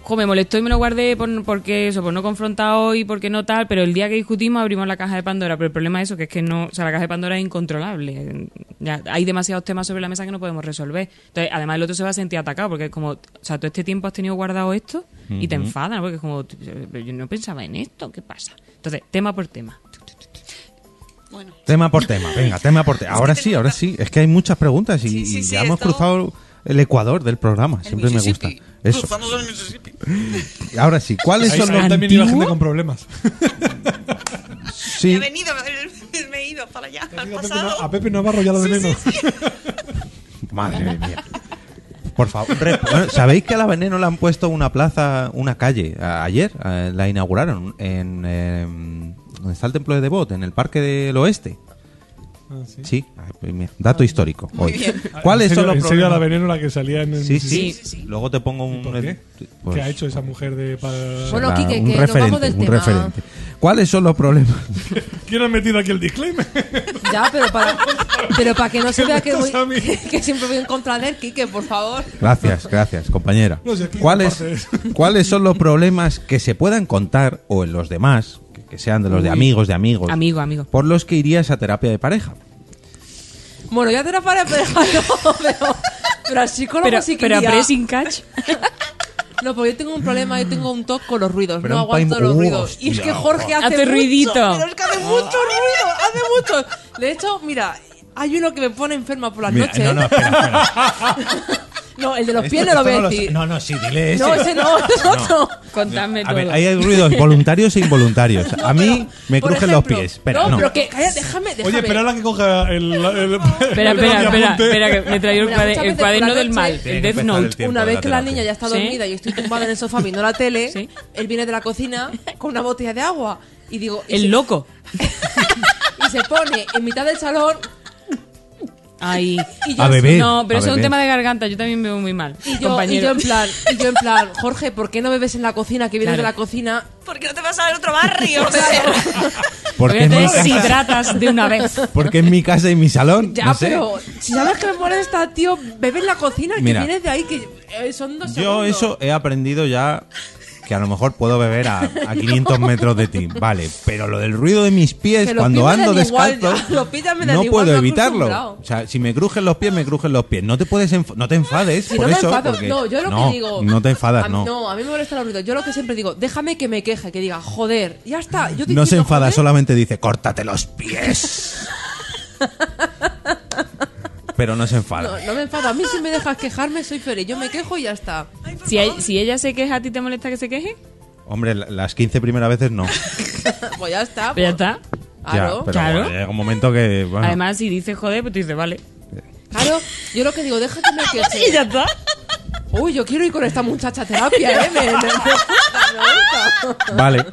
[SPEAKER 6] jo, me molestó y me lo guardé por- porque eso, por no confrontar hoy, porque no tal, pero el día que discutimos abrimos la caja de Pandora. Pero el problema es eso, que es que no, o sea, la caja de Pandora es incontrolable. Ya, hay demasiados temas sobre la mesa que no podemos resolver. Entonces, además el otro se va a sentir atacado, porque es como, o sea, todo este tiempo has tenido guardado esto y te enfadas, ¿no? porque es como, "Pero yo no pensaba en esto, ¿qué pasa? Entonces, tema por tema.
[SPEAKER 5] Bueno.
[SPEAKER 2] Tema por tema, venga, tema por tema. Ahora sí, ahora sí. Es que hay muchas preguntas y,
[SPEAKER 5] Sí, sí,
[SPEAKER 2] y
[SPEAKER 5] sí,
[SPEAKER 2] ya hemos
[SPEAKER 5] esto-
[SPEAKER 2] cruzado el Ecuador del programa. Siempre me gusta.
[SPEAKER 5] Mississippi.
[SPEAKER 2] Eso.
[SPEAKER 5] Cruzamos el Mississippi.
[SPEAKER 2] Ahora sí, ¿cuáles
[SPEAKER 3] Ahí
[SPEAKER 2] son
[SPEAKER 3] ahí
[SPEAKER 2] los
[SPEAKER 3] también iba gente
[SPEAKER 6] antiguo.
[SPEAKER 3] con problemas.
[SPEAKER 5] He
[SPEAKER 2] Sí,
[SPEAKER 5] venido, me he ido para allá, al
[SPEAKER 3] A Pepe,
[SPEAKER 5] pasado.
[SPEAKER 3] Nav- a Pepe Navarro ya lo de menos.
[SPEAKER 2] Madre mía. Por favor, resp- bueno, ¿sabéis que a la Veneno le han puesto una plaza, una calle? A- Ayer eh, la inauguraron en. eh, donde está el templo de Devot, en el Parque del Oeste.
[SPEAKER 3] Ah, sí.
[SPEAKER 2] Sí, ay, pues mira, dato histórico. Hoy.
[SPEAKER 5] bien.
[SPEAKER 2] ¿Cuáles
[SPEAKER 3] En
[SPEAKER 2] son
[SPEAKER 3] serio-
[SPEAKER 2] los
[SPEAKER 3] en serio, la
[SPEAKER 2] problemas?
[SPEAKER 3] veneno la que salía en el-
[SPEAKER 2] Sí sí.
[SPEAKER 6] Sí,
[SPEAKER 2] Luego te pongo un.
[SPEAKER 3] ¿Por qué?
[SPEAKER 2] pues,
[SPEAKER 3] ¿Qué ha hecho esa mujer de para...
[SPEAKER 4] Bueno,
[SPEAKER 2] la-
[SPEAKER 4] Quique,
[SPEAKER 2] un
[SPEAKER 4] que nos
[SPEAKER 2] referente,
[SPEAKER 4] vamos del
[SPEAKER 2] un
[SPEAKER 4] tema.
[SPEAKER 2] referente. ¿Cuáles son los problemas?
[SPEAKER 3] ¿Quién ha metido aquí el disclaimer?
[SPEAKER 4] Ya, pero para, pero para que no se vea que,
[SPEAKER 3] Me
[SPEAKER 4] voy,
[SPEAKER 3] estás a mí.
[SPEAKER 4] que siempre voy en contra de él, Quique, por favor.
[SPEAKER 2] Gracias, gracias, compañera.
[SPEAKER 3] No, si aquí
[SPEAKER 2] ¿Cuáles,
[SPEAKER 3] compartes.
[SPEAKER 2] ¿Cuáles son los problemas que se puedan contar o en los demás, que, que sean de los de amigos, de amigos,
[SPEAKER 6] Amigo, amigo.
[SPEAKER 2] por los que irías a terapia de pareja?
[SPEAKER 4] Bueno, ya te la faré, pero no, pero, pero al psicólogo
[SPEAKER 6] Pero,
[SPEAKER 4] sí que
[SPEAKER 6] pero a
[SPEAKER 4] iría.
[SPEAKER 6] pressing catch.
[SPEAKER 4] No, porque yo tengo un problema, yo tengo un toque con los ruidos,
[SPEAKER 2] Pero
[SPEAKER 4] no
[SPEAKER 2] un pain-
[SPEAKER 4] aguanto los
[SPEAKER 2] ¡Oh,
[SPEAKER 4] ruidos. Y es que
[SPEAKER 2] hostia!
[SPEAKER 4] Jorge hace,
[SPEAKER 6] Hace
[SPEAKER 4] mucho,
[SPEAKER 6] ruidito.
[SPEAKER 4] Pero es que hace mucho ruido, hace mucho. De hecho, mira, hay uno que me pone enferma por las
[SPEAKER 2] Mira,
[SPEAKER 4] noches.
[SPEAKER 2] Este no, no, espera, espera.
[SPEAKER 4] No, el de los
[SPEAKER 2] Esto-
[SPEAKER 4] pies no
[SPEAKER 2] esto
[SPEAKER 4] lo voy a
[SPEAKER 2] sé.
[SPEAKER 4] decir.
[SPEAKER 2] No, no, sí, dile ese.
[SPEAKER 4] No, ese no, ese es otro.
[SPEAKER 6] Contadme
[SPEAKER 2] A
[SPEAKER 6] todo.
[SPEAKER 2] ver, ahí hay ruidos voluntarios e involuntarios. A mí me
[SPEAKER 4] Por
[SPEAKER 2] crujen los
[SPEAKER 4] ejemplo,
[SPEAKER 2] pies. Espera,
[SPEAKER 4] no,
[SPEAKER 2] no.
[SPEAKER 4] pero que, cállate, déjame, déjame.
[SPEAKER 3] Oye, espera a la que coja el. el, el-
[SPEAKER 6] Espera,
[SPEAKER 3] el
[SPEAKER 6] espera, espera,
[SPEAKER 3] apunte.
[SPEAKER 6] espera, que me traigo el,
[SPEAKER 4] Mira,
[SPEAKER 6] cuade-
[SPEAKER 4] muchas
[SPEAKER 6] el
[SPEAKER 4] veces por
[SPEAKER 6] cuaderno
[SPEAKER 4] la
[SPEAKER 6] del
[SPEAKER 4] noche-
[SPEAKER 6] mal,
[SPEAKER 2] Tiene
[SPEAKER 6] el
[SPEAKER 2] que
[SPEAKER 6] Death
[SPEAKER 2] empezar el
[SPEAKER 6] Note.
[SPEAKER 2] tiempo
[SPEAKER 4] Una
[SPEAKER 2] de
[SPEAKER 4] vez que la
[SPEAKER 2] terapia.
[SPEAKER 4] niña ya está
[SPEAKER 6] ¿Sí?
[SPEAKER 4] dormida y yo estoy tumbada en el sofá viendo la tele,
[SPEAKER 6] Sí.
[SPEAKER 4] él viene de la cocina con una botella de agua y digo y se-
[SPEAKER 6] El loco.
[SPEAKER 4] y se pone en mitad del salón
[SPEAKER 6] Ay.
[SPEAKER 4] y yo
[SPEAKER 2] A beber.
[SPEAKER 6] No,
[SPEAKER 2] a
[SPEAKER 6] pero eso es un
[SPEAKER 2] beber.
[SPEAKER 6] tema de garganta. Yo también veo muy mal.
[SPEAKER 4] y yo, y
[SPEAKER 6] compañero.
[SPEAKER 4] yo en plan, y yo en plan, Jorge, ¿por qué no bebes en la cocina que vienes de
[SPEAKER 6] Claro.
[SPEAKER 4] la cocina?
[SPEAKER 5] ¿Por qué no te vas al otro barrio?
[SPEAKER 2] ¿Por qué
[SPEAKER 6] Porque
[SPEAKER 2] en mi
[SPEAKER 6] te
[SPEAKER 2] casa?
[SPEAKER 6] deshidratas de una vez.
[SPEAKER 2] ¿Por qué en mi casa y en mi salón?
[SPEAKER 4] Ya,
[SPEAKER 2] No sé.
[SPEAKER 4] pero si sabes que me molesta, tío, bebe en la cocina
[SPEAKER 2] Mira.
[SPEAKER 4] que vienes de ahí que eh, son dos
[SPEAKER 2] Yo
[SPEAKER 4] segundos.
[SPEAKER 2] eso he aprendido ya que a lo mejor puedo beber a, a 500 metros de ti, vale, pero lo del ruido de mis pies
[SPEAKER 4] Que los
[SPEAKER 2] cuando
[SPEAKER 4] pies me
[SPEAKER 2] ando
[SPEAKER 4] dan igual
[SPEAKER 2] descalzo
[SPEAKER 4] ya, los pies ya me dan
[SPEAKER 2] no puedo
[SPEAKER 4] igual, me he
[SPEAKER 2] evitarlo.
[SPEAKER 4] acostumbrado.
[SPEAKER 2] O sea, si me crujen los pies, me crujen los pies. No te puedes enf- no te enfades
[SPEAKER 4] Si
[SPEAKER 2] por
[SPEAKER 4] no me
[SPEAKER 2] eso
[SPEAKER 4] enfado,
[SPEAKER 2] porque-
[SPEAKER 4] no, yo lo
[SPEAKER 2] no,
[SPEAKER 4] que digo.
[SPEAKER 2] no te enfadas,
[SPEAKER 4] a-
[SPEAKER 2] no.
[SPEAKER 4] No, a mí me molesta los ruidos. Yo lo que siempre digo, déjame que me queje, que diga, joder, ya está. Yo te
[SPEAKER 2] No se
[SPEAKER 4] entiendo, ¿eh?
[SPEAKER 2] enfada,
[SPEAKER 4] joder.
[SPEAKER 2] solamente dice, córtate los pies. Pero no se enfada.
[SPEAKER 4] No, no me enfado. A mí si me dejas quejarme, soy feliz. Yo me quejo y ya está.
[SPEAKER 6] Si, hay- si ella se queja, ¿a ti te molesta que se queje?
[SPEAKER 2] Hombre, la- las 15 primeras veces no.
[SPEAKER 4] Pues ya está.
[SPEAKER 6] Pues ya está.
[SPEAKER 2] Ya,
[SPEAKER 4] Claro.
[SPEAKER 2] pero
[SPEAKER 6] Claro.
[SPEAKER 2] llega un momento que... bueno,
[SPEAKER 6] Además, si dices joder, pues tú dices vale.
[SPEAKER 4] Claro, yo lo que digo, deja que me
[SPEAKER 6] Y
[SPEAKER 4] queje.
[SPEAKER 6] ya está.
[SPEAKER 4] Uy, yo quiero ir con esta muchacha a terapia, ¿eh? Me- me- me gusta.
[SPEAKER 2] Vale.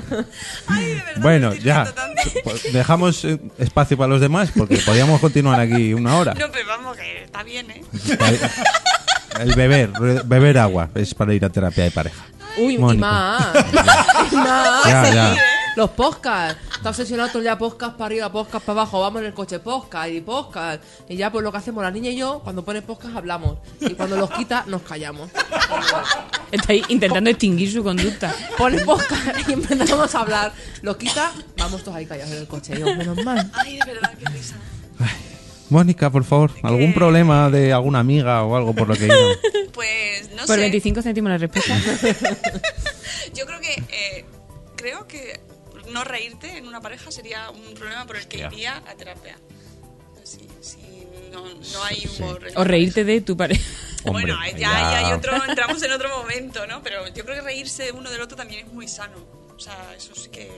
[SPEAKER 5] Ay, de verdad,
[SPEAKER 2] Bueno,
[SPEAKER 5] me estoy
[SPEAKER 2] ya.
[SPEAKER 5] riendo tanto.
[SPEAKER 2] Pues Dejamos eh, espacio para los demás porque podíamos continuar aquí una hora.
[SPEAKER 5] No, pero vamos, que está bien, ¿eh?
[SPEAKER 2] El beber, re- beber agua es para ir a terapia de pareja.
[SPEAKER 4] Uy, y
[SPEAKER 2] Mónica.
[SPEAKER 4] más. Y más.
[SPEAKER 2] Ya, ya.
[SPEAKER 4] Los podcasts. Está obsesionado todo el día podcast para arriba, podcast para abajo. Vamos en el coche, podcast y podcast. Y ya, pues lo que hacemos la niña y yo, cuando ponen podcast hablamos. Y cuando los quita, nos callamos.
[SPEAKER 6] Está ahí intentando extinguir su conducta.
[SPEAKER 4] Pone podcast y empezamos a hablar. Los quita, vamos todos ahí callados en el coche. Y yo, menos mal.
[SPEAKER 5] Ay, de verdad, qué risa.
[SPEAKER 2] Mónica, por favor, ¿algún problema de alguna amiga o algo por lo que he ido?
[SPEAKER 5] Pues no
[SPEAKER 6] Por
[SPEAKER 5] sé.
[SPEAKER 6] 25 céntimos la respuesta.
[SPEAKER 5] Yo creo que eh, creo que no reírte en una pareja sería un problema por el que iría a terapia. Si, si no, no hay humor. en
[SPEAKER 6] O
[SPEAKER 5] la
[SPEAKER 6] reírte de tu pareja.
[SPEAKER 2] Hombre,
[SPEAKER 5] bueno,
[SPEAKER 2] ya.
[SPEAKER 5] ya, ya hay otro, entramos en otro momento, ¿no? Pero yo creo que reírse uno del otro también es muy sano. O sea, eso sí que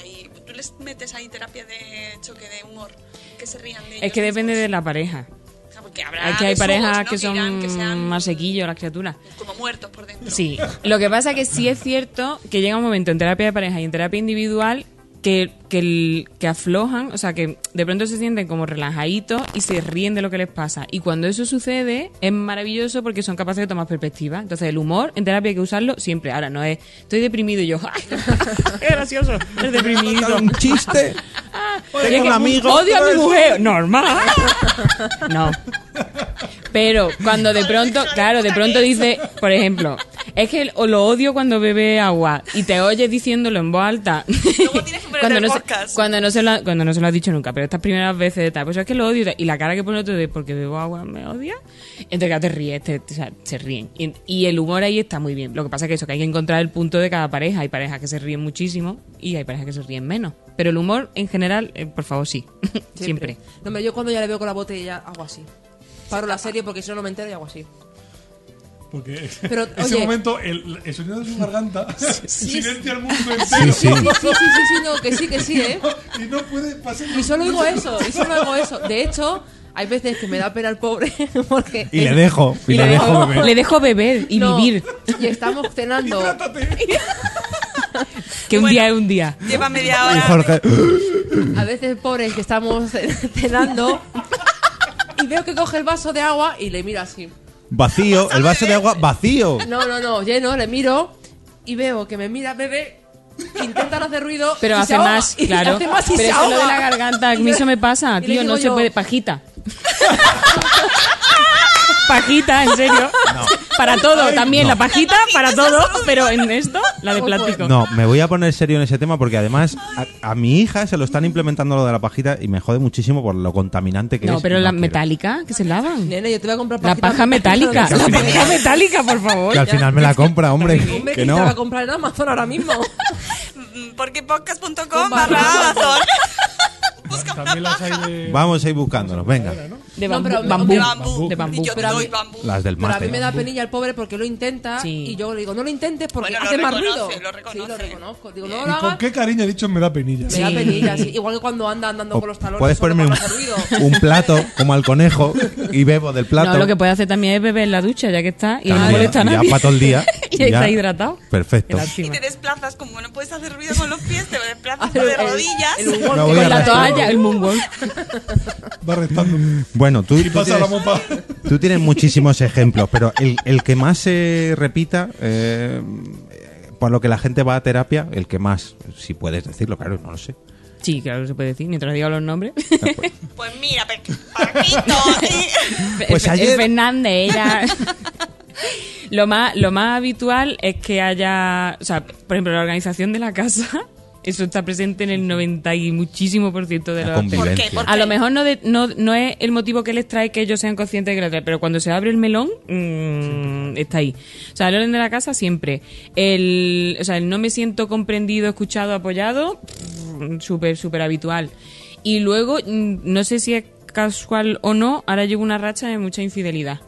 [SPEAKER 5] ahí... Tú les metes ahí terapia de choque de humor, que se rían de
[SPEAKER 6] Es que
[SPEAKER 5] ellos
[SPEAKER 6] depende de
[SPEAKER 5] mismos.
[SPEAKER 6] la pareja.
[SPEAKER 5] O sea, porque habrá
[SPEAKER 6] Aquí hay
[SPEAKER 5] besugos,
[SPEAKER 6] parejas
[SPEAKER 5] ¿no?
[SPEAKER 6] que son
[SPEAKER 5] irán, que sean
[SPEAKER 6] más sequillos, las criaturas.
[SPEAKER 5] Como muertos por dentro.
[SPEAKER 6] Sí, lo que pasa que sí es cierto que llega un momento en terapia de pareja y en terapia individual que, que, el- que aflojan, o sea, que de pronto se sienten como relajaditos y se ríen de lo que les pasa. Y cuando eso sucede es maravilloso porque son capaces de tomar perspectiva. Entonces el humor en terapia hay que usarlo siempre. Ahora no es, estoy deprimido y yo, ¡ay, qué gracioso! Es deprimido.
[SPEAKER 2] un chiste? Tengo
[SPEAKER 6] Es que
[SPEAKER 2] un amigo.
[SPEAKER 6] Odio a mi mujer. Normal. No. Pero cuando de pronto, claro, de pronto dice, por ejemplo, es que o lo odio cuando bebe agua y te oyes diciéndolo en voz alta.
[SPEAKER 5] Luego tienes que poner el
[SPEAKER 6] no se,
[SPEAKER 5] podcast.
[SPEAKER 6] cuando no se lo ha- cuando no se lo has dicho nunca, pero estas primeras veces de tal, pues es que lo odio y tal, y la cara que pone otro de porque bebo agua me odia. Entonces claro, te ríes, te- te- o sea, se ríen. Y, y el humor ahí está muy bien. Lo que pasa es que eso, que hay que encontrar el punto de cada pareja. Hay parejas que se ríen muchísimo y hay parejas que se ríen menos. Pero el humor en general, eh, por favor, sí. Siempre.
[SPEAKER 4] No, hombre, yo cuando ya le veo con la botella, hago así. Paro la serie porque si no, no me entero y hago así.
[SPEAKER 3] Porque
[SPEAKER 4] Pero,
[SPEAKER 3] ese
[SPEAKER 4] oye.
[SPEAKER 3] momento, el, el sonido de su garganta silencia al mundo
[SPEAKER 2] Sí,
[SPEAKER 3] entero.
[SPEAKER 2] sí.
[SPEAKER 4] Sí, sí, sí, sí, sí, no, que sí, que sí, ¿eh?
[SPEAKER 3] Y no puede pasar.
[SPEAKER 4] Y solo digo eso, y solo hago eso. De hecho, hay veces que me da pena al pobre porque...
[SPEAKER 2] Y le dejo. Y,
[SPEAKER 6] Y
[SPEAKER 2] le
[SPEAKER 6] le,
[SPEAKER 2] dejo
[SPEAKER 6] dejo,
[SPEAKER 2] beber.
[SPEAKER 6] le dejo beber y
[SPEAKER 4] No,
[SPEAKER 6] vivir.
[SPEAKER 4] Y estamos cenando.
[SPEAKER 6] Que un
[SPEAKER 5] Bueno.
[SPEAKER 6] día es un día.
[SPEAKER 5] Lleva media
[SPEAKER 2] Y
[SPEAKER 5] hora...
[SPEAKER 2] Jorge,
[SPEAKER 4] A veces, pobres, que estamos cenando. Y veo que coge el vaso de agua y le miro así.
[SPEAKER 2] vacío, el vaso de agua vacío.
[SPEAKER 4] No, no, no, lleno, le miro. Y veo que me mira, bebe. Intenta no hacer ruido.
[SPEAKER 6] Pero
[SPEAKER 4] y se
[SPEAKER 6] hace
[SPEAKER 4] ahoga,
[SPEAKER 6] más,
[SPEAKER 4] y
[SPEAKER 6] claro.
[SPEAKER 4] Hace más y
[SPEAKER 6] Pero
[SPEAKER 4] se
[SPEAKER 6] eso es lo de
[SPEAKER 4] ahoga.
[SPEAKER 6] la garganta, a
[SPEAKER 4] Y
[SPEAKER 6] mí
[SPEAKER 4] yo-
[SPEAKER 6] eso me pasa,
[SPEAKER 4] y le
[SPEAKER 6] tío, no
[SPEAKER 4] digo
[SPEAKER 6] se
[SPEAKER 4] yo,
[SPEAKER 6] puede. Pajita. Pajita, en serio. Para todo, también la pajita, para todo, pero en esto, la de
[SPEAKER 4] pues.
[SPEAKER 6] plástico.
[SPEAKER 2] No, me voy a poner serio en ese tema porque además a, a mi hija se lo están implementando lo de la pajita y me jode muchísimo por lo contaminante que es.
[SPEAKER 6] No,
[SPEAKER 2] y
[SPEAKER 6] pero la
[SPEAKER 2] quiero.
[SPEAKER 6] metálica, que se lavan.
[SPEAKER 4] Nene, yo te voy a comprar
[SPEAKER 6] La
[SPEAKER 4] pajita-
[SPEAKER 6] paja metálica. La paja metálica, por
[SPEAKER 2] Que al
[SPEAKER 6] favor.
[SPEAKER 2] final me la compra, hombre.
[SPEAKER 4] Hombre, que
[SPEAKER 2] Que
[SPEAKER 4] te la va a
[SPEAKER 2] no.
[SPEAKER 4] comprar en Amazon ahora mismo.
[SPEAKER 5] Mm, Porque podcast.com barra Amazon. Busca una
[SPEAKER 3] También las
[SPEAKER 5] paja.
[SPEAKER 3] hay de.
[SPEAKER 2] Vamos a ir buscándonos, venga.
[SPEAKER 3] ¿no?
[SPEAKER 6] De
[SPEAKER 4] No,
[SPEAKER 6] bambú.
[SPEAKER 4] pero-
[SPEAKER 6] bambú.
[SPEAKER 4] de
[SPEAKER 5] bambú.
[SPEAKER 6] De bambú.
[SPEAKER 5] Yo te
[SPEAKER 4] Pero a
[SPEAKER 5] doy
[SPEAKER 4] mí-
[SPEAKER 5] bambú.
[SPEAKER 2] Las del
[SPEAKER 4] Pero a
[SPEAKER 2] mate.
[SPEAKER 4] mí me da penilla el pobre porque lo intenta
[SPEAKER 6] Sí.
[SPEAKER 4] y yo le digo, no lo intentes porque
[SPEAKER 5] Bueno, lo
[SPEAKER 4] hace más
[SPEAKER 5] reconoce,
[SPEAKER 4] ruido.
[SPEAKER 5] lo reconoce.
[SPEAKER 4] Sí, lo reconozco. Digo, no
[SPEAKER 3] ¿Y
[SPEAKER 4] lo
[SPEAKER 3] con
[SPEAKER 4] hagas.
[SPEAKER 3] qué cariño he dicho me da penilla?
[SPEAKER 4] Me
[SPEAKER 6] Sí.
[SPEAKER 4] da penilla, sí. Igual que cuando anda andando
[SPEAKER 2] O
[SPEAKER 4] con los talones.
[SPEAKER 2] Puedes
[SPEAKER 4] solo
[SPEAKER 2] ponerme un,
[SPEAKER 4] para hacer ruido.
[SPEAKER 2] un plato como al conejo y bebo del plato.
[SPEAKER 6] No, lo que puede hacer también es beber en la ducha, ya que está, y no
[SPEAKER 2] También,
[SPEAKER 6] molesta a
[SPEAKER 2] ya
[SPEAKER 6] nadie.
[SPEAKER 2] para todo el día.
[SPEAKER 6] y ahí
[SPEAKER 2] ya.
[SPEAKER 6] está hidratado.
[SPEAKER 2] Perfecto.
[SPEAKER 6] Qué
[SPEAKER 5] Y
[SPEAKER 6] lástima.
[SPEAKER 5] te desplazas, como no puedes hacer ruido con los pies, te desplazas
[SPEAKER 4] Pero
[SPEAKER 5] de
[SPEAKER 4] el-
[SPEAKER 5] rodillas.
[SPEAKER 4] el humor
[SPEAKER 2] Me
[SPEAKER 4] que
[SPEAKER 2] voy
[SPEAKER 4] con
[SPEAKER 2] a
[SPEAKER 6] La
[SPEAKER 2] arrastrar.
[SPEAKER 6] toalla, el moonwalk.
[SPEAKER 3] Va restando.
[SPEAKER 2] Bueno, tú,
[SPEAKER 3] Y
[SPEAKER 2] tú
[SPEAKER 3] pasa la
[SPEAKER 2] tienes,
[SPEAKER 3] mopa.
[SPEAKER 2] tú tienes muchísimos ejemplos, pero el, el que más se repita, eh, por lo que la gente va a terapia, el que más, si puedes decirlo, claro, no lo sé.
[SPEAKER 6] Sí, claro que se puede decir, mientras diga los nombres.
[SPEAKER 5] Pues mira, pe- Paquito. y-
[SPEAKER 2] Pues
[SPEAKER 6] Fe-
[SPEAKER 2] ayer-
[SPEAKER 6] el Fernández, ella. lo, más, lo más habitual es que haya. O sea, por ejemplo, la organización de la casa. Eso está presente en el 90 y muchísimo por ciento de
[SPEAKER 2] La
[SPEAKER 6] los.
[SPEAKER 5] ¿Por
[SPEAKER 2] convivencia.
[SPEAKER 5] qué? ¿Por
[SPEAKER 6] A lo mejor no, de- no, no es el motivo que les trae que ellos sean conscientes de que les trae, pero cuando se abre el melón, mm, está ahí. O sea, el orden de la casa siempre. El, o sea, el no me siento comprendido, escuchado, apoyado, mm, súper, súper habitual. Y luego, mm, no sé si es casual o no, ahora llevo una racha de mucha infidelidad.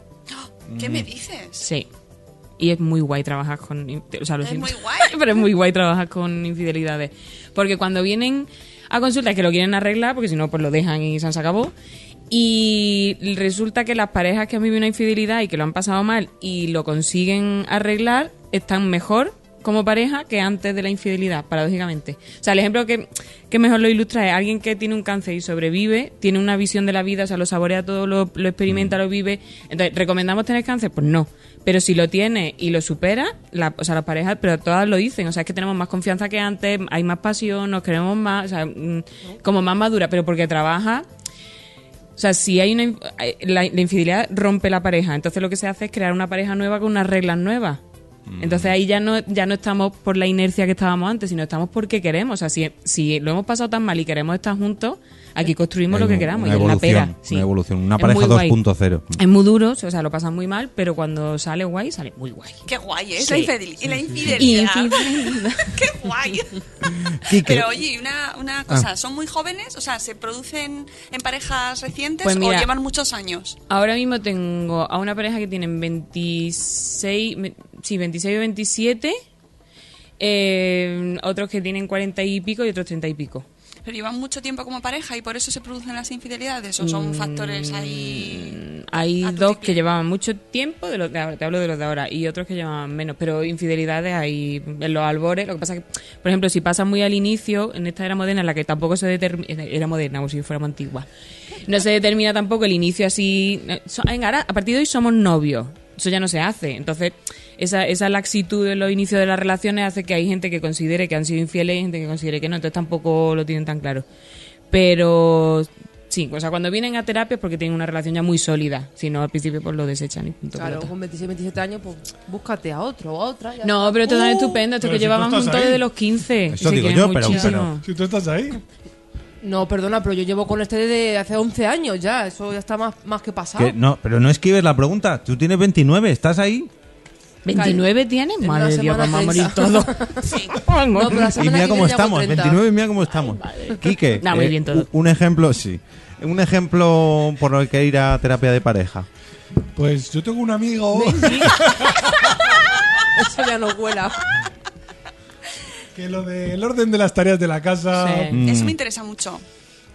[SPEAKER 5] ¿Qué me dices?
[SPEAKER 6] Sí. Y es muy guay trabajar con. in- O sea, lo
[SPEAKER 5] Es
[SPEAKER 6] siento.
[SPEAKER 5] muy guay.
[SPEAKER 6] Pero es muy guay trabajar con infidelidades. Porque cuando vienen a consulta es que lo quieren arreglar, porque si no, pues lo dejan y se han acabó. Y resulta que las parejas que han vivido una infidelidad y que lo han pasado mal y lo consiguen arreglar están mejor como pareja que antes de la infidelidad, paradójicamente. O sea, el ejemplo que, que mejor lo ilustra es alguien que tiene un cáncer y sobrevive, tiene una visión de la vida, o sea, lo saborea todo, lo, lo experimenta, lo vive. Entonces, ¿recomendamos tener cáncer? Pues no. Pero si lo tiene y lo supera, la- o sea, las parejas, pero todas lo dicen, o sea, es que tenemos más confianza que antes, hay más pasión, nos queremos más, o sea, mm, como más madura, pero porque trabaja o sea, si hay una inf- eh, la, la infidelidad rompe la pareja, entonces lo que se hace es crear una pareja nueva con unas reglas nuevas.
[SPEAKER 2] Mm.
[SPEAKER 6] Entonces ahí ya no, ya no estamos por la inercia que estábamos antes, sino estamos porque queremos. O sea, si, si lo hemos pasado tan mal y queremos estar juntos, aquí construimos
[SPEAKER 2] Hay
[SPEAKER 6] lo que
[SPEAKER 2] un-
[SPEAKER 6] queramos.
[SPEAKER 2] una
[SPEAKER 6] y es la
[SPEAKER 2] evolución,
[SPEAKER 6] pera.
[SPEAKER 2] una
[SPEAKER 6] sí.
[SPEAKER 2] evolución, una
[SPEAKER 6] Es
[SPEAKER 2] pareja
[SPEAKER 6] muy guay.
[SPEAKER 2] 2.0.
[SPEAKER 6] Es muy duro, o sea, lo pasan muy mal, pero cuando sale guay, sale muy guay.
[SPEAKER 5] Qué guay, ¿eh?
[SPEAKER 6] Sí.
[SPEAKER 5] La infidel- la infidelidad.
[SPEAKER 6] Infidelidad.
[SPEAKER 5] Qué guay.
[SPEAKER 2] Quique.
[SPEAKER 5] Pero oye, y una,
[SPEAKER 6] Ah.
[SPEAKER 5] una cosa, ¿son muy jóvenes? O sea, ¿se producen en parejas recientes
[SPEAKER 6] Pues
[SPEAKER 5] o
[SPEAKER 6] mira.
[SPEAKER 5] llevan muchos años?
[SPEAKER 6] Ahora mismo tengo a una pareja que tienen 26, ve- sí, 26 o 27, eh, otros que tienen 40 y pico y otros 30 y pico.
[SPEAKER 5] ¿Pero llevan mucho tiempo como pareja y por eso se producen las infidelidades? ¿O
[SPEAKER 6] Mm.
[SPEAKER 5] son factores ahí...?
[SPEAKER 6] Hay
[SPEAKER 5] a tu
[SPEAKER 6] dos
[SPEAKER 5] tipi?
[SPEAKER 6] que llevaban mucho tiempo, de los de ahora, te hablo de los de ahora, y otros que llevaban menos, pero infidelidades hay en los albores. Lo que pasa que, por ejemplo, si pasa muy al inicio, en esta era moderna, en la que tampoco se determina, era moderna, o si fuéramos antigua, no se determina tampoco el inicio así. eh, so- venga, ahora, a partir de hoy somos novios. Eso ya no se hace. Entonces, esa, esa laxitud en los inicios de las relaciones hace que hay gente que considere que han sido infieles y gente que considere que no. Entonces, tampoco lo tienen tan claro. Pero sí, o sea, cuando vienen a terapia es porque tienen una relación ya muy sólida. Si no, al principio pues lo desechan y punto.
[SPEAKER 4] Claro,
[SPEAKER 6] pelota.
[SPEAKER 4] con 26, 27 años, pues búscate a otro o a otra. ya
[SPEAKER 6] No,
[SPEAKER 4] está.
[SPEAKER 6] pero esto es tan estupendo, esto
[SPEAKER 3] pero si
[SPEAKER 6] que
[SPEAKER 3] tú
[SPEAKER 6] llevaban
[SPEAKER 3] estás
[SPEAKER 6] juntos
[SPEAKER 3] ahí.
[SPEAKER 6] desde los 15. y
[SPEAKER 2] Eso
[SPEAKER 6] se
[SPEAKER 2] digo
[SPEAKER 6] quieren
[SPEAKER 2] yo, pero-
[SPEAKER 6] muchísimo.
[SPEAKER 4] Ah.
[SPEAKER 2] pero-
[SPEAKER 3] Si tú estás ahí.
[SPEAKER 4] No, perdona, pero yo llevo con este desde hace 11 años ya. Eso ya está más, más que pasado.
[SPEAKER 2] Que no, pero no esquives la pregunta. Tú tienes 29, estás ahí.
[SPEAKER 6] 29 tienes,
[SPEAKER 4] En una
[SPEAKER 6] madre de Dios,
[SPEAKER 4] semana
[SPEAKER 6] vamos a morir
[SPEAKER 4] treinta.
[SPEAKER 6] todos.
[SPEAKER 5] Sí.
[SPEAKER 4] No, pero la
[SPEAKER 2] Y
[SPEAKER 4] semana
[SPEAKER 2] mira
[SPEAKER 4] que
[SPEAKER 2] cómo
[SPEAKER 4] viene ya con
[SPEAKER 2] estamos,
[SPEAKER 4] 30.
[SPEAKER 2] 29 y mira cómo estamos. Quique, eh,
[SPEAKER 6] Da muy bien todo.
[SPEAKER 2] un un ejemplo, sí. Un ejemplo por el que ir a terapia de pareja.
[SPEAKER 3] Pues yo tengo un amigo
[SPEAKER 4] Eso ya no huela.
[SPEAKER 3] que lo del orden de las tareas de la casa.
[SPEAKER 6] Sí.
[SPEAKER 2] Mm,
[SPEAKER 5] Eso me interesa mucho.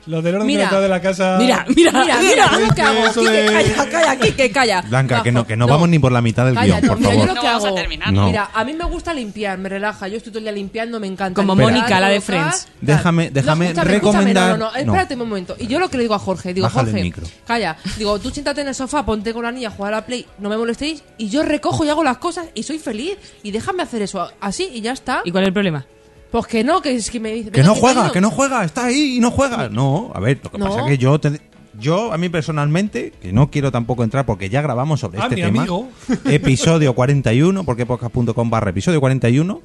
[SPEAKER 3] Lo del orden de
[SPEAKER 4] Mira.
[SPEAKER 3] las tareas de la casa.
[SPEAKER 6] Mira, mira, mira.
[SPEAKER 4] Mira, mira,
[SPEAKER 3] mira.
[SPEAKER 4] ¿qué hago?
[SPEAKER 3] Eso
[SPEAKER 4] Quique,
[SPEAKER 3] de-
[SPEAKER 4] calla, calla, Quique, calla.
[SPEAKER 2] Blanca, que no,
[SPEAKER 4] Bajo.
[SPEAKER 2] que no, vamos ni por la mitad del
[SPEAKER 4] Calla,
[SPEAKER 2] guión, por
[SPEAKER 4] no, mira,
[SPEAKER 2] favor.
[SPEAKER 4] yo lo
[SPEAKER 5] No
[SPEAKER 4] que
[SPEAKER 5] vamos a
[SPEAKER 4] hago.
[SPEAKER 5] terminar.
[SPEAKER 2] No.
[SPEAKER 4] Mira, a mí me gusta limpiar, me relaja. Yo estoy todo el día limpiando, me encanta.
[SPEAKER 6] Como
[SPEAKER 4] Limpiar,
[SPEAKER 6] Mónica, la de
[SPEAKER 4] colocar,
[SPEAKER 6] Friends.
[SPEAKER 4] tal.
[SPEAKER 2] Déjame- déjame
[SPEAKER 4] escúchame,
[SPEAKER 2] recomendar-
[SPEAKER 4] escúchame, No, no, no,
[SPEAKER 2] no.
[SPEAKER 4] espérate un momento. Y yo lo que le digo a Jorge, digo,
[SPEAKER 2] Bájale el
[SPEAKER 4] Jorge,
[SPEAKER 2] micro.
[SPEAKER 4] calla. Digo, tú siéntate en el sofá, ponte con la niña, juega a la play, no me molestéis. Y yo recojo y hago las cosas y soy feliz. Y déjame hacer eso así y ya está.
[SPEAKER 6] ¿Y cuál es el problema?
[SPEAKER 4] Pues que no, que es que me dice.
[SPEAKER 2] Que no juega, que no juega, está ahí y no juega. No, a ver, lo que
[SPEAKER 4] No.
[SPEAKER 2] pasa es que yo, te- yo a mí personalmente, que no quiero tampoco entrar porque ya grabamos sobre
[SPEAKER 3] Ah,
[SPEAKER 2] este
[SPEAKER 3] mi
[SPEAKER 2] tema,
[SPEAKER 3] amigo.
[SPEAKER 2] episodio 41, porque podcast.com barra episodio 41,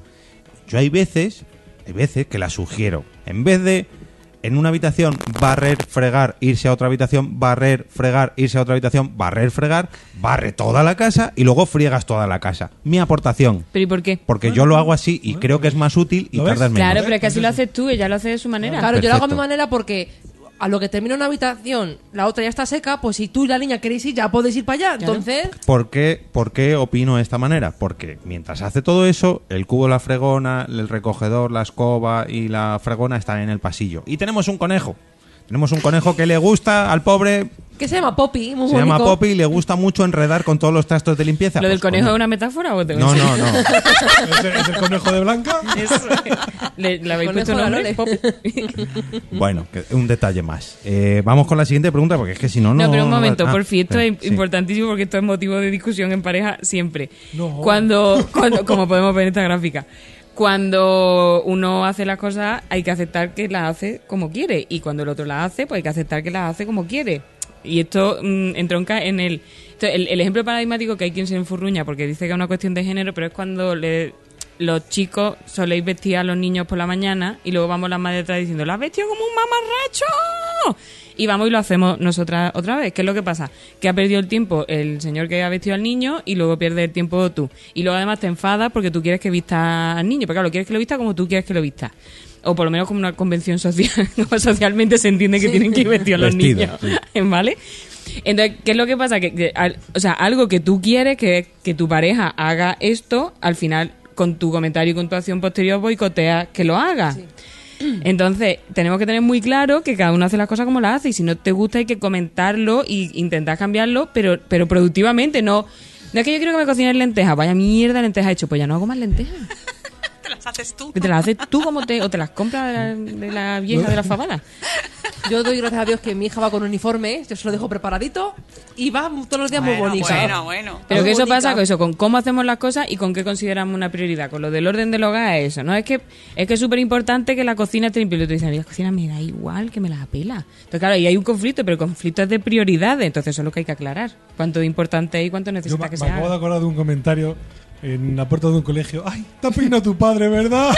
[SPEAKER 2] yo hay veces, hay veces que la sugiero, en vez de en una habitación barrer, fregar, irse a otra habitación, barrer, fregar, irse a otra habitación, barrer, fregar, barre toda la casa y luego friegas toda la casa. Mi aportación.
[SPEAKER 6] ¿Pero y por qué?
[SPEAKER 2] Porque yo lo hago así y creo que es más útil y
[SPEAKER 3] pues, ¿Lo ves?
[SPEAKER 2] tardas menos.
[SPEAKER 6] Claro, pero es que así lo haces tú, ella lo hace de su manera.
[SPEAKER 4] Claro, yo lo hago a mi
[SPEAKER 2] Perfecto.
[SPEAKER 4] manera porque a lo que termina una habitación, la otra ya está seca, pues si tú y la niña queréis ir, ya podéis ir para allá.
[SPEAKER 6] Claro.
[SPEAKER 4] Entonces,
[SPEAKER 2] ¿Por qué, ¿Por qué opino de esta manera? Porque mientras hace todo eso, el cubo, la fregona, el recogedor, la escoba y la fregona están en el pasillo. Y tenemos un conejo. Tenemos un conejo que le gusta al pobre,
[SPEAKER 4] ¿qué se llama? Poppy, muy
[SPEAKER 2] se llama
[SPEAKER 4] bonito.
[SPEAKER 2] Poppy y le gusta mucho enredar con todos los trastos de limpieza.
[SPEAKER 6] ¿Lo del
[SPEAKER 2] Pues,
[SPEAKER 6] conejo es
[SPEAKER 2] coño.
[SPEAKER 6] una metáfora o te
[SPEAKER 2] No, no, no.
[SPEAKER 3] ¿Es, el- es el conejo de Blanca?
[SPEAKER 6] ¿Le, le habéis
[SPEAKER 4] Conejo
[SPEAKER 6] puesto
[SPEAKER 4] de
[SPEAKER 6] nombre?
[SPEAKER 4] Lore.
[SPEAKER 6] Poppy.
[SPEAKER 2] Bueno, que- un detalle más. Eh, vamos con la siguiente pregunta porque es que si no, no.
[SPEAKER 6] No, pero un
[SPEAKER 2] no-
[SPEAKER 6] momento,
[SPEAKER 2] ah,
[SPEAKER 6] por fin, esto
[SPEAKER 2] sí,
[SPEAKER 6] es
[SPEAKER 2] sí.
[SPEAKER 6] importantísimo porque esto es motivo de discusión en pareja siempre.
[SPEAKER 3] No.
[SPEAKER 6] Cuando, cuando, como podemos ver en esta gráfica, cuando uno hace las cosas hay que aceptar que las hace como quiere y cuando el otro las hace, pues hay que aceptar que las hace como quiere. Y esto mm, entronca en el, esto- el... El ejemplo paradigmático que hay quien se enfurruña porque dice que es una cuestión de género, pero es cuando le... Los chicos soléis vestir a los niños por la mañana y luego vamos las madres atrás diciendo, ¡La has vestido como un mamarracho! Y vamos y lo hacemos nosotras otra vez. ¿Qué es lo que pasa? Que ha perdido el tiempo el señor que ha vestido al niño y luego pierde el tiempo tú. Y luego además te enfadas porque tú quieres que vista al niño. Pero claro, quieres que lo vista como tú quieres que lo vista. O por lo menos como una convención social. como socialmente se entiende que tienen que ir vestidos los
[SPEAKER 2] Vestido,
[SPEAKER 6] niños. ¿Vale? Entonces, ¿qué es lo que pasa? Que, que al- o sea, algo que tú quieres que, que tu pareja haga esto, al final, con tu comentario y con tu acción posterior, boicotea que lo haga. Entonces, tenemos que tener muy claro que cada uno hace las cosas como las hace y si no te gusta hay que comentarlo y intentar cambiarlo, pero, pero productivamente, no... No es que yo quiero que me cocines lentejas, vaya mierda lentejas he hecho, pues ya no hago más lentejas.
[SPEAKER 5] Te las haces tú.
[SPEAKER 6] Que Te las haces tú como te... o te las compras de la, de la vieja de la fabada.
[SPEAKER 4] Yo doy gracias a Dios que mi hija va con uniforme, yo se lo dejo preparadito y va todos los días muy
[SPEAKER 5] Bueno,
[SPEAKER 4] bonita.
[SPEAKER 5] bueno, bueno.
[SPEAKER 6] Pero que eso
[SPEAKER 4] Bonita.
[SPEAKER 6] pasa con eso, con cómo hacemos las cosas y con qué consideramos una prioridad. Con lo del orden del hogar es eso, ¿no? Es que es que es súper importante que la cocina esté limpia. Y tú dices, a mí la cocina me da igual, que me la apela. Entonces, claro, ahí hay un conflicto, pero el conflicto es de prioridades. Entonces, eso es lo que hay que aclarar. Cuánto importante es y cuánto
[SPEAKER 3] Yo
[SPEAKER 6] necesita
[SPEAKER 3] me, me
[SPEAKER 6] que se
[SPEAKER 3] acabo de
[SPEAKER 6] haga.
[SPEAKER 3] acordar de un comentario en la puerta de un colegio. ¡Ay, te ha peinado tu padre, verdad!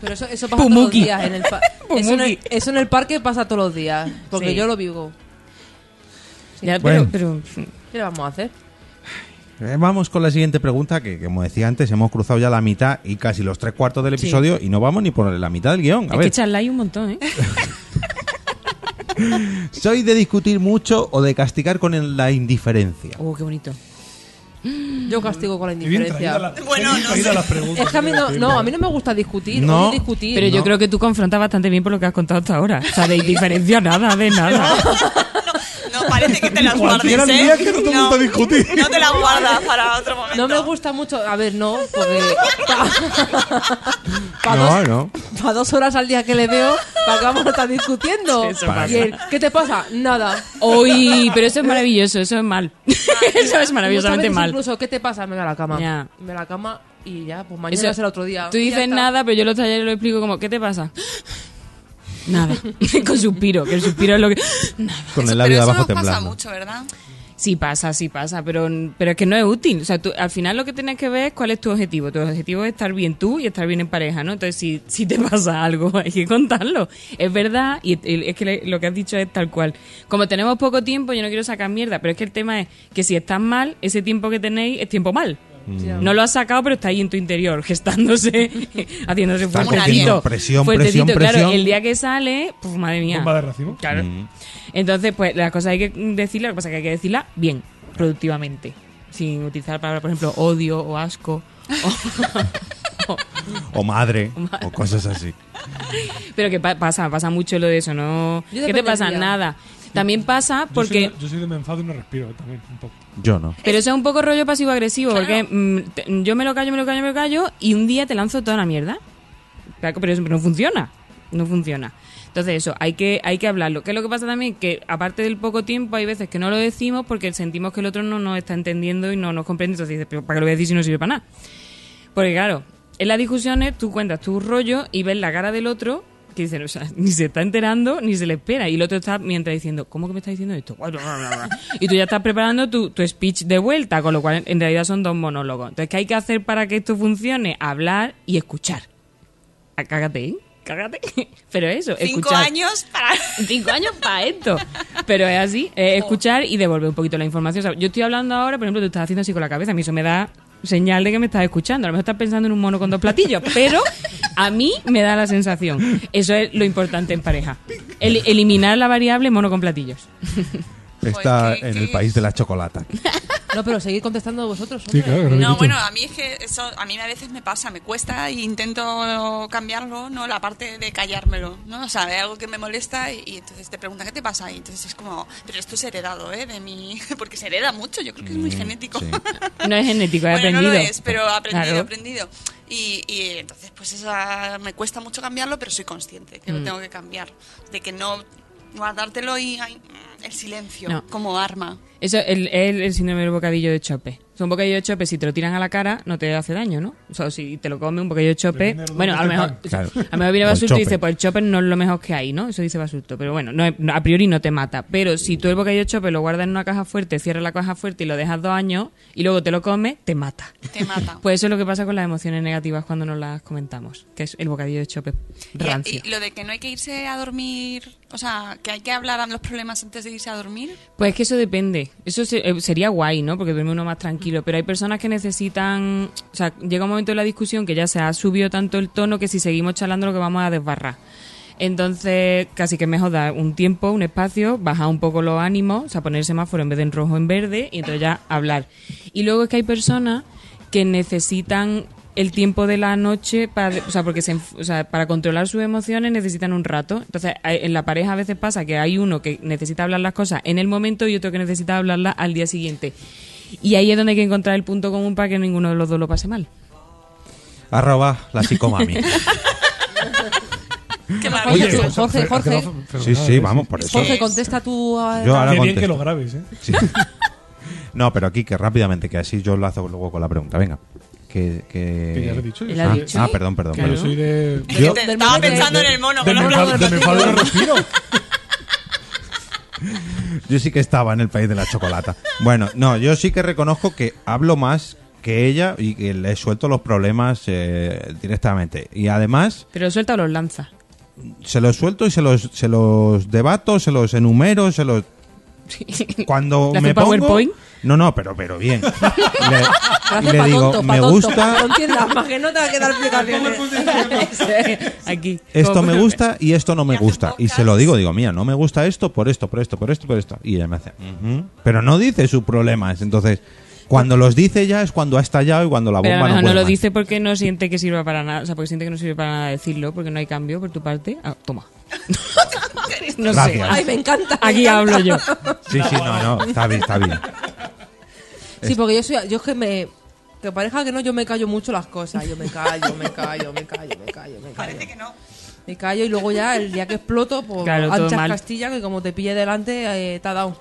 [SPEAKER 4] Pero eso, eso pasa todos los
[SPEAKER 6] Pumuki.
[SPEAKER 4] días. En el pa- eso, en el,
[SPEAKER 6] Pumuki.
[SPEAKER 4] eso en el parque pasa todos los días, porque
[SPEAKER 6] Sí.
[SPEAKER 4] yo lo vivo.
[SPEAKER 6] Ya,
[SPEAKER 2] Bueno.
[SPEAKER 6] pero, pero-
[SPEAKER 4] ¿Qué le vamos a hacer?
[SPEAKER 2] Eh, Vamos con la siguiente pregunta, que como decía antes, hemos cruzado ya la mitad y casi los tres cuartos del episodio y no vamos ni por la mitad del guión. A
[SPEAKER 6] es que
[SPEAKER 2] ver,
[SPEAKER 6] charláis un montón, ¿eh?
[SPEAKER 2] ¿sois de discutir mucho o de castigar con el- la indiferencia?
[SPEAKER 6] Oh, qué bonito.
[SPEAKER 4] Yo castigo con la
[SPEAKER 3] Y bien traída
[SPEAKER 4] indiferencia.
[SPEAKER 3] la,
[SPEAKER 5] Bueno,
[SPEAKER 3] bien
[SPEAKER 5] no
[SPEAKER 3] traída
[SPEAKER 5] sé.
[SPEAKER 3] las preguntas.
[SPEAKER 4] Es que a mí no, no, a mí no me gusta discutir,
[SPEAKER 2] No.
[SPEAKER 4] odio discutir.
[SPEAKER 6] Pero yo creo que tú confrontas bastante bien por lo que has contado hasta ahora. O sea, de indiferencia nada, de nada.
[SPEAKER 5] No, parece que te las guardes,
[SPEAKER 3] Cualquiera
[SPEAKER 5] ¿eh?
[SPEAKER 3] diría que no te gusta discutir.
[SPEAKER 5] No te las guardas para otro momento.
[SPEAKER 4] No me gusta mucho. A ver, no, porque. Para
[SPEAKER 2] No, no.
[SPEAKER 4] Para dos horas al día que le veo, ¿para qué vamos a estar discutiendo?
[SPEAKER 6] Eso
[SPEAKER 4] Y él, ¿Qué te pasa? Nada.
[SPEAKER 6] Uy, pero eso es maravilloso, eso es mal. eso es maravillosamente
[SPEAKER 4] Muchas veces
[SPEAKER 6] mal.
[SPEAKER 4] Incluso, ¿qué te pasa? Me voy a la cama.
[SPEAKER 6] Ya.
[SPEAKER 4] Me voy a la cama y ya, pues mañana
[SPEAKER 6] Eso-
[SPEAKER 4] será otro día.
[SPEAKER 6] Tú
[SPEAKER 4] Y ya
[SPEAKER 6] dices
[SPEAKER 4] está.
[SPEAKER 6] nada, pero yo los talleres lo explico como, ¿qué te pasa? Nada. Con suspiro, que el suspiro es lo que... Nada.
[SPEAKER 2] Con
[SPEAKER 5] Eso-
[SPEAKER 2] el labio de
[SPEAKER 5] pero
[SPEAKER 2] abajo
[SPEAKER 5] eso no pasa
[SPEAKER 2] temblando.
[SPEAKER 5] mucho, ¿verdad?
[SPEAKER 6] Sí pasa, sí pasa, pero, pero es que no es útil. O sea, tú, al final lo que tienes que ver es cuál es tu objetivo. Tu objetivo es estar bien tú y estar bien en pareja, ¿no? Entonces, si, si te pasa algo, hay que contarlo. Es verdad, y y es que le- lo que has dicho es tal cual. Como tenemos poco tiempo, yo no quiero sacar mierda, pero es que el tema es que si estás mal, ese tiempo que tenéis es tiempo mal.
[SPEAKER 2] Mm.
[SPEAKER 6] No lo has sacado, pero está ahí en tu interior, gestándose, haciéndose
[SPEAKER 2] Está
[SPEAKER 5] cogiendo
[SPEAKER 6] fuertecito.
[SPEAKER 2] presión,
[SPEAKER 6] fuertecito,
[SPEAKER 2] presión,
[SPEAKER 6] claro.
[SPEAKER 2] presión.
[SPEAKER 6] El día que sale, pues madre mía.
[SPEAKER 3] Bomba de racimo.
[SPEAKER 6] Claro. Entonces, pues las cosas hay que decirlas, lo que pasa es que hay que decirla bien, productivamente. Sin utilizar palabras, por ejemplo, odio o asco. o-
[SPEAKER 2] O madre, o cosas así.
[SPEAKER 6] pero que pa- pasa, pasa mucho lo de eso, ¿no?
[SPEAKER 4] Yo
[SPEAKER 6] ¿Qué te pasa?
[SPEAKER 4] dependería.
[SPEAKER 6] Nada. También pasa porque...
[SPEAKER 3] Yo soy, yo soy de me enfado y no respiro eh, también, un poco.
[SPEAKER 2] Yo no.
[SPEAKER 6] Pero eso es un poco rollo pasivo-agresivo, porque mm, te- yo me lo callo, me lo callo, me lo callo, y un día te lanzo toda la mierda. Claro, Pero eso no funciona. No funciona. Entonces, eso, hay que, hay que hablarlo. ¿Qué es lo que pasa también? Que aparte del poco tiempo, hay veces que no lo decimos porque sentimos que el otro no nos está entendiendo y no nos comprende. Entonces dices, "¿Pero ¿para qué lo voy a decir si no sirve para nada? Porque claro, en las discusiones tú cuentas tu rollo y ves la cara del otro que dicen, o sea, ni se está enterando ni se le espera. Y el otro está mientras diciendo, ¿cómo que me está diciendo esto? Y tú ya estás preparando tu, tu speech de vuelta, con lo cual en realidad son dos monólogos. Entonces, ¿qué hay que hacer para que esto funcione? Hablar y escuchar. Ah, Cágate, ¿eh? Cágate. Pero eso,
[SPEAKER 5] Cinco
[SPEAKER 6] escuchar.
[SPEAKER 5] años para...
[SPEAKER 6] Cinco años para esto. Pero es así, eh,
[SPEAKER 5] Oh.
[SPEAKER 6] escuchar y devolver un poquito la información. O sea, yo estoy hablando ahora, por ejemplo, tú estás haciendo así con la cabeza. A mí eso me da señal de que me estás escuchando. A lo mejor estás pensando en un mono con dos platillos, pero a mí me da la sensación. Eso es lo importante en pareja. El- eliminar la variable mono con platillos.
[SPEAKER 5] Pues
[SPEAKER 2] Está
[SPEAKER 5] Joder, qué-
[SPEAKER 2] en
[SPEAKER 5] qué-
[SPEAKER 2] el país de la chocolata.
[SPEAKER 4] No, pero seguid contestando vosotros.
[SPEAKER 3] Sí,
[SPEAKER 4] hombre.
[SPEAKER 3] claro, que lo he
[SPEAKER 5] No,
[SPEAKER 3] dicho.
[SPEAKER 5] bueno, a mí es que eso, a mí a veces me pasa, me cuesta e intento cambiarlo, ¿no? La parte de callármelo, ¿no? O sea, hay algo que me molesta y, y entonces te pregunta, ¿qué te pasa? Y entonces es como, pero esto es heredado, ¿eh? De mí, porque se hereda mucho, yo creo que es muy genético.
[SPEAKER 2] Mm, sí.
[SPEAKER 6] No es genético, he
[SPEAKER 5] bueno,
[SPEAKER 6] aprendido.
[SPEAKER 5] no lo es, pero he aprendido,
[SPEAKER 6] Claro.
[SPEAKER 5] he aprendido. Y, y entonces, pues esa, me cuesta mucho cambiarlo, pero soy consciente
[SPEAKER 6] Mm.
[SPEAKER 5] que lo tengo que cambiar. De que no guardártelo y ay, el silencio
[SPEAKER 6] No.
[SPEAKER 5] como arma.
[SPEAKER 6] Eso es el, el- el síndrome del bocadillo de chope. O sea, un bocadillo de chope, si te lo tiran a la cara, no te hace daño, ¿no? O sea, si te lo come un bocadillo de chope.
[SPEAKER 3] Depende de
[SPEAKER 6] Bueno,
[SPEAKER 3] dónde
[SPEAKER 6] a lo
[SPEAKER 3] te
[SPEAKER 6] mejor.
[SPEAKER 3] pan.
[SPEAKER 2] Claro.
[SPEAKER 6] A lo mejor viene
[SPEAKER 2] O el
[SPEAKER 6] Basurto y
[SPEAKER 2] chope.
[SPEAKER 6] dice, pues el chope no es lo mejor que hay, ¿no? Eso dice Basurto. Pero bueno, no, es- no, a priori no te mata. Pero si tú el bocadillo de chope lo guardas en una caja fuerte, cierras la caja fuerte y lo dejas dos años y luego te lo comes, te mata.
[SPEAKER 5] Te mata.
[SPEAKER 6] Pues eso es lo que pasa con las emociones negativas cuando no las comentamos, que es el bocadillo de chope
[SPEAKER 5] Y-
[SPEAKER 6] rancio.
[SPEAKER 5] Y, lo de que no hay que irse a dormir, o sea, que hay que hablar los problemas antes de irse a dormir.
[SPEAKER 6] Pues es que eso depende. Eso se- eh, sería guay, ¿no? Porque duerme uno más tranquilo. Pero hay personas que necesitan. O sea, llega un momento de la discusión que ya se ha subido tanto el tono que si seguimos charlando lo que vamos a desbarrar. Entonces, casi que es mejor dar un tiempo, un espacio, bajar un poco los ánimos, o sea, poner el semáforo en vez de en rojo en verde y entonces ya hablar. Y luego es que hay personas que necesitan el tiempo de la noche para, o sea, porque se enf- o sea, para controlar sus emociones necesitan un rato. Entonces, hay- en la pareja a veces pasa que hay uno que necesita hablar las cosas en el momento y otro que necesita hablarlas al día siguiente. Y ahí es donde hay que encontrar el punto común para que ninguno de los dos lo pase mal.
[SPEAKER 2] Arroba la psicomami.
[SPEAKER 5] Qué
[SPEAKER 4] Oye,
[SPEAKER 5] maravilloso.
[SPEAKER 4] Jorge, Jorge,
[SPEAKER 3] pero-
[SPEAKER 4] Jorge.
[SPEAKER 3] pero- pero-
[SPEAKER 2] Sí, sí, vamos, por eso.
[SPEAKER 4] Jorge, contesta tú. ah, a-
[SPEAKER 2] Yo ahora
[SPEAKER 3] Qué bien
[SPEAKER 2] contesto.
[SPEAKER 3] que lo grabes, ¿eh?
[SPEAKER 2] Sí. No, pero aquí que rápidamente, que así yo lo hago luego con la pregunta. Venga. Que, que-
[SPEAKER 3] Que ya lo he dicho. yo
[SPEAKER 6] Él ha
[SPEAKER 2] ah,
[SPEAKER 3] soy-
[SPEAKER 6] dicho.
[SPEAKER 2] ah, perdón, perdón.
[SPEAKER 3] Yo
[SPEAKER 6] Claro.
[SPEAKER 2] perdón.
[SPEAKER 3] soy de...
[SPEAKER 5] Es que
[SPEAKER 2] Yo-
[SPEAKER 5] te-
[SPEAKER 4] del
[SPEAKER 5] estaba
[SPEAKER 4] momento-
[SPEAKER 5] pensando en el mono
[SPEAKER 3] de mi
[SPEAKER 5] con los
[SPEAKER 3] enfado-
[SPEAKER 5] problemas.
[SPEAKER 3] de mi enfado no respiro.
[SPEAKER 2] Yo sí que estaba en el país de la chocolata. Bueno, no, yo sí que reconozco que hablo más que ella y que le suelto los problemas eh, directamente. Y además,
[SPEAKER 6] Pero suelta o los lanza.
[SPEAKER 2] se los suelto y se los, se los debato, se los enumero, se los... Cuando
[SPEAKER 6] ¿Le hace
[SPEAKER 2] me pongo...
[SPEAKER 6] PowerPoint?
[SPEAKER 2] No, no, pero, pero bien. Le-
[SPEAKER 4] Gracias,
[SPEAKER 2] le
[SPEAKER 4] pa'
[SPEAKER 2] digo,
[SPEAKER 4] tonto, pa'
[SPEAKER 2] me
[SPEAKER 4] tonto,
[SPEAKER 2] gusta...
[SPEAKER 4] pa' tontienda, más que no te va a quedar explicaciones.
[SPEAKER 6] Aquí.
[SPEAKER 2] esto
[SPEAKER 6] Como-
[SPEAKER 2] me gusta y esto no me
[SPEAKER 5] hace
[SPEAKER 2] gusta. Y se lo digo, digo, mía, no me gusta esto por esto, por esto, por esto, por esto. Y ella me hace, "Ujú". pero no dice sus problemas. Entonces, cuando los dice ya es cuando ha estallado y cuando la
[SPEAKER 6] Pero a lo
[SPEAKER 2] bomba no,
[SPEAKER 6] mejor no
[SPEAKER 2] puede
[SPEAKER 6] lo
[SPEAKER 2] más.
[SPEAKER 6] dice porque no siente que sirva para nada. O sea, porque siente que no sirve para nada decirlo, porque no hay cambio por tu parte. Ah, toma. no sé.
[SPEAKER 2] Gracias.
[SPEAKER 4] Ay, me encanta. me
[SPEAKER 6] Aquí
[SPEAKER 4] encanta.
[SPEAKER 6] hablo yo.
[SPEAKER 2] Sí, sí, no, no, está bien, está bien.
[SPEAKER 4] Sí, porque yo soy. Yo es que me. Que parezca que no, yo me callo mucho las cosas. Yo me callo, me callo, me callo, me callo, me callo.
[SPEAKER 5] Parece que no.
[SPEAKER 4] Me callo y luego ya el día que exploto, pues
[SPEAKER 6] Claro, todo
[SPEAKER 4] anchas
[SPEAKER 6] mal.
[SPEAKER 4] Castilla, que como te pille delante, eh, te ha dado.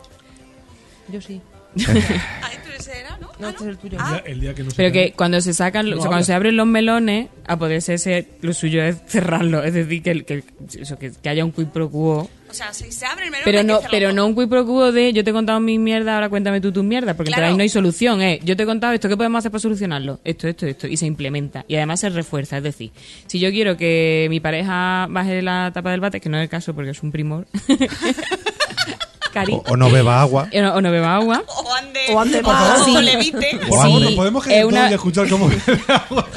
[SPEAKER 4] Yo sí.
[SPEAKER 5] Ah, ¿tú ese era, ¿no?
[SPEAKER 4] No,
[SPEAKER 5] Ah,
[SPEAKER 4] este es el tuyo.
[SPEAKER 3] El día- El día que no se
[SPEAKER 6] Pero
[SPEAKER 3] cae.
[SPEAKER 6] que cuando se sacan,
[SPEAKER 3] No
[SPEAKER 6] o sea,
[SPEAKER 3] habla.
[SPEAKER 6] cuando se abren los melones, a poder ser ese, lo suyo es cerrarlo. Es decir, que, el- que, el- eso, que, que haya un quid pro quo.
[SPEAKER 5] O sea, si se abre el melón
[SPEAKER 6] Pero
[SPEAKER 5] hay que
[SPEAKER 6] no,
[SPEAKER 5] cerrarlo.
[SPEAKER 6] pero no un quid pro quo de yo te he contado mi mierda, ahora cuéntame tú tus mierdas, porque por
[SPEAKER 5] Claro.
[SPEAKER 6] ahí no hay solución, eh. Yo te he contado esto, ¿qué podemos hacer para solucionarlo? Esto, esto, esto, y se implementa. Y además se refuerza, es decir, si yo quiero que mi pareja baje la tapa del bate, que no es el caso porque es un primor, Cari,
[SPEAKER 2] O, o no beba agua.
[SPEAKER 6] o no- o no beba agua,
[SPEAKER 5] O ande,
[SPEAKER 4] O ande
[SPEAKER 5] o
[SPEAKER 4] más.
[SPEAKER 5] levite.
[SPEAKER 2] O
[SPEAKER 3] Por favor,
[SPEAKER 2] algo.
[SPEAKER 3] ¿no podemos
[SPEAKER 6] es
[SPEAKER 3] que
[SPEAKER 6] una-
[SPEAKER 3] una... escuchar cómo bebe agua?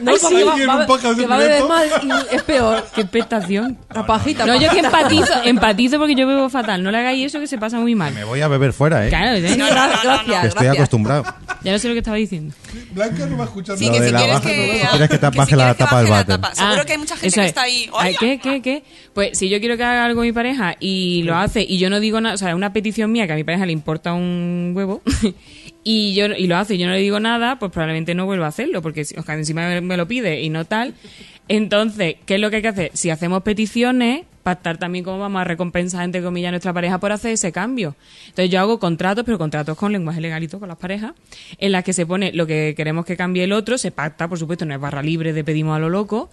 [SPEAKER 4] No, porque
[SPEAKER 3] sí,
[SPEAKER 4] va-
[SPEAKER 3] en
[SPEAKER 4] va-
[SPEAKER 3] un podcast
[SPEAKER 4] que
[SPEAKER 3] en
[SPEAKER 4] va a beber
[SPEAKER 3] directo.
[SPEAKER 4] mal y es peor.
[SPEAKER 6] qué pestación.
[SPEAKER 4] La pajita.
[SPEAKER 6] No, yo que
[SPEAKER 4] pajita.
[SPEAKER 6] empatizo, empatizo porque yo bebo fatal. No le hagáis eso que se pasa muy mal.
[SPEAKER 2] Me voy a beber fuera, ¿eh?
[SPEAKER 6] Claro, ya,
[SPEAKER 4] No, gra- gracias,
[SPEAKER 2] que estoy
[SPEAKER 4] gracias.
[SPEAKER 2] acostumbrado.
[SPEAKER 6] ya no sé lo que estaba diciendo.
[SPEAKER 3] Blanca no va a escuchar
[SPEAKER 5] Sí,
[SPEAKER 2] Lo
[SPEAKER 5] que
[SPEAKER 2] de
[SPEAKER 5] si
[SPEAKER 2] la
[SPEAKER 5] quieres
[SPEAKER 2] baja,
[SPEAKER 5] que,
[SPEAKER 2] si quieres que te
[SPEAKER 5] que si
[SPEAKER 2] baje la
[SPEAKER 5] quieres que
[SPEAKER 2] tapa
[SPEAKER 5] baje
[SPEAKER 2] del
[SPEAKER 5] la
[SPEAKER 2] váter.
[SPEAKER 5] tapa. Seguro
[SPEAKER 6] Ah,
[SPEAKER 5] que hay mucha gente
[SPEAKER 6] eso
[SPEAKER 5] que
[SPEAKER 6] es.
[SPEAKER 5] está ahí.
[SPEAKER 6] Ah,
[SPEAKER 5] "Oye,
[SPEAKER 6] ¿Qué, qué, qué? Pues si yo quiero que haga algo mi pareja y lo hace y yo no digo nada, o sea, es una petición mía que a mi pareja le importa un huevo y yo y lo hace y yo no le digo nada, pues probablemente no vuelva a hacerlo porque si- o sea, encima me- me lo pide y no tal. Entonces, ¿qué es lo que hay que hacer? Si hacemos peticiones, pactar también cómo vamos a recompensar, entre comillas, a nuestra pareja por hacer ese cambio. Entonces yo hago contratos, pero contratos con lenguaje legalito con las parejas, en las que se pone lo que queremos que cambie el otro, se pacta, por supuesto, no es barra libre de pedimos a lo loco,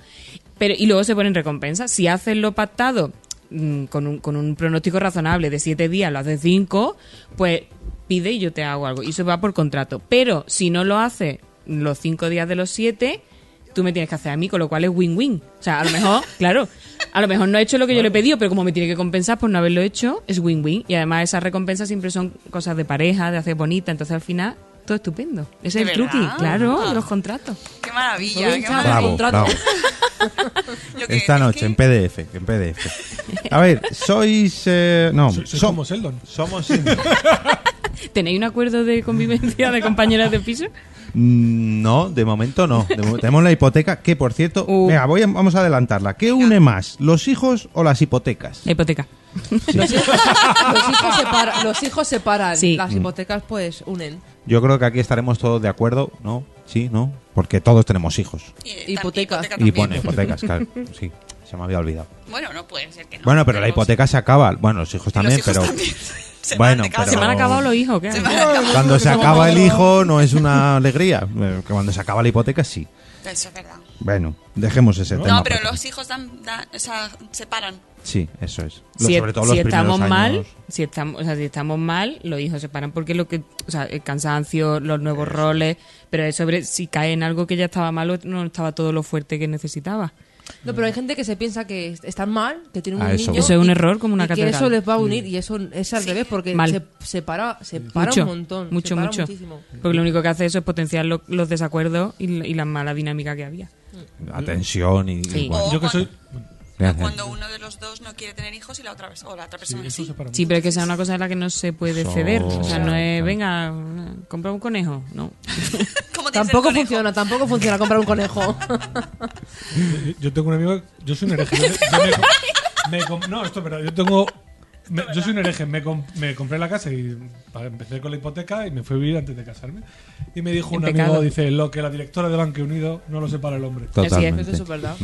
[SPEAKER 6] pero y luego se ponen recompensas. Si haces lo pactado mm, con un, con un pronóstico razonable de siete días, lo haces cinco, pues pide y yo te hago algo. Y eso va por contrato. Pero si no lo haces los cinco días de los siete, tú me tienes que hacer a mí, con lo cual es win-win. O sea, a lo mejor, claro, a lo mejor no he hecho lo que yo le he pedido, pero como me tiene que compensar por no haberlo hecho, es win-win. Y además esas recompensas siempre son cosas de pareja, de hacer bonita, entonces al final todo estupendo. Ese es
[SPEAKER 5] ¿De
[SPEAKER 6] el truqui,
[SPEAKER 5] verdad? Ah.
[SPEAKER 6] claro, de los contratos.
[SPEAKER 5] Qué maravilla, qué
[SPEAKER 4] Aprovecha.
[SPEAKER 5] maravilla.
[SPEAKER 2] Bravo,
[SPEAKER 4] Contrato.
[SPEAKER 2] bravo.
[SPEAKER 5] Lo que-
[SPEAKER 2] Esta
[SPEAKER 5] es
[SPEAKER 2] noche
[SPEAKER 5] que-
[SPEAKER 2] en PDF, en PDF. A ver, sois. eh, no,
[SPEAKER 3] Soy- soy
[SPEAKER 2] som-
[SPEAKER 3] como Sheldon.
[SPEAKER 2] somos.
[SPEAKER 6] ¿Tenéis un acuerdo de convivencia de compañeras de piso?
[SPEAKER 2] Mm, No, de momento no. De mo- tenemos la hipoteca, que por cierto,
[SPEAKER 6] Uh.
[SPEAKER 2] venga, voy a- vamos a adelantarla. ¿Qué une más, los hijos o las hipotecas?
[SPEAKER 6] La hipoteca.
[SPEAKER 4] Los hijos, los hijos separa- los hijos separan,
[SPEAKER 6] Sí.
[SPEAKER 2] Mm.
[SPEAKER 4] las hipotecas pues unen.
[SPEAKER 2] Yo creo que aquí estaremos todos de acuerdo, ¿no? Sí, ¿no? Porque todos tenemos hijos.
[SPEAKER 5] Y, eh, tam-
[SPEAKER 4] Hipoteca.
[SPEAKER 2] Y
[SPEAKER 5] también.
[SPEAKER 2] pone hipotecas, claro. Sí, se me había olvidado.
[SPEAKER 5] Bueno, no puede ser que no.
[SPEAKER 2] Bueno, pero la
[SPEAKER 5] Los-
[SPEAKER 2] hipoteca se acaba. Bueno, los hijos también,
[SPEAKER 5] los hijos
[SPEAKER 2] pero.
[SPEAKER 5] también. Se van
[SPEAKER 2] Bueno,
[SPEAKER 5] de casa.
[SPEAKER 6] ¿Se me han
[SPEAKER 2] Pero-
[SPEAKER 6] acabado los hijos? ¿Qué?
[SPEAKER 5] Se van de casa.
[SPEAKER 2] Cuando se acaba el hijo no es una alegría. Eh, que Cuando se acaba la hipoteca sí.
[SPEAKER 5] Eso es verdad.
[SPEAKER 2] Bueno, dejemos ese tema.
[SPEAKER 5] No, pero
[SPEAKER 2] aparte.
[SPEAKER 5] los hijos dan, dan- o sea, se paran.
[SPEAKER 2] Sí, eso es. Lo-
[SPEAKER 6] si,
[SPEAKER 2] sobre todo
[SPEAKER 6] si
[SPEAKER 2] los primeros
[SPEAKER 6] estamos mal,
[SPEAKER 2] años.
[SPEAKER 6] si estamos, o sea, si estamos mal, los hijos se paran porque lo que, o sea, el cansancio, los nuevos roles, pero es sobre si cae en algo que ya estaba malo, no estaba todo lo fuerte que necesitaba.
[SPEAKER 4] No, pero hay gente que se piensa que est- están mal, que tienen
[SPEAKER 2] Ah,
[SPEAKER 4] un
[SPEAKER 2] eso Mm.
[SPEAKER 4] niño.
[SPEAKER 2] voy. Eso
[SPEAKER 6] es un
[SPEAKER 4] y-
[SPEAKER 6] error como una
[SPEAKER 4] y que
[SPEAKER 6] catedral.
[SPEAKER 4] eso les va a unir y eso es al revés porque
[SPEAKER 6] Mal.
[SPEAKER 4] se separa, separa
[SPEAKER 6] mucho,
[SPEAKER 4] un montón.
[SPEAKER 6] mucho,
[SPEAKER 4] separa
[SPEAKER 6] mucho.
[SPEAKER 4] muchísimo.
[SPEAKER 6] Porque lo único que hace eso es potenciar lo- los desacuerdos y, la- y la mala dinámica que había.
[SPEAKER 2] La tensión Mm. y...
[SPEAKER 6] Sí.
[SPEAKER 2] y bueno,
[SPEAKER 5] O
[SPEAKER 3] Yo que soy.
[SPEAKER 5] cuando-
[SPEAKER 2] gracias.
[SPEAKER 5] Cuando uno de los dos no quiere tener hijos y la otra vez, o la otra
[SPEAKER 3] Sí,
[SPEAKER 5] persona
[SPEAKER 3] eso
[SPEAKER 5] sí.
[SPEAKER 3] se para
[SPEAKER 6] Sí,
[SPEAKER 3] mucho.
[SPEAKER 6] pero es que sea una cosa en la que no se puede
[SPEAKER 2] Eso-
[SPEAKER 6] ceder. O sea, no es,
[SPEAKER 2] Claro.
[SPEAKER 6] venga, compra un conejo. No.
[SPEAKER 5] ¿Cómo tienes el
[SPEAKER 4] Tampoco
[SPEAKER 5] conejo?
[SPEAKER 4] funciona, tampoco funciona comprar un conejo.
[SPEAKER 3] Yo- Yo tengo un amigo. Yo soy un hereje. Yo me- yo me com- no, esto es verdad. Yo tengo. me- yo soy un hereje. Me, com- me compré la casa y pa- empecé con la hipoteca y me fui a vivir antes de casarme. Y me dijo
[SPEAKER 6] En
[SPEAKER 3] un
[SPEAKER 6] pecado.
[SPEAKER 3] amigo: dice, lo que la directora de Banque Unido no lo separa el hombre.
[SPEAKER 6] es,
[SPEAKER 2] Totalmente.
[SPEAKER 4] eso es verdad.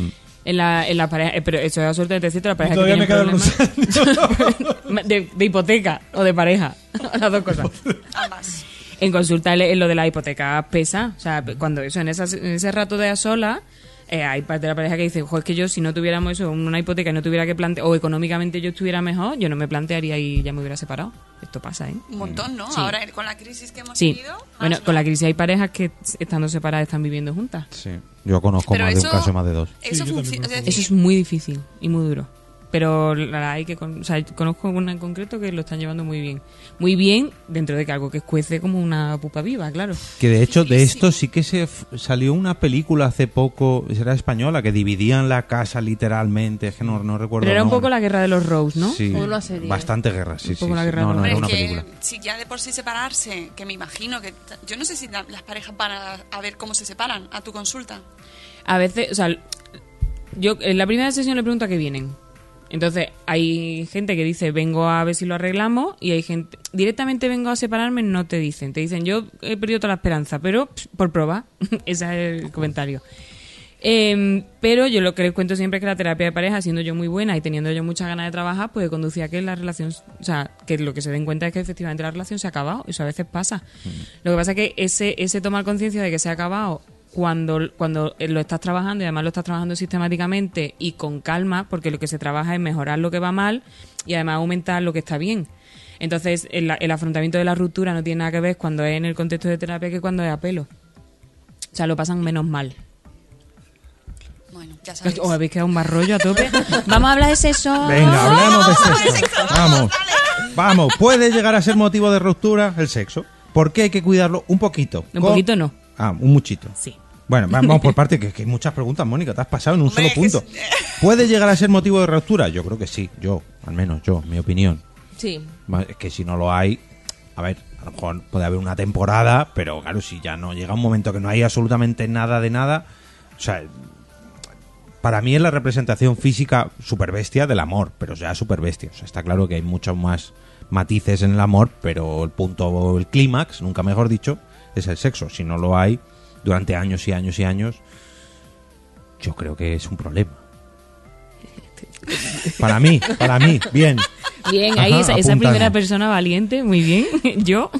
[SPEAKER 6] En la, en la pareja, eh, pero eso Pues es absolutamente cierto. La
[SPEAKER 3] Y
[SPEAKER 6] pareja que
[SPEAKER 3] Mm. todavía
[SPEAKER 6] tiene
[SPEAKER 3] me quedan
[SPEAKER 6] problemas-
[SPEAKER 3] unos años.
[SPEAKER 6] de, de hipoteca o de pareja. Las dos cosas.
[SPEAKER 5] Ambas.
[SPEAKER 6] En consulta el- en lo de la hipoteca pesa. O sea, cuando eso, en, esas- en ese rato de a sola, eh, hay parte de la pareja que dice, ojo, es que yo si no tuviéramos eso, una hipoteca y no tuviera que plantear, o económicamente yo estuviera mejor, yo no me plantearía y ya me hubiera separado. Esto pasa, ¿eh?
[SPEAKER 5] Un montón, ¿no?
[SPEAKER 6] Sí.
[SPEAKER 5] Ahora con la crisis que hemos
[SPEAKER 6] Sí.
[SPEAKER 5] tenido. más,
[SPEAKER 6] Bueno,
[SPEAKER 5] ¿no?
[SPEAKER 6] con la crisis hay parejas que estando separadas están viviendo juntas.
[SPEAKER 2] Sí. Yo conozco
[SPEAKER 5] Pero
[SPEAKER 2] más de
[SPEAKER 5] eso-
[SPEAKER 2] un caso y más de dos.
[SPEAKER 5] Eso
[SPEAKER 3] Sí, yo también
[SPEAKER 5] funciona.
[SPEAKER 3] conozco.
[SPEAKER 6] Eso es muy difícil y muy duro. Pero la hay que. con- o sea, conozco una en concreto que lo están llevando muy bien. Muy bien, dentro de que algo que escuece como una pupa viva, claro.
[SPEAKER 2] Que de hecho de esto sí que se f- salió una película hace poco, será española, que dividían la casa literalmente, es que no, no recuerdo.
[SPEAKER 6] Pero era un
[SPEAKER 2] el
[SPEAKER 6] poco la guerra de los Rose, ¿no?
[SPEAKER 2] nombre. Sí,
[SPEAKER 4] O una serie.
[SPEAKER 2] Bastante guerra, sí,
[SPEAKER 6] Un
[SPEAKER 2] sí.
[SPEAKER 6] poco la
[SPEAKER 2] sí.
[SPEAKER 6] guerra
[SPEAKER 2] No,
[SPEAKER 6] de
[SPEAKER 2] no,
[SPEAKER 6] los
[SPEAKER 2] era
[SPEAKER 5] Hombre,
[SPEAKER 2] una
[SPEAKER 5] es que
[SPEAKER 2] película.
[SPEAKER 5] si ya de por sí separarse, que me imagino que t- yo no sé si la- las parejas van a, a ver cómo se separan a tu consulta.
[SPEAKER 6] A veces, o sea, yo en la primera sesión le pregunto a qué vienen. Entonces, hay gente que dice, vengo a ver si lo arreglamos, y hay gente, directamente vengo a separarme, no te dicen. Te dicen, yo he perdido toda la esperanza, pero pss, por probar. Ese es el comentario. Eh, pero yo lo que les cuento siempre es que la terapia de pareja, siendo yo muy buena y teniendo yo muchas ganas de trabajar, pues conducía a que la relación, o sea, que lo que se den cuenta es que efectivamente la relación se ha acabado, eso a veces pasa. Lo que pasa es que ese, ese tomar conciencia de que se ha acabado cuando, cuando eh, lo estás trabajando y además lo estás trabajando sistemáticamente y con calma, porque lo que se trabaja es mejorar lo que va mal y además aumentar lo que está bien. Entonces, el, el afrontamiento de la ruptura no tiene nada que ver cuando es en el contexto de terapia que cuando es a pelo. O sea, lo pasan menos mal.
[SPEAKER 5] Bueno, ya sabéis.
[SPEAKER 6] ¿Os habéis quedado un barrollo a tope? Vamos a hablar de sexo.
[SPEAKER 2] Venga, hablemos de
[SPEAKER 5] Ah, vamos,
[SPEAKER 2] sexo.
[SPEAKER 5] sexo,
[SPEAKER 2] Vamos,
[SPEAKER 5] vamos,
[SPEAKER 2] vamos. Puede llegar a ser motivo de ruptura el sexo. ¿Por qué hay que cuidarlo un poquito?
[SPEAKER 6] Un poquito no.
[SPEAKER 2] Ah, un muchito.
[SPEAKER 6] Sí.
[SPEAKER 2] Bueno, va- vamos por parte, que, que hay muchas preguntas, Mónica, te has pasado en un
[SPEAKER 5] Hombre,
[SPEAKER 2] solo punto.
[SPEAKER 5] que
[SPEAKER 2] ¿Puede llegar a ser motivo de ruptura? Yo creo que sí, yo, al menos yo, mi opinión.
[SPEAKER 4] Sí.
[SPEAKER 2] Ma- Es que si no lo hay, a ver, a lo mejor puede haber una temporada, pero claro, si ya no llega un momento que no hay absolutamente nada de nada, o sea, para mí es la representación física super bestia del amor, pero ya super bestia. O sea, está claro que hay muchos más matices en el amor, pero el punto, el clímax, nunca mejor dicho, es el sexo. Si no lo hay durante años y años y años, yo creo que es un problema. Para mí, para mí, bien.
[SPEAKER 6] Bien, ahí
[SPEAKER 2] Ajá,
[SPEAKER 6] esa, esa
[SPEAKER 2] apuntando.
[SPEAKER 6] primera persona valiente, muy bien. Yo.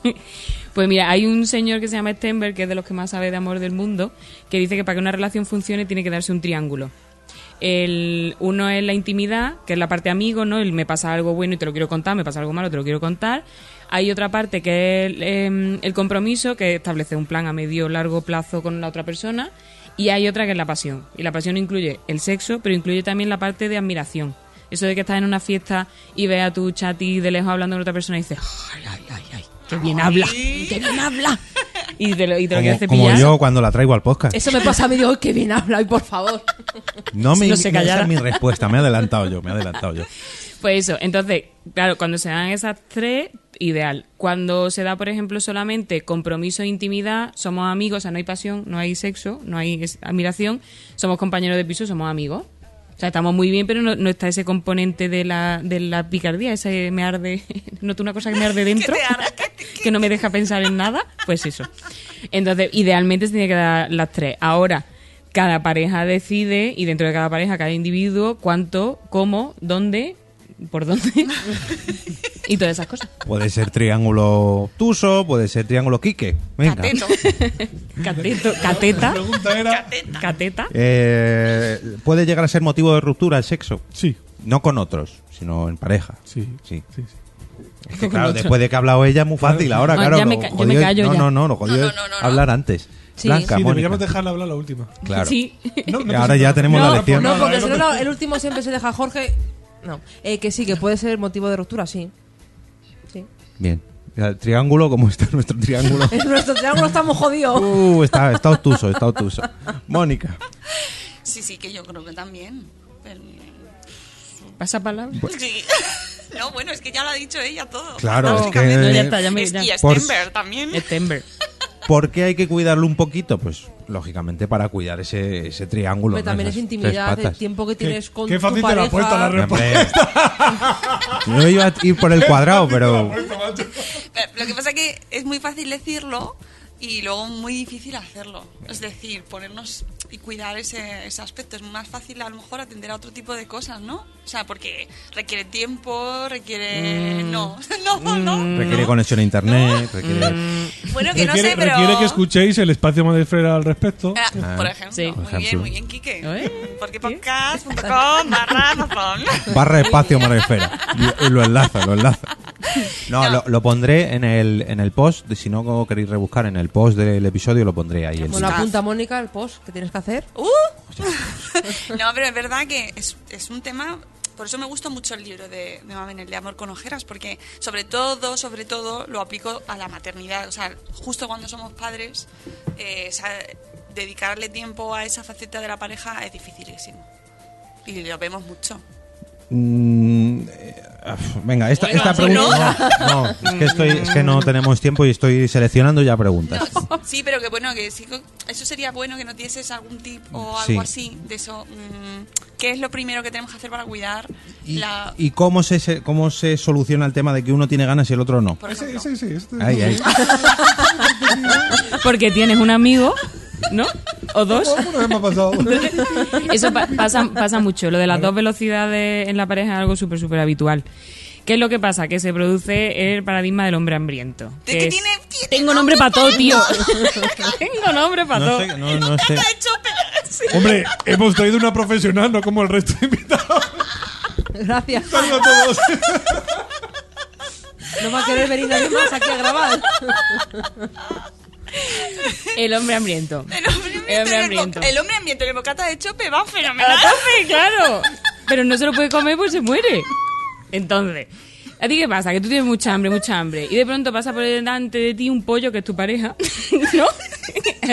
[SPEAKER 6] Pues mira, hay un señor que se llama Stenberg, que es de los que más sabe de amor del mundo, que dice que para que una relación funcione tiene que darse un triángulo. El, uno es la intimidad, que es la parte amigo, ¿no? El me pasa algo bueno y te lo quiero contar, me pasa algo malo, te lo quiero contar. Hay otra parte que es el, em, el compromiso, que establece un plan a medio o largo plazo con la otra persona. Y hay otra que es la pasión. Y la pasión incluye el sexo, pero incluye también la parte de admiración. Eso de que estás en una fiesta y ve a tu chat y de lejos hablando con otra persona y dices, "Ah", ay, ay, ay, ay, qué bien habla, qué bien habla. Y te lo, y te lo
[SPEAKER 2] Como,
[SPEAKER 6] quieres
[SPEAKER 2] como
[SPEAKER 6] cepillar.
[SPEAKER 2] yo cuando la traigo al podcast.
[SPEAKER 4] Eso me pasa a mí, digo, "Ay, qué bien habla hoy, por favor.
[SPEAKER 2] No me
[SPEAKER 6] No se
[SPEAKER 2] esa
[SPEAKER 6] callara.
[SPEAKER 2] es mi respuesta, me he adelantado yo, me he adelantado yo.
[SPEAKER 6] Pues eso, entonces, claro, cuando se dan esas tres, ideal. Cuando se da, por ejemplo, solamente compromiso e intimidad, somos amigos, o sea, no hay pasión, no hay sexo, no hay es- admiración, somos compañeros de piso, somos amigos. O sea, estamos muy bien, pero no, no está ese componente de la, de la picardía, ese me arde, noto una cosa que me arde dentro,
[SPEAKER 5] te arde, que
[SPEAKER 6] que no me deja pensar en nada, pues eso. Entonces, idealmente se tiene que dar las tres. Ahora, cada pareja decide, y dentro de cada pareja, cada individuo, cuánto, cómo, dónde, por dónde, y todas esas cosas.
[SPEAKER 2] Puede ser triángulo Tuso, puede ser triángulo Quique. Venga.
[SPEAKER 5] Cateto.
[SPEAKER 6] Cateto, cateta,
[SPEAKER 3] La pregunta era.
[SPEAKER 6] cateta.
[SPEAKER 2] Eh, puede llegar a ser motivo de ruptura el sexo.
[SPEAKER 3] Sí,
[SPEAKER 2] No con otros, sino en pareja.
[SPEAKER 3] sí,
[SPEAKER 2] Sí.
[SPEAKER 3] sí, sí.
[SPEAKER 2] Es que, claro, después de que ha hablado ella, muy fácil. Ahora,
[SPEAKER 6] Ah,
[SPEAKER 2] claro,
[SPEAKER 6] ya me
[SPEAKER 2] lo
[SPEAKER 6] ca- yo
[SPEAKER 2] jodido es-
[SPEAKER 6] me callo
[SPEAKER 2] no,
[SPEAKER 6] ya.
[SPEAKER 2] no, no, lo jodido
[SPEAKER 5] No, no,
[SPEAKER 2] es
[SPEAKER 5] no, no, no.
[SPEAKER 2] hablar antes.
[SPEAKER 4] Sí.
[SPEAKER 2] Blanca,
[SPEAKER 3] Sí,
[SPEAKER 2] Mónica.
[SPEAKER 3] deberíamos dejarla hablar la última.
[SPEAKER 2] Claro.
[SPEAKER 6] Sí.
[SPEAKER 3] No, no
[SPEAKER 2] Ahora
[SPEAKER 3] te-
[SPEAKER 2] ya tenemos
[SPEAKER 4] No,
[SPEAKER 2] la lección.
[SPEAKER 4] no, porque
[SPEAKER 3] Ahí
[SPEAKER 4] si
[SPEAKER 3] no
[SPEAKER 4] no,
[SPEAKER 3] te-
[SPEAKER 4] no, el último siempre se deja a Jorge. No, Eh, que sí, que puede ser motivo de ruptura, sí. sí.
[SPEAKER 2] Bien. El triángulo, ¿cómo está nuestro triángulo?
[SPEAKER 4] Es nuestro triángulo, estamos jodidos.
[SPEAKER 2] Uh, está, está obtuso, está obtuso. Mónica.
[SPEAKER 5] Sí, sí, que yo creo que también. Pero-
[SPEAKER 6] Pasa palabra.
[SPEAKER 5] Sí. No, bueno, es que ya lo ha dicho ella todo.
[SPEAKER 2] Pues- Claro, es que-
[SPEAKER 5] básicamente.
[SPEAKER 2] No, ya
[SPEAKER 6] está, ya me-
[SPEAKER 5] Es-
[SPEAKER 6] ya.
[SPEAKER 5] Y a
[SPEAKER 2] Por-
[SPEAKER 5] Stenberg también.
[SPEAKER 6] September.
[SPEAKER 2] ¿Por qué hay que cuidarlo un poquito? Pues, lógicamente, para cuidar ese, ese triángulo.
[SPEAKER 4] Hombre,
[SPEAKER 2] ¿no?
[SPEAKER 4] también es
[SPEAKER 2] Esas
[SPEAKER 4] intimidad,
[SPEAKER 2] tres
[SPEAKER 4] el
[SPEAKER 2] patas.
[SPEAKER 4] tiempo que tienes con
[SPEAKER 3] qué
[SPEAKER 4] tu
[SPEAKER 3] fácil te la
[SPEAKER 4] pareja.
[SPEAKER 3] ha puesto la re-
[SPEAKER 2] Hombre, yo iba a ir por el cuadrado, pero.
[SPEAKER 5] Pero Lo que pasa es que es muy fácil decirlo y luego muy difícil hacerlo. Es decir, ponernos y cuidar ese, ese aspecto. Es más fácil a lo mejor atender a otro tipo de cosas, ¿no? O sea, porque requiere tiempo, requiere... No, no, no.
[SPEAKER 2] Mm.
[SPEAKER 4] Mm.
[SPEAKER 2] Requiere
[SPEAKER 5] no.
[SPEAKER 2] conexión a internet, requiere.
[SPEAKER 5] Bueno, que no sé, pero...
[SPEAKER 3] requiere que escuchéis el espacio Madrefera al respecto.
[SPEAKER 5] Ah, por ejemplo,
[SPEAKER 6] Sí.
[SPEAKER 5] muy
[SPEAKER 2] Ejemplo.
[SPEAKER 5] bien, muy bien, Quique.
[SPEAKER 6] ¿Eh?
[SPEAKER 5] Porque podcast.com barra razón.
[SPEAKER 2] Barra espacio Madrefera. Y- Y lo enlaza, lo enlaza. No, Lo, lo pondré en el, en el post. Si no lo queréis rebuscar en el post del episodio, lo pondré ahí. el
[SPEAKER 4] Como
[SPEAKER 2] link.
[SPEAKER 4] la punta Mónica, el post que tienes que hacer.
[SPEAKER 5] ¡Uh! No, pero es verdad que es, es un tema. Por eso me gusta mucho el libro de, de Mamen, el de Amor con Ojeras, porque sobre todo, sobre todo, lo aplico a la maternidad. O sea, justo cuando somos padres, eh, o sea, dedicarle tiempo a esa faceta de la pareja es dificilísimo. Y lo vemos mucho.
[SPEAKER 2] Mm, eh, af, venga, esta,
[SPEAKER 5] Bueno,
[SPEAKER 2] esta
[SPEAKER 5] ¿tú no?
[SPEAKER 2] pregunta. No, no, es, que estoy, es que no tenemos tiempo y estoy seleccionando ya preguntas.
[SPEAKER 5] No, sí, pero que bueno, que sí, eso sería bueno que nos dieses algún tip o
[SPEAKER 2] Sí.
[SPEAKER 5] algo así de eso. mm, ¿Qué es lo primero que tenemos que hacer para cuidar
[SPEAKER 2] ¿Y,
[SPEAKER 5] la...
[SPEAKER 2] y cómo, se- se, cómo se soluciona el tema de que uno tiene ganas y el otro no?
[SPEAKER 5] por
[SPEAKER 3] Ese,
[SPEAKER 5] ejemplo?
[SPEAKER 3] ese, ese, este.
[SPEAKER 2] Ahí, ahí.
[SPEAKER 6] Porque tienes un amigo, ¿no? O dos.
[SPEAKER 3] Una vez me ha pasado.
[SPEAKER 6] Eso pa- pasa, pasa mucho. Lo de las dos velocidades en la pareja es algo súper, súper habitual. ¿Qué es lo que pasa? Que se produce el paradigma del hombre hambriento.
[SPEAKER 5] Es
[SPEAKER 6] que
[SPEAKER 5] que
[SPEAKER 6] es,
[SPEAKER 5] tiene- tiene
[SPEAKER 6] tengo nombre para todo, tío. tengo nombre para
[SPEAKER 2] No
[SPEAKER 6] todo.
[SPEAKER 2] sé, no, no sé.
[SPEAKER 5] Ha hecho pedazos.
[SPEAKER 3] Hombre, hemos traído una profesional, no como el resto de invitados.
[SPEAKER 4] Gracias.
[SPEAKER 3] Salgo todos.
[SPEAKER 4] No va a querer venir nadie más aquí a grabar.
[SPEAKER 6] El hombre hambriento.
[SPEAKER 5] El hombre ambiente, en el
[SPEAKER 6] hambriento.
[SPEAKER 5] boca- el hombre ambiente en el bocata de chope va
[SPEAKER 6] ¡A
[SPEAKER 5] fenomenal.
[SPEAKER 6] tope, claro! Pero no se lo puede comer porque se muere. Entonces, ¿a ti qué pasa? Que tú tienes mucha hambre, mucha hambre. Y de pronto pasa por delante de ti un pollo que es tu pareja, ¿no?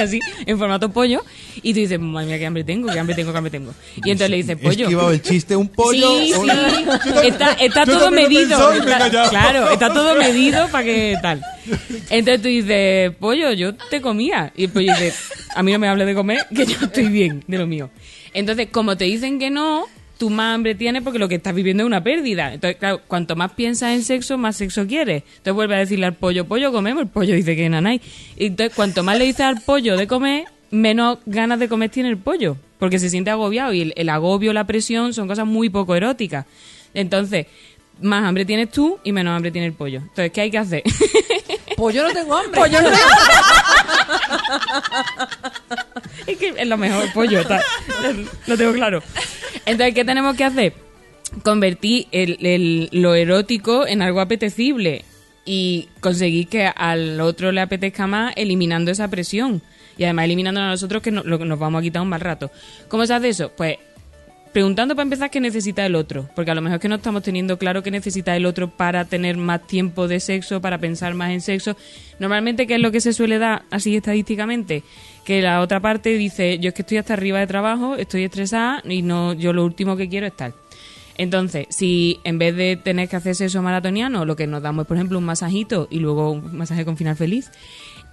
[SPEAKER 6] Así, en formato pollo. Y tú dices, madre mía, qué hambre tengo, qué hambre tengo, qué hambre tengo. Y entonces le dices,
[SPEAKER 2] He
[SPEAKER 6] pollo.
[SPEAKER 2] esquivado el chiste, un pollo.
[SPEAKER 6] Sí, sí.
[SPEAKER 2] una-
[SPEAKER 6] Está, está
[SPEAKER 3] yo
[SPEAKER 6] todo
[SPEAKER 3] también lo he
[SPEAKER 6] medido.
[SPEAKER 3] pensado y me he
[SPEAKER 6] Está-
[SPEAKER 3] callado.
[SPEAKER 6] claro, está todo medido para que tal. Entonces tú dices, pollo, yo te comía. Y el pollo dice, a mí no me hables de comer, que yo estoy bien de lo mío. Entonces, como te dicen que no, tú más hambre tienes porque lo que estás viviendo es una pérdida. Entonces, claro, cuanto más piensas en sexo, más sexo quieres. Entonces vuelve a decirle al pollo, pollo, comemos. El pollo dice que nanay. Y entonces, cuanto más le dices al pollo de comer, menos ganas de comer tiene el pollo, porque se siente agobiado y el, el agobio, la presión son cosas muy poco eróticas. Entonces, más hambre tienes tú y menos hambre tiene el pollo. Entonces, ¿qué hay que hacer?
[SPEAKER 4] Pues yo no tengo hambre. Pues yo no
[SPEAKER 6] es que es lo mejor, pollo, está- lo tengo claro. Entonces, ¿qué tenemos que hacer? Convertir el- el- lo erótico en algo apetecible y conseguir que al otro le apetezca más eliminando esa presión. Y además eliminándonos a nosotros que no- lo que nos vamos a quitar un mal rato. ¿Cómo se hace eso? Pues preguntando para empezar qué necesita el otro, porque a lo mejor es que no estamos teniendo claro qué necesita el otro para tener más tiempo de sexo, para pensar más en sexo. Normalmente, ¿qué es lo que se suele dar así estadísticamente? Que la otra parte dice, yo es que estoy hasta arriba de trabajo, estoy estresada y no yo lo último que quiero es tal. Entonces, si en vez de tener que hacer sexo maratoniano, lo que nos damos es, por ejemplo, un masajito y luego un masaje con final feliz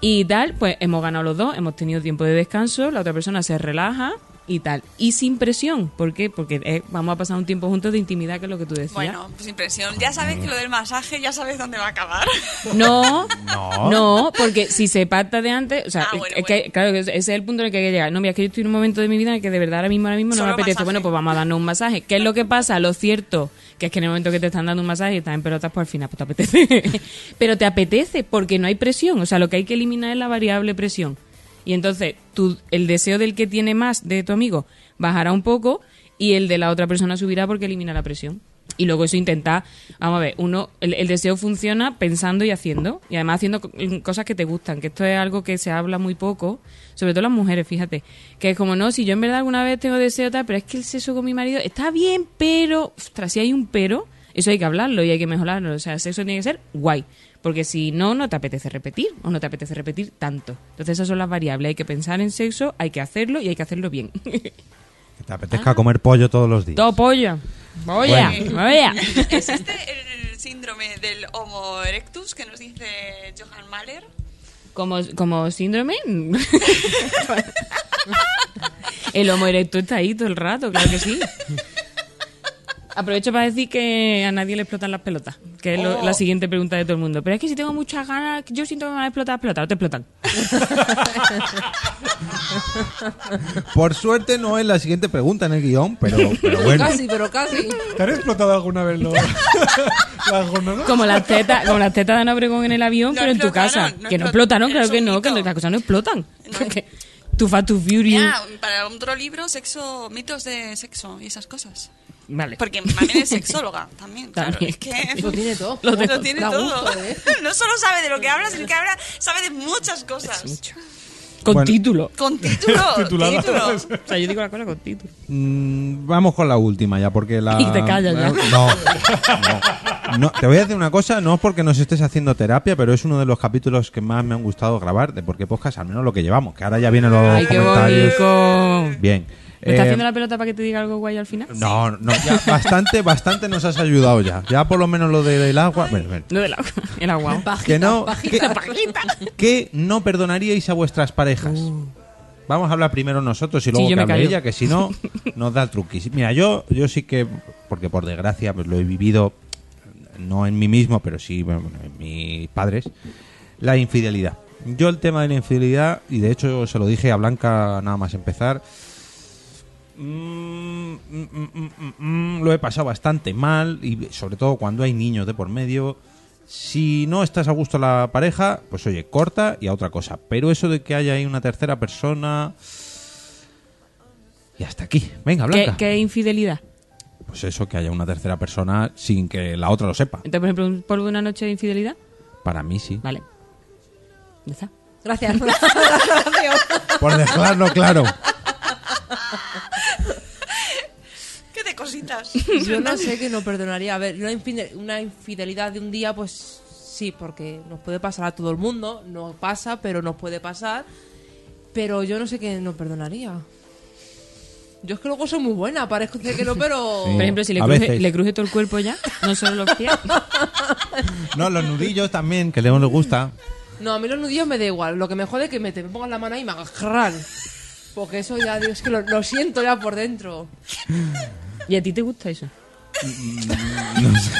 [SPEAKER 6] y tal, pues hemos ganado los dos, hemos tenido tiempo de descanso, la otra persona se relaja y tal. Y sin presión, ¿por qué? Porque eh, vamos a pasar un tiempo juntos de intimidad, que es lo que tú decías.
[SPEAKER 5] Bueno, pues impresión. Ya sabes que lo del masaje, ya sabes dónde va a acabar.
[SPEAKER 6] No,
[SPEAKER 2] No.
[SPEAKER 6] no, porque si se pacta de antes, o sea,
[SPEAKER 5] Ah,
[SPEAKER 6] es-
[SPEAKER 5] bueno,
[SPEAKER 6] es que,
[SPEAKER 5] bueno.
[SPEAKER 6] claro, que ese es el punto en el que hay que llegar. No, mira, es que yo estoy en un momento de mi vida en el que de verdad ahora mismo, ahora mismo no
[SPEAKER 5] Solo
[SPEAKER 6] me apetece.
[SPEAKER 5] masaje.
[SPEAKER 6] Bueno, pues vamos a darnos un masaje. ¿Qué es lo que pasa? Lo cierto, que es que en el momento que te están dando un masaje y estás en pelotas, pues al final pues te apetece. Pero te apetece porque no hay presión. O sea, lo que hay que eliminar es la variable presión. Y entonces, tú, el deseo del que tiene más de tu amigo bajará un poco y el de la otra persona subirá porque elimina la presión. Y luego eso intentar, vamos a ver, uno, el, el deseo funciona pensando y haciendo, y además haciendo co- cosas que te gustan, que esto es algo que se habla muy poco, sobre todo las mujeres, fíjate, que es como, no, si yo en verdad alguna vez tengo deseo tal, pero es que el sexo con mi marido está bien, pero, ostras, si hay un pero, eso hay que hablarlo y hay que mejorarlo, o sea, el sexo tiene que ser guay, porque si no, no te apetece repetir, o no te apetece repetir tanto. Entonces esas son las variables, hay que pensar en sexo, hay que hacerlo y hay que hacerlo bien.
[SPEAKER 2] Que te apetezca comer pollo todos los días.
[SPEAKER 6] Todo pollo. Vaya,
[SPEAKER 2] Bueno.
[SPEAKER 6] vaya.
[SPEAKER 5] ¿Existe el síndrome del Homo erectus que nos dice Johan Mahler?
[SPEAKER 6] Como, como síndrome. el homo erecto está ahí todo el rato, claro que sí. Aprovecho para decir que a nadie le explotan las pelotas, que es lo-
[SPEAKER 5] Oh.
[SPEAKER 6] la siguiente pregunta de todo el mundo. Pero es que si tengo muchas ganas, yo siento que me van a explotar las pelotas, no te explotan.
[SPEAKER 2] Por suerte no es la siguiente pregunta en el guión, pero, pero bueno.
[SPEAKER 4] Casi, pero casi.
[SPEAKER 3] ¿Te han explotado alguna vez los, las gónadas?
[SPEAKER 6] Como las tetas, como las tetas de Ana Obregón en el avión,
[SPEAKER 5] No
[SPEAKER 6] pero en tu
[SPEAKER 5] explotaron,
[SPEAKER 6] casa.
[SPEAKER 5] no
[SPEAKER 6] que no
[SPEAKER 5] explotaron,
[SPEAKER 6] explotaron, claro que no,
[SPEAKER 5] eres
[SPEAKER 6] que
[SPEAKER 5] un mito.
[SPEAKER 6] las cosas no explotan.
[SPEAKER 5] No.
[SPEAKER 6] Porque tu fat, tu fury.
[SPEAKER 5] Ya, para otro libro, sexo, mitos de sexo y esas cosas.
[SPEAKER 6] Vale.
[SPEAKER 5] Porque Manel es sexóloga también. Claro,
[SPEAKER 6] También.
[SPEAKER 5] es que
[SPEAKER 4] Lo tiene todo.
[SPEAKER 5] Lo, tiene
[SPEAKER 4] Da
[SPEAKER 5] todo.
[SPEAKER 4] gusto, ¿eh?
[SPEAKER 5] No solo sabe de lo que habla, sino que habla, sabe de muchas cosas.
[SPEAKER 6] Mucho. Con
[SPEAKER 2] Bueno.
[SPEAKER 6] título.
[SPEAKER 5] Con título.
[SPEAKER 3] Titulada.
[SPEAKER 5] título.
[SPEAKER 6] O sea, yo digo la cosa con título.
[SPEAKER 2] Mm, vamos con la última ya, porque la...
[SPEAKER 6] Y te callas ya.
[SPEAKER 2] No, no, no. Te voy a decir una cosa, no es porque nos estés haciendo terapia, pero es uno de los capítulos que más me han gustado grabar, de porque podcast, al menos lo que llevamos, que ahora ya vienen los
[SPEAKER 6] Ay, qué
[SPEAKER 2] comentarios.
[SPEAKER 6] bonito.
[SPEAKER 2] Bien.
[SPEAKER 6] ¿Me estás
[SPEAKER 2] Eh,
[SPEAKER 6] haciendo la pelota para que te diga algo guay al final?
[SPEAKER 2] No, no, ya bastante, bastante nos has ayudado ya. Ya por lo menos lo de- del agua. Bueno, bueno.
[SPEAKER 6] No del agua. El agua.
[SPEAKER 4] Pajita,
[SPEAKER 2] Que no,
[SPEAKER 4] pajita.
[SPEAKER 2] que, que no perdonaríais a vuestras parejas. Vamos a hablar primero nosotros y luego
[SPEAKER 6] yo
[SPEAKER 2] que
[SPEAKER 6] me
[SPEAKER 2] hable
[SPEAKER 6] callo.
[SPEAKER 2] ella, que si no, nos da truquis. Mira, yo, yo sí que, porque por desgracia pues, lo he vivido, no en mí mismo, pero sí bueno, en mis padres, la infidelidad. Yo el tema de la infidelidad, y de hecho se lo dije a Blanca nada más empezar, Mm, mm, mm, mm, mm, mm, lo he pasado bastante mal y sobre todo cuando hay niños de por medio. Si no estás a gusto la pareja, pues oye, corta y a otra cosa. Pero eso de que haya ahí una tercera persona... Y hasta aquí. Venga,
[SPEAKER 6] ¿Qué,
[SPEAKER 2] Blanca.
[SPEAKER 6] qué infidelidad?
[SPEAKER 2] Pues eso, que haya una tercera persona sin que la otra lo sepa.
[SPEAKER 6] Entonces, por ejemplo, un polvo de una noche de infidelidad.
[SPEAKER 2] Para mí sí.
[SPEAKER 6] Vale. Ya está.
[SPEAKER 2] Eh,
[SPEAKER 4] Gracias por la aclaración.
[SPEAKER 2] Por dejarlo claro.
[SPEAKER 5] ¿Qué de cositas?
[SPEAKER 4] Yo no sé que no perdonaría. A ver, una, infide- una infidelidad de un día, pues sí, porque nos puede pasar a todo el mundo. No pasa, pero nos puede pasar. Pero yo no sé que no perdonaría. Yo es que luego soy muy buena, parece que no, pero...
[SPEAKER 2] Sí.
[SPEAKER 6] Por ejemplo, si le
[SPEAKER 2] A
[SPEAKER 6] cruje,
[SPEAKER 2] veces.
[SPEAKER 6] le cruje todo el cuerpo ya, no solo los pies.
[SPEAKER 2] No, los nudillos también, que a León le gusta.
[SPEAKER 4] No, a mí los nudillos me da igual. Lo que me jode es que me, te pongan la mano ahí y me agarran. Porque eso ya, digo, es que lo, lo siento ya por dentro.
[SPEAKER 6] ¿Y a ti te gusta eso?
[SPEAKER 2] No sé.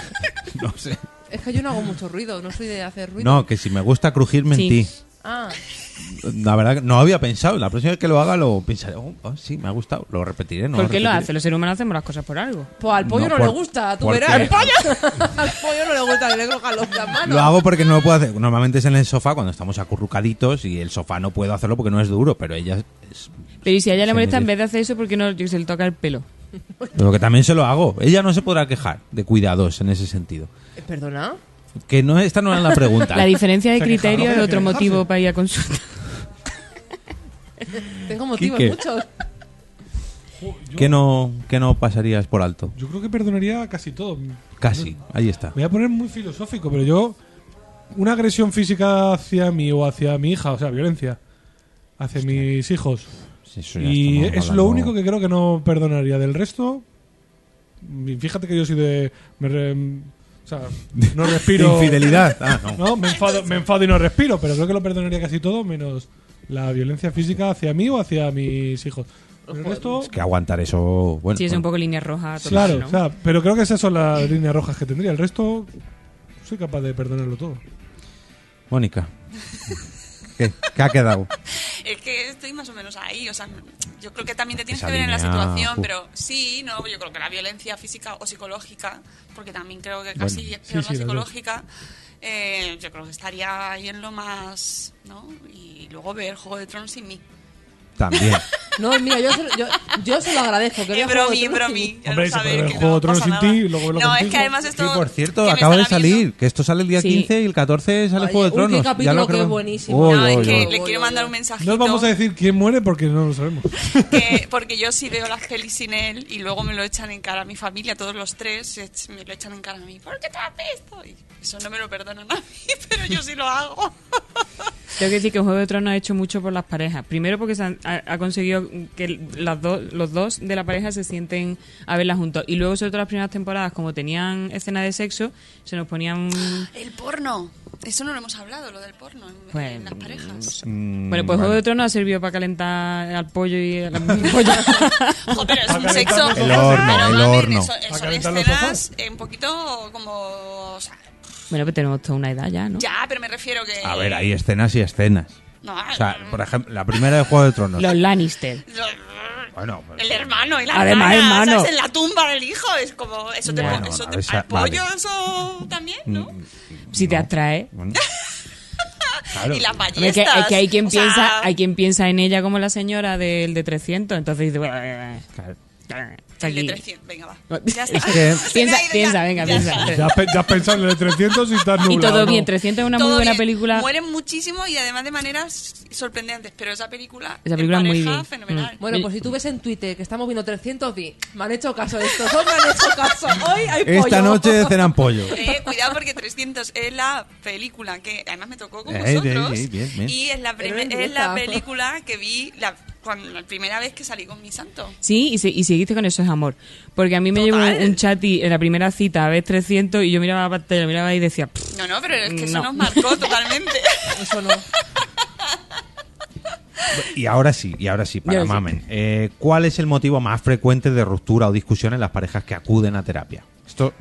[SPEAKER 2] No sé.
[SPEAKER 4] Es que yo no hago mucho ruido, no soy de hacer ruido.
[SPEAKER 2] No, que si me gusta crujirme en
[SPEAKER 6] Sí.
[SPEAKER 2] ti.
[SPEAKER 4] Ah,
[SPEAKER 2] La verdad que no había pensado. La próxima vez que lo haga lo pensaré. Oh, oh, sí, me ha gustado. Lo repetiré. No
[SPEAKER 6] ¿Por qué lo
[SPEAKER 2] repetiré.
[SPEAKER 6] hace? Los seres humanos hacemos las cosas por algo.
[SPEAKER 4] pues al
[SPEAKER 2] No,
[SPEAKER 4] pollo no,
[SPEAKER 2] por-
[SPEAKER 4] le gusta, tú
[SPEAKER 2] ¿por
[SPEAKER 4] verás.
[SPEAKER 2] qué?
[SPEAKER 4] ¡Al pollo! al pollo no le gusta que le cojan los las manos.
[SPEAKER 2] Lo hago porque no lo puedo hacer. Normalmente es en el sofá cuando estamos acurrucaditos y el sofá no puedo hacerlo porque no es duro, pero ella es...
[SPEAKER 6] Pero y si a ella
[SPEAKER 2] Se
[SPEAKER 6] le molesta, en
[SPEAKER 2] merece.
[SPEAKER 6] vez de hacer eso, ¿por qué no yo, se le toca el pelo?
[SPEAKER 2] Pero que también se lo hago. Ella no se podrá quejar de cuidados en ese sentido.
[SPEAKER 4] Eh, ¿Perdona?
[SPEAKER 2] Que no esta no era la pregunta.
[SPEAKER 6] La diferencia de
[SPEAKER 3] Se ha quejado,
[SPEAKER 6] criterio es
[SPEAKER 3] pero
[SPEAKER 6] otro
[SPEAKER 3] que
[SPEAKER 6] motivo
[SPEAKER 3] dejarse.
[SPEAKER 6] para ir a consulta.
[SPEAKER 4] Tengo motivos
[SPEAKER 2] Quique.
[SPEAKER 4] muchos.
[SPEAKER 2] que no que no pasarías por alto.
[SPEAKER 3] Yo creo que perdonaría casi todo.
[SPEAKER 2] Casi. Ahí está.
[SPEAKER 3] Me voy a poner muy filosófico, pero yo. Una agresión física hacia mí o hacia mi hija, o sea, violencia. Hacia mis hijos.
[SPEAKER 2] Eso ya
[SPEAKER 3] Y
[SPEAKER 2] estamos
[SPEAKER 3] es lo
[SPEAKER 2] hablando-
[SPEAKER 3] único que creo que no perdonaría. Del resto, Y Fíjate que yo soy de. me re- o sea, no respiro.
[SPEAKER 2] Infidelidad. Ah, no.
[SPEAKER 3] No, me enfado, me enfado y no respiro, pero creo que lo perdonaría casi todo, menos la violencia física hacia mí o hacia mis hijos. Pero El resto,
[SPEAKER 2] Es que aguantar eso. Bueno,
[SPEAKER 6] Sí, es un
[SPEAKER 2] bueno.
[SPEAKER 6] poco línea roja. total,
[SPEAKER 3] claro,
[SPEAKER 6] ¿no?
[SPEAKER 3] o sea, pero creo que esas son las líneas rojas que tendría. El resto, soy capaz de perdonarlo todo.
[SPEAKER 2] Mónica. ¿Qué? ¿Qué ha quedado?
[SPEAKER 5] Es que estoy más o menos ahí, o sea, yo creo que también te tienes
[SPEAKER 2] Esa
[SPEAKER 5] que ver en la
[SPEAKER 2] línea,
[SPEAKER 5] situación,
[SPEAKER 2] ju-
[SPEAKER 5] pero sí, no, yo creo que la violencia física o psicológica, porque también creo que casi
[SPEAKER 2] Bueno,
[SPEAKER 5] es peor
[SPEAKER 3] sí, sí,
[SPEAKER 5] la
[SPEAKER 3] las dos.
[SPEAKER 5] psicológica, eh, yo creo que estaría ahí en lo más, ¿no? Y luego ver Juego de Tronos sin mí.
[SPEAKER 2] También.
[SPEAKER 4] No, mira, yo se, lo- yo, yo se lo agradezco. Que
[SPEAKER 5] Es
[SPEAKER 4] vea Juego de
[SPEAKER 5] Eh, bromi,
[SPEAKER 4] Tronos y-
[SPEAKER 5] es bromi.
[SPEAKER 3] Hombre,
[SPEAKER 5] ya lo
[SPEAKER 3] se puede
[SPEAKER 5] sabéis,
[SPEAKER 3] ver
[SPEAKER 5] que
[SPEAKER 3] Juego de
[SPEAKER 5] no
[SPEAKER 3] Tronos
[SPEAKER 5] pasa
[SPEAKER 3] sin
[SPEAKER 5] nada.
[SPEAKER 3] ti y luego verlo
[SPEAKER 5] No, es que
[SPEAKER 3] contigo.
[SPEAKER 5] además esto...
[SPEAKER 2] Sí, por
[SPEAKER 5] que
[SPEAKER 2] cierto,
[SPEAKER 5] me
[SPEAKER 2] acaba de
[SPEAKER 5] están avisando.
[SPEAKER 2] salir. Que esto sale el día
[SPEAKER 6] Sí.
[SPEAKER 2] 15 y el 14 sale
[SPEAKER 4] Oye,
[SPEAKER 2] Juego de
[SPEAKER 4] uy, qué
[SPEAKER 2] Tronos. ya
[SPEAKER 4] capítulo,
[SPEAKER 2] lo
[SPEAKER 4] qué
[SPEAKER 2] creo.
[SPEAKER 4] buenísimo.
[SPEAKER 2] Uy,
[SPEAKER 5] No,
[SPEAKER 2] uy,
[SPEAKER 5] es que
[SPEAKER 2] uy.
[SPEAKER 5] le
[SPEAKER 4] Voy,
[SPEAKER 5] quiero
[SPEAKER 4] voy,
[SPEAKER 5] mandar
[SPEAKER 4] voy.
[SPEAKER 5] un
[SPEAKER 3] No
[SPEAKER 5] mensajito.
[SPEAKER 3] os vamos a decir quién muere porque no lo sabemos.
[SPEAKER 5] que- porque yo sí veo las pelis sin él y luego me lo echan en cara a mi familia, todos los tres es- me lo echan en cara a mí. ¿Por qué te has visto? Y eso no me lo perdonan a mí, pero yo sí lo hago.
[SPEAKER 6] Tengo que decir que Juego de Tronos ha hecho mucho por las parejas. Primero porque se han- ha, ha conseguido que las dos, los dos de la pareja se sienten a verla juntos. Y luego, sobre todo las primeras temporadas, como tenían escena de sexo, se nos ponían...
[SPEAKER 5] El porno. Eso no lo hemos hablado, lo del porno en,
[SPEAKER 6] Pues,
[SPEAKER 5] en las
[SPEAKER 6] no
[SPEAKER 5] parejas.
[SPEAKER 6] sé. bueno, pues Juego de Tronos ha servido para calentar al pollo y a la
[SPEAKER 5] Jo, pero es un
[SPEAKER 3] calentar
[SPEAKER 5] sexo.
[SPEAKER 3] los
[SPEAKER 2] El ojos. horno,
[SPEAKER 5] Claro,
[SPEAKER 2] el
[SPEAKER 5] mamen,
[SPEAKER 2] horno.
[SPEAKER 5] eso-
[SPEAKER 3] Para
[SPEAKER 5] son
[SPEAKER 3] calentar los
[SPEAKER 5] escenas
[SPEAKER 3] ojos.
[SPEAKER 5] eh, un poquito como. o sea,
[SPEAKER 6] bueno, pero tenemos toda una edad ya, ¿no?
[SPEAKER 5] ya, pero me refiero que.
[SPEAKER 2] A ver, hay escenas y escenas.
[SPEAKER 5] No,
[SPEAKER 2] O sea, por ejemplo, la primera de Juego de Tronos.
[SPEAKER 6] Los Lannister.
[SPEAKER 2] Bueno, pues-
[SPEAKER 5] El hermano y la
[SPEAKER 6] Además,
[SPEAKER 5] hermana,
[SPEAKER 6] hermano.
[SPEAKER 5] ¿sabes? En la tumba del hijo. Es como. Eso te,
[SPEAKER 6] Bueno,
[SPEAKER 5] pone- eso
[SPEAKER 2] a
[SPEAKER 5] te-
[SPEAKER 2] ver,
[SPEAKER 5] al
[SPEAKER 2] vale. Mm,
[SPEAKER 5] pollo, eso también, ¿no?
[SPEAKER 6] Si te atrae.
[SPEAKER 2] Bueno. Claro.
[SPEAKER 5] Y las ballestas.
[SPEAKER 6] Hombre, que, es que hay quien
[SPEAKER 5] o sea,
[SPEAKER 6] piensa, hay quien piensa en ella como la señora del de 300, entonces dice, bueno, eh,
[SPEAKER 2] Claro.
[SPEAKER 6] eh, está
[SPEAKER 5] el de
[SPEAKER 6] aquí.
[SPEAKER 5] 300, venga, va.
[SPEAKER 6] Bueno,
[SPEAKER 5] Ya está.
[SPEAKER 6] es que-
[SPEAKER 5] Se me
[SPEAKER 6] piensa,
[SPEAKER 5] ha ido ya.
[SPEAKER 6] piensa, venga,
[SPEAKER 5] Ya
[SPEAKER 6] piensa.
[SPEAKER 5] está.
[SPEAKER 3] Ya, has pe- ya has pensado en el 300 y estás nublado.
[SPEAKER 6] Y todo bien,
[SPEAKER 3] ¿no?
[SPEAKER 6] 300 es una
[SPEAKER 5] Todo
[SPEAKER 6] muy buena
[SPEAKER 5] bien.
[SPEAKER 6] película.
[SPEAKER 5] Mueren muchísimo y además de maneras sorprendentes, pero esa película.
[SPEAKER 6] Esa película
[SPEAKER 5] en
[SPEAKER 6] muy
[SPEAKER 5] pareja,
[SPEAKER 6] bien. Mm.
[SPEAKER 5] fenomenal.
[SPEAKER 4] Bueno, pues si tú ves en Twitter que estamos viendo 300, di, me han hecho caso de esto, no me han hecho caso. Hoy hay pollo.
[SPEAKER 2] Esta noche cenan pollo.
[SPEAKER 5] Eh, cuidado porque 300 es la película que además me tocó con
[SPEAKER 2] Eh,
[SPEAKER 5] vosotros
[SPEAKER 2] eh, eh, bien, bien.
[SPEAKER 5] y es la,
[SPEAKER 4] Pero
[SPEAKER 5] prime-
[SPEAKER 4] en
[SPEAKER 5] es
[SPEAKER 4] directa.
[SPEAKER 5] la película que vi la, cuando- la primera vez que salí con mi santo.
[SPEAKER 6] Sí, y, se- y seguiste con eso es amor. Porque a mí me
[SPEAKER 5] Total.
[SPEAKER 6] llevó un, un chat y en la primera cita a ver 300 y yo miraba la pantalla, miraba y decía, "Pff,
[SPEAKER 5] No, no, pero es que eso
[SPEAKER 6] No.
[SPEAKER 5] nos marcó totalmente.
[SPEAKER 4] Eso no.
[SPEAKER 2] Y ahora sí, y ahora sí, para
[SPEAKER 6] Ya, sí.
[SPEAKER 2] mamen. Eh, ¿Cuál es el motivo más frecuente de ruptura o discusión en las parejas que acuden a terapia? Esto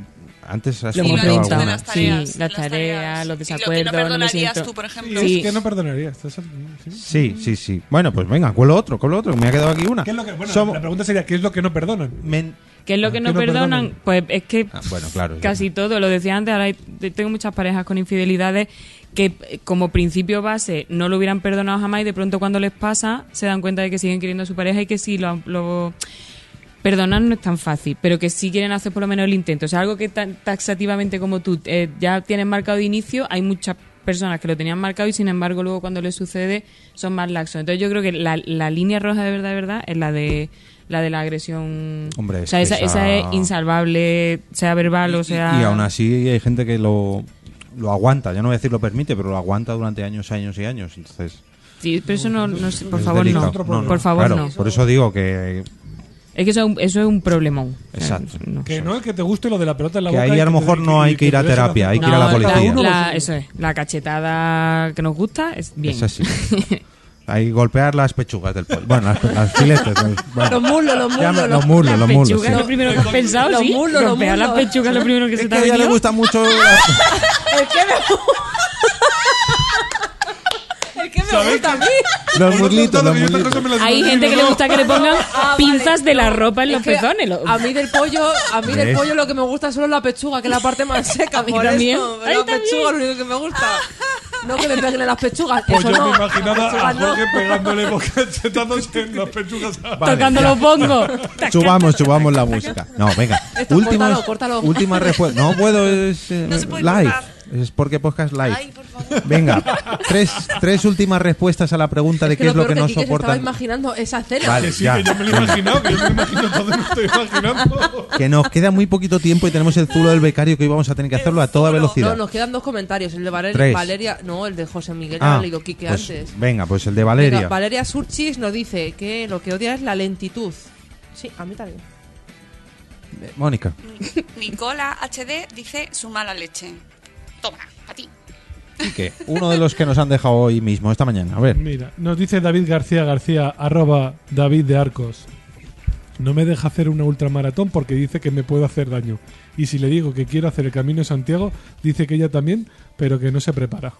[SPEAKER 2] antes has
[SPEAKER 6] Lo hemos
[SPEAKER 2] comentado
[SPEAKER 6] preguntado.
[SPEAKER 2] alguna.
[SPEAKER 5] las tareas.
[SPEAKER 6] Sí, las tareas, los
[SPEAKER 5] Y lo
[SPEAKER 6] desacuerdos,
[SPEAKER 5] que
[SPEAKER 6] no
[SPEAKER 5] no
[SPEAKER 6] me
[SPEAKER 5] perdonarías
[SPEAKER 6] siento-
[SPEAKER 5] tú, por
[SPEAKER 3] Y
[SPEAKER 5] ejemplo.
[SPEAKER 3] es
[SPEAKER 6] Sí.
[SPEAKER 3] que no perdonaría. estás- sí.
[SPEAKER 2] Sí, sí, sí. Bueno, pues venga, cuelo otro, cuelo otro. Me ha quedado aquí una.
[SPEAKER 3] ¿Qué es lo que- bueno,
[SPEAKER 2] Somos-
[SPEAKER 3] La pregunta sería: ¿qué es lo que no perdonan?
[SPEAKER 2] men-
[SPEAKER 6] ¿qué es lo que
[SPEAKER 3] ¿Qué
[SPEAKER 6] no
[SPEAKER 3] no
[SPEAKER 6] perdonan?
[SPEAKER 3] perdonan?
[SPEAKER 6] Pues es que
[SPEAKER 2] Ah, bueno, claro.
[SPEAKER 6] Casi todo, lo decía antes, ahora hay- tengo muchas parejas con infidelidades que eh, como principio base no lo hubieran perdonado jamás y de pronto cuando les pasa se dan cuenta de que siguen queriendo a su pareja y que sí, lo, han- lo perdonar no es tan fácil, pero que sí quieren hacer por lo menos el intento. O sea, algo que tan taxativamente como tú eh, ya tienes marcado de inicio, hay muchas personas que lo tenían marcado y sin embargo luego cuando les sucede son más laxos. Entonces yo creo que la, la línea roja de verdad, de verdad, es la de la de la agresión.
[SPEAKER 2] Hombre, es
[SPEAKER 6] o sea,
[SPEAKER 2] que
[SPEAKER 6] esa,
[SPEAKER 2] esa-
[SPEAKER 6] esa es insalvable, sea verbal o
[SPEAKER 2] Y-
[SPEAKER 6] sea...
[SPEAKER 2] Y, aún así hay gente que lo, lo aguanta. Yo no voy a decir lo permite, pero lo aguanta durante años, años y años. Entonces,
[SPEAKER 6] Sí, pero eso no, no sé, por
[SPEAKER 2] es
[SPEAKER 6] favor
[SPEAKER 2] delicado.
[SPEAKER 6] no. Por favor
[SPEAKER 2] claro,
[SPEAKER 6] no.
[SPEAKER 2] Por eso digo que.
[SPEAKER 6] Es que eso es un, eso es un problemón. O sea,
[SPEAKER 2] Exacto.
[SPEAKER 6] no.
[SPEAKER 3] Que no es que te guste lo de la pelota en la
[SPEAKER 2] Que
[SPEAKER 3] boca.
[SPEAKER 2] ahí
[SPEAKER 3] y
[SPEAKER 2] a lo
[SPEAKER 3] te-
[SPEAKER 2] mejor
[SPEAKER 3] y
[SPEAKER 2] no hay que ir a
[SPEAKER 3] te dejen
[SPEAKER 2] terapia, hay que ir a la
[SPEAKER 3] hacer cada
[SPEAKER 2] policía.
[SPEAKER 3] uno lo
[SPEAKER 6] la-
[SPEAKER 3] suyo.
[SPEAKER 6] eso es, la cachetada que nos gusta es bien.
[SPEAKER 2] Es así. Hay golpear las pechugas del pollo. Bueno, las, las filetes. del- bueno.
[SPEAKER 4] Los mulos, los
[SPEAKER 2] Ya me-
[SPEAKER 4] mulos.
[SPEAKER 2] los mulos,
[SPEAKER 6] Las
[SPEAKER 2] los
[SPEAKER 6] pechugas
[SPEAKER 2] mulos. sí.
[SPEAKER 6] es lo primero que has pensado,
[SPEAKER 4] los
[SPEAKER 6] sí.
[SPEAKER 4] mulos, los
[SPEAKER 6] Golpear las
[SPEAKER 4] mulos.
[SPEAKER 6] pechugas es lo primero que se
[SPEAKER 2] Es que
[SPEAKER 6] te ha
[SPEAKER 2] a ella le
[SPEAKER 6] venido.
[SPEAKER 2] gusta mucho. la-
[SPEAKER 4] El que me... El que me gusta a mí.
[SPEAKER 2] Los muslitos,
[SPEAKER 3] Todo lo
[SPEAKER 2] los
[SPEAKER 3] que yo
[SPEAKER 2] muslitos.
[SPEAKER 3] estas cosas me las
[SPEAKER 6] Hay
[SPEAKER 3] imagino,
[SPEAKER 6] gente que le
[SPEAKER 3] ¿no?
[SPEAKER 6] gusta que le pongan
[SPEAKER 4] Ah, vale.
[SPEAKER 6] pinzas de la
[SPEAKER 4] No,
[SPEAKER 6] ropa en los
[SPEAKER 4] es que
[SPEAKER 6] pezones. lo-
[SPEAKER 4] A mí del pollo, a mí del
[SPEAKER 2] ¿Ves?
[SPEAKER 4] pollo lo que me gusta solo es la pechuga, que es la parte más seca.
[SPEAKER 6] mí
[SPEAKER 4] por
[SPEAKER 6] también.
[SPEAKER 4] eso,
[SPEAKER 6] A mí
[SPEAKER 4] la
[SPEAKER 6] también.
[SPEAKER 4] pechuga es lo único que me gusta. No que me peguen en las pechugas.
[SPEAKER 3] Pues
[SPEAKER 4] eso
[SPEAKER 3] yo
[SPEAKER 4] no.
[SPEAKER 3] me imaginaba a
[SPEAKER 4] Las pechugas no.
[SPEAKER 3] Jorge pegándole bocachetazos en las pechugas.
[SPEAKER 2] Vale,
[SPEAKER 6] tocando
[SPEAKER 2] ya.
[SPEAKER 6] los bongos.
[SPEAKER 2] Subamos, subamos la música. No, venga.
[SPEAKER 4] Esto, córtalo, córtalo.
[SPEAKER 2] Última respuesta. No puedo, es eh,
[SPEAKER 5] No se puede
[SPEAKER 2] live.
[SPEAKER 5] cortar.
[SPEAKER 2] Es porque podcast live.
[SPEAKER 5] Ay, por favor.
[SPEAKER 2] Venga, tres, tres últimas respuestas a la pregunta de
[SPEAKER 4] Es que
[SPEAKER 2] qué es
[SPEAKER 4] lo
[SPEAKER 2] lo
[SPEAKER 4] peor
[SPEAKER 2] que no
[SPEAKER 4] Quique se estaba
[SPEAKER 2] soportan.
[SPEAKER 4] imaginando esa cena.
[SPEAKER 2] Vale,
[SPEAKER 3] Que sí,
[SPEAKER 2] ya.
[SPEAKER 3] que yo me lo he imaginado, que yo me lo imagino todo, no estoy imaginando.
[SPEAKER 2] Que nos queda muy poquito tiempo y tenemos el zulo del becario que hoy vamos a tener que hacerlo a toda velocidad.
[SPEAKER 4] No, nos quedan dos comentarios. El de Valer-
[SPEAKER 2] Tres.
[SPEAKER 4] Valeria. No, el de José Miguel.
[SPEAKER 2] Ah,
[SPEAKER 4] ya lo he leído Quique
[SPEAKER 2] pues
[SPEAKER 4] antes.
[SPEAKER 2] Venga, pues el de
[SPEAKER 4] Venga,
[SPEAKER 2] Valeria.
[SPEAKER 4] Valeria Surchis nos dice que lo que odia es la lentitud. Sí, a mí también.
[SPEAKER 2] Eh, Mónica.
[SPEAKER 5] Nicola HD dice su mala leche. Toma, a ti.
[SPEAKER 2] ¿Y qué? Uno de los que nos han dejado hoy mismo, esta mañana. A ver.
[SPEAKER 3] Mira, nos dice David García García, arroba David de Arcos. No me deja hacer una ultramaratón porque dice que me puedo hacer daño. Y si le digo que quiero hacer el Camino de Santiago, dice que ella también, pero que no se prepara.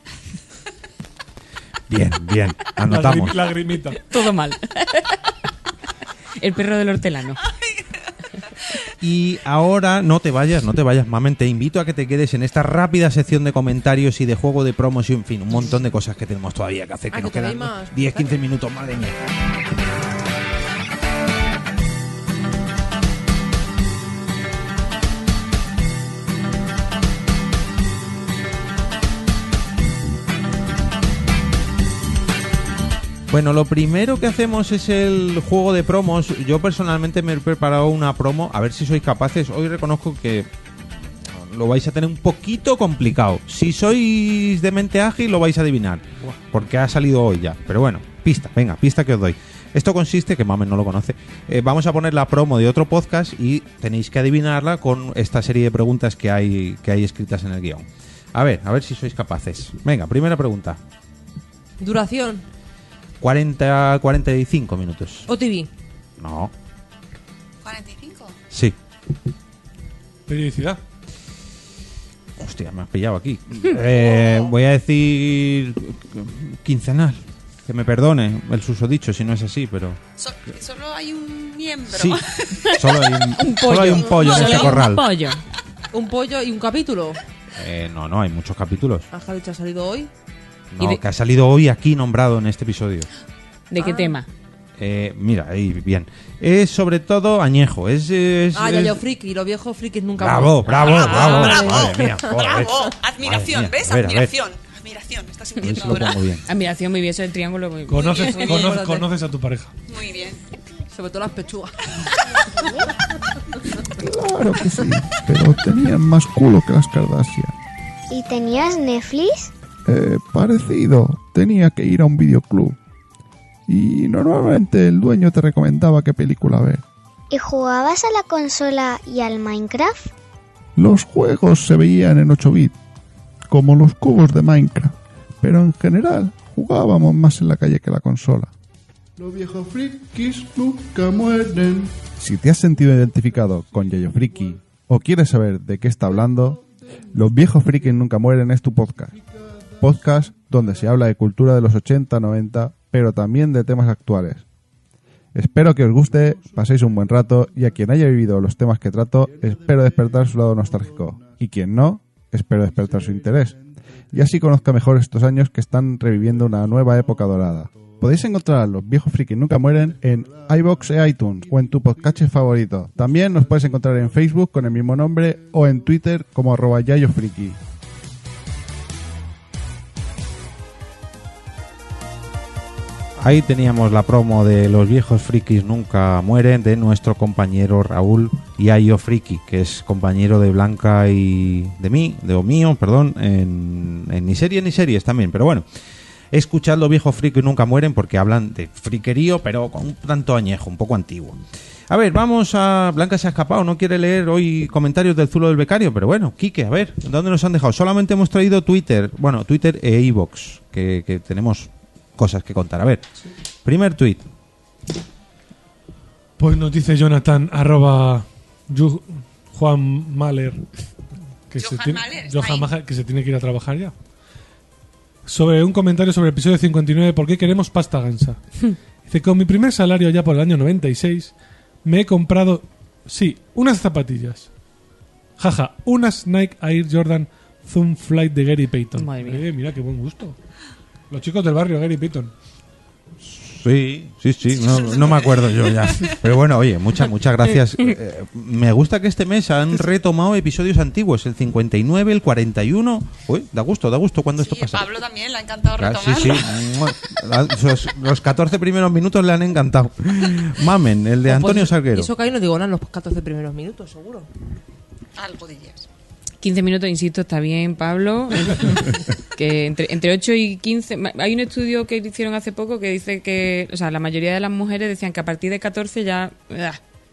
[SPEAKER 2] Bien, bien. Anotamos.
[SPEAKER 3] Lagrim- Lagrimita.
[SPEAKER 6] Todo mal. El perro del hortelano.
[SPEAKER 2] Y ahora no te vayas, no te vayas, mamen. Te invito a que te quedes en esta rápida sección de comentarios y de juego de promoción. En fin, un montón de cosas que tenemos todavía que hacer. Que
[SPEAKER 4] Ah,
[SPEAKER 2] nos
[SPEAKER 4] que
[SPEAKER 2] quedan
[SPEAKER 4] todavía hay más.
[SPEAKER 2] 10, 15 minutos, madre mía. Bueno, lo primero que hacemos es el juego de promos. Yo personalmente me he preparado una promo, a ver si sois capaces. Hoy reconozco que lo vais a tener un poquito complicado. Si sois de mente ágil, lo vais a adivinar. Porque ha salido hoy ya. Pero bueno, pista, venga, pista que os doy. Esto consiste, que Mamen no lo conoce, eh, vamos a poner la promo de otro podcast y tenéis que adivinarla con esta serie de preguntas que hay, que hay escritas en el guión. A ver, a ver si sois capaces. Venga, primera pregunta.
[SPEAKER 4] Duración.
[SPEAKER 2] 40, 45 minutos.
[SPEAKER 4] OTV.
[SPEAKER 2] No.
[SPEAKER 5] 45.
[SPEAKER 2] Sí.
[SPEAKER 3] Periodicidad.
[SPEAKER 2] Hostia, me has pillado aquí. Eh, voy a decir quincenal. Que me perdone el susodicho si no es así, pero...
[SPEAKER 5] So- solo hay un miembro.
[SPEAKER 2] Sí, solo hay un, solo hay un pollo en
[SPEAKER 6] Solo
[SPEAKER 2] este
[SPEAKER 6] hay un
[SPEAKER 2] corral.
[SPEAKER 6] pollo.
[SPEAKER 4] Un pollo y un capítulo.
[SPEAKER 2] Eh, no, no, hay muchos capítulos.
[SPEAKER 4] Ángel ha salido hoy.
[SPEAKER 2] No,
[SPEAKER 6] de-
[SPEAKER 2] que ha salido hoy aquí nombrado en este episodio.
[SPEAKER 6] ¿De qué tema?
[SPEAKER 2] Eh, mira, ahí, bien. Es sobre todo añejo. Es, es-
[SPEAKER 4] Ah, ya,
[SPEAKER 2] es-
[SPEAKER 4] ya, friki. Los viejos frikis nunca
[SPEAKER 2] Bravo,
[SPEAKER 4] mueren.
[SPEAKER 2] bravo, bravo.
[SPEAKER 5] bravo,
[SPEAKER 2] Madre mía, joder.
[SPEAKER 5] ¡Bravo!
[SPEAKER 2] Madre
[SPEAKER 5] Admiración,
[SPEAKER 2] mía,
[SPEAKER 5] ¿ves?
[SPEAKER 2] a ver, a ver.
[SPEAKER 5] Admiración. Admiración, me estás
[SPEAKER 2] A ver
[SPEAKER 5] sintiendo
[SPEAKER 2] si lo
[SPEAKER 5] ahora.
[SPEAKER 2] pongo bien.
[SPEAKER 6] Admiración, muy bien, eso del triángulo. muy bien.
[SPEAKER 3] Conoces,
[SPEAKER 4] bien,
[SPEAKER 3] conoces-
[SPEAKER 4] acuérdate.
[SPEAKER 3] conoces a tu pareja.
[SPEAKER 5] Muy bien.
[SPEAKER 4] Sobre todo las pechugas.
[SPEAKER 8] Claro que sí, pero tenían más culo que las Kardashian.
[SPEAKER 9] ¿Y tenías Netflix?
[SPEAKER 8] Eh, parecido, tenía que ir a un videoclub. Y normalmente el dueño te recomendaba qué película ver.
[SPEAKER 9] ¿Y jugabas a la consola y al Minecraft?
[SPEAKER 8] Los juegos se veían en 8 bits, como los cubos de Minecraft, pero en general jugábamos más en la calle que la consola. Los viejos frikis nunca mueren. Si te has sentido identificado con Yayo Friki o quieres saber de qué está hablando, Los viejos frikis nunca mueren es tu podcast. Podcast donde se habla de cultura de los 80, 90, pero también de temas actuales. Espero que os guste, paséis un buen rato y a quien haya vivido los temas que trato, espero despertar su lado nostálgico. Y quien no, espero despertar su interés. Y así conozca mejor estos años que están reviviendo una nueva época dorada. Podéis encontrar a los viejos frikis nunca mueren en iBox e iTunes o en tu podcast favorito. También nos puedes encontrar en Facebook con el mismo nombre o en Twitter como arroba yayofriki.
[SPEAKER 2] Ahí teníamos la promo de Los viejos frikis nunca mueren de nuestro compañero Raúl Yayo Friki, que es compañero de Blanca y de mí, de o mío, perdón, en, en ni serie ni series también, pero bueno. Escuchad Los viejos frikis nunca mueren porque hablan de friquerío, pero con un tanto añejo, un poco antiguo. A ver, vamos a... Blanca se ha escapado, no quiere leer hoy comentarios del Zulo del Becario, pero bueno, Quique, a ver, ¿dónde nos han dejado? Solamente hemos traído Twitter, bueno, Twitter e iVoox, que, que tenemos cosas que contar. A ver, primer tweet.
[SPEAKER 3] Pues nos dice Jonathan, arroba Ju- Juan Mahler. Que
[SPEAKER 5] Johan
[SPEAKER 3] tiene,
[SPEAKER 5] Mahler, está
[SPEAKER 3] Johan
[SPEAKER 5] ahí.
[SPEAKER 3] Mahler, que se tiene que ir a trabajar ya. Sobre un comentario sobre el episodio 59, ¿por qué queremos pasta gansa? Dice, con mi primer salario ya por el año 96, me he comprado, sí, unas zapatillas. Jaja, unas Nike Air Jordan Zoom Flight de Gary Payton.
[SPEAKER 6] Madre mía.
[SPEAKER 3] Eh, mira qué buen gusto. Los chicos del barrio, Gary Payton.
[SPEAKER 2] Sí, sí, sí, no, no me acuerdo yo ya. Pero bueno, oye, muchas, muchas gracias. Eh, me gusta que este mes han retomado episodios antiguos, el 59, el 41. Uy, da gusto, da gusto cuando esto
[SPEAKER 5] Sí,
[SPEAKER 2] pasa.
[SPEAKER 5] a Pablo también le ha encantado
[SPEAKER 2] Claro, sí,
[SPEAKER 5] retomarlo.
[SPEAKER 2] Ah, sí. Mua. Ah, Los, los 14 primeros minutos le han encantado. Mamen, el
[SPEAKER 6] Oh,
[SPEAKER 2] de
[SPEAKER 4] Pues,
[SPEAKER 2] Antonio Salguero.
[SPEAKER 4] Eso que ahí no digo nada en los 14 primeros minutos, seguro.
[SPEAKER 5] Algo dirías.
[SPEAKER 6] 15 minutos, insisto, está bien, Pablo. que entre, entre 8 y 15. ma- Hay un estudio que hicieron hace poco que dice que, o sea, la mayoría de las mujeres decían que a partir de 14 ya. ah,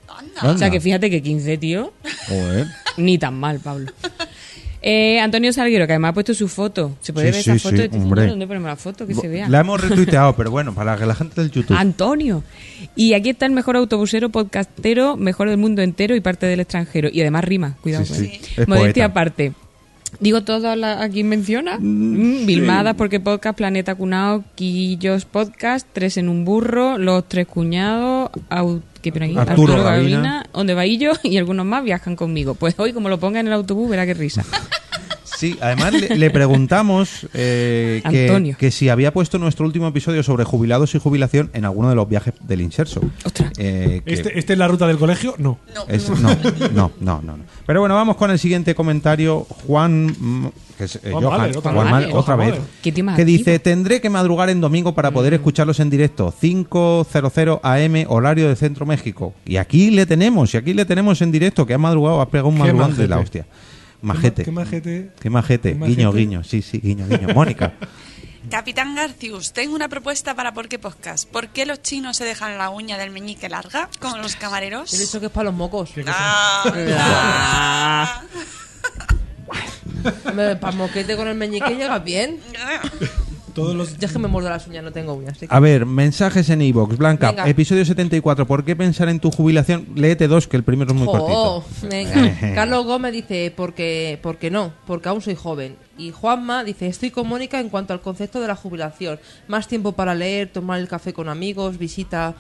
[SPEAKER 5] Anda.
[SPEAKER 6] O sea que fíjate que 15, tío,
[SPEAKER 10] Joder.
[SPEAKER 6] ni tan mal, Pablo. Eh, Antonio Salguero, que además ha puesto su foto. ¿Se
[SPEAKER 2] Sí,
[SPEAKER 6] puede ver
[SPEAKER 2] sí,
[SPEAKER 6] esa
[SPEAKER 2] sí,
[SPEAKER 6] foto? Estoy diciendo,
[SPEAKER 2] hombre.
[SPEAKER 6] ¿Dónde ponemos la foto? Que se vea.
[SPEAKER 2] La hemos retuiteado, pero bueno, para que la gente del YouTube.
[SPEAKER 6] Antonio. Y aquí está el mejor autobusero, podcastero, mejor del mundo entero y parte del extranjero. Y además rima, cuidado.
[SPEAKER 2] Sí,
[SPEAKER 6] con
[SPEAKER 2] sí.
[SPEAKER 6] él.
[SPEAKER 2] Es
[SPEAKER 6] Modestia
[SPEAKER 2] poeta.
[SPEAKER 6] aparte. Digo todas las aquí menciona. Mm, Vilmadas, porque podcast, Planeta Cunao, Quillos Podcast, Tres en un Burro, Los Tres Cuñados, Au- ¿qué pone aquí?
[SPEAKER 2] Arturo Gavina.
[SPEAKER 6] Onde Bahillo y algunos más viajan conmigo. Pues hoy, como lo ponga en el autobús, verá qué risa.
[SPEAKER 2] Sí, además le, le preguntamos eh, que,
[SPEAKER 6] Antonio.
[SPEAKER 2] que si había puesto nuestro último episodio sobre jubilados y jubilación en alguno de los viajes del inserso.
[SPEAKER 6] Ostras.
[SPEAKER 2] Eh, que-
[SPEAKER 3] Este, ¿Este es la ruta del colegio? No.
[SPEAKER 5] No.
[SPEAKER 2] es- no, no, no, no, no. Pero bueno, vamos con el siguiente comentario. Juan. mm, Que es, eh,
[SPEAKER 3] Juan
[SPEAKER 2] Johan-
[SPEAKER 3] Mahler, otra
[SPEAKER 2] Juan
[SPEAKER 6] vez.
[SPEAKER 2] Mahler, otra
[SPEAKER 3] Juan
[SPEAKER 2] vez.
[SPEAKER 3] Mahler.
[SPEAKER 6] Qué tío más
[SPEAKER 2] que
[SPEAKER 6] activo.
[SPEAKER 2] dice: Tendré que madrugar en domingo para
[SPEAKER 3] Mm.
[SPEAKER 2] poder escucharlos en directo. 5.00 AM, horario de Centro México. Y aquí le tenemos, y aquí le tenemos en directo, que ha madrugado, ha pegado un
[SPEAKER 3] Qué
[SPEAKER 2] madrugón de
[SPEAKER 3] majete.
[SPEAKER 2] la hostia. Majete.
[SPEAKER 3] ¿Qué majete?
[SPEAKER 2] Qué majete.
[SPEAKER 3] Qué
[SPEAKER 2] Guiño,
[SPEAKER 3] majete.
[SPEAKER 2] guiño. Sí, sí, guiño, guiño. Mónica.
[SPEAKER 5] Capitán Garcius, tengo una propuesta para Por qué Podcast. ¿Por qué los chinos se dejan la uña del meñique larga como los camareros?
[SPEAKER 4] He dicho que es para los mocos.
[SPEAKER 5] Ah,
[SPEAKER 4] Hombre, Para moquete con el meñique llegas bien.
[SPEAKER 5] ah.
[SPEAKER 3] Todos los.
[SPEAKER 4] Ya es que me muerdo las uñas, no tengo uñas. así que-
[SPEAKER 2] A ver, mensajes en iBox. Blanca,
[SPEAKER 4] Venga.
[SPEAKER 2] episodio 74. ¿Por qué pensar en tu jubilación? Léete dos, que el primero es muy
[SPEAKER 4] Oh,
[SPEAKER 2] cortito.
[SPEAKER 4] venga. Carlos Gómez dice, porque, porque no, porque aún soy joven. Y Juanma dice, estoy con Mónica en cuanto al concepto de la jubilación. Más tiempo para leer, tomar el café con amigos, visita,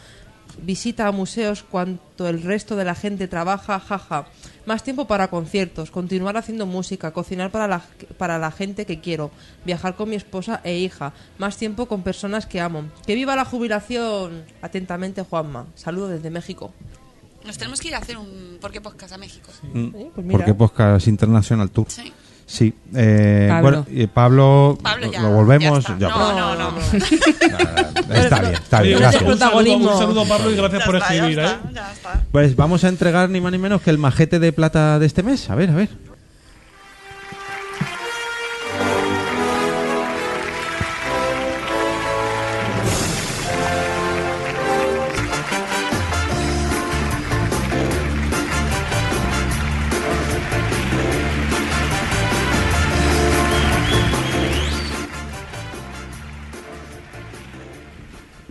[SPEAKER 4] visita a museos cuanto el resto de la gente trabaja, jaja. Más tiempo para conciertos, continuar haciendo música, cocinar para la, para la gente que quiero, viajar con mi esposa e hija, más tiempo con personas que amo. ¡Que viva la jubilación! Atentamente, Juanma. Saludos desde México.
[SPEAKER 5] Nos tenemos que ir a hacer un Por qué Podcast a México.
[SPEAKER 4] Eh, pues mira.
[SPEAKER 2] Mm. Porque Podcast International Tour.
[SPEAKER 5] Sí.
[SPEAKER 2] Sí. eh,
[SPEAKER 6] Pablo.
[SPEAKER 2] Bueno, eh, Pablo,
[SPEAKER 5] Pablo, ya.
[SPEAKER 2] lo volvemos.
[SPEAKER 5] ya está.
[SPEAKER 2] Ya,
[SPEAKER 5] no,
[SPEAKER 2] pues, eh,
[SPEAKER 5] no, no.
[SPEAKER 2] está bien, está
[SPEAKER 3] Oye,
[SPEAKER 2] bien.
[SPEAKER 3] un
[SPEAKER 2] Gracias.
[SPEAKER 3] saludo-
[SPEAKER 4] Protagonismo.
[SPEAKER 3] Un saludo, Pablo, y gracias
[SPEAKER 5] Ya
[SPEAKER 3] por
[SPEAKER 5] está, ya
[SPEAKER 3] escribir. ¿eh?
[SPEAKER 5] está, ya está.
[SPEAKER 2] Pues vamos a entregar ni más ni menos que el majete de plata de este mes. A ver, a ver.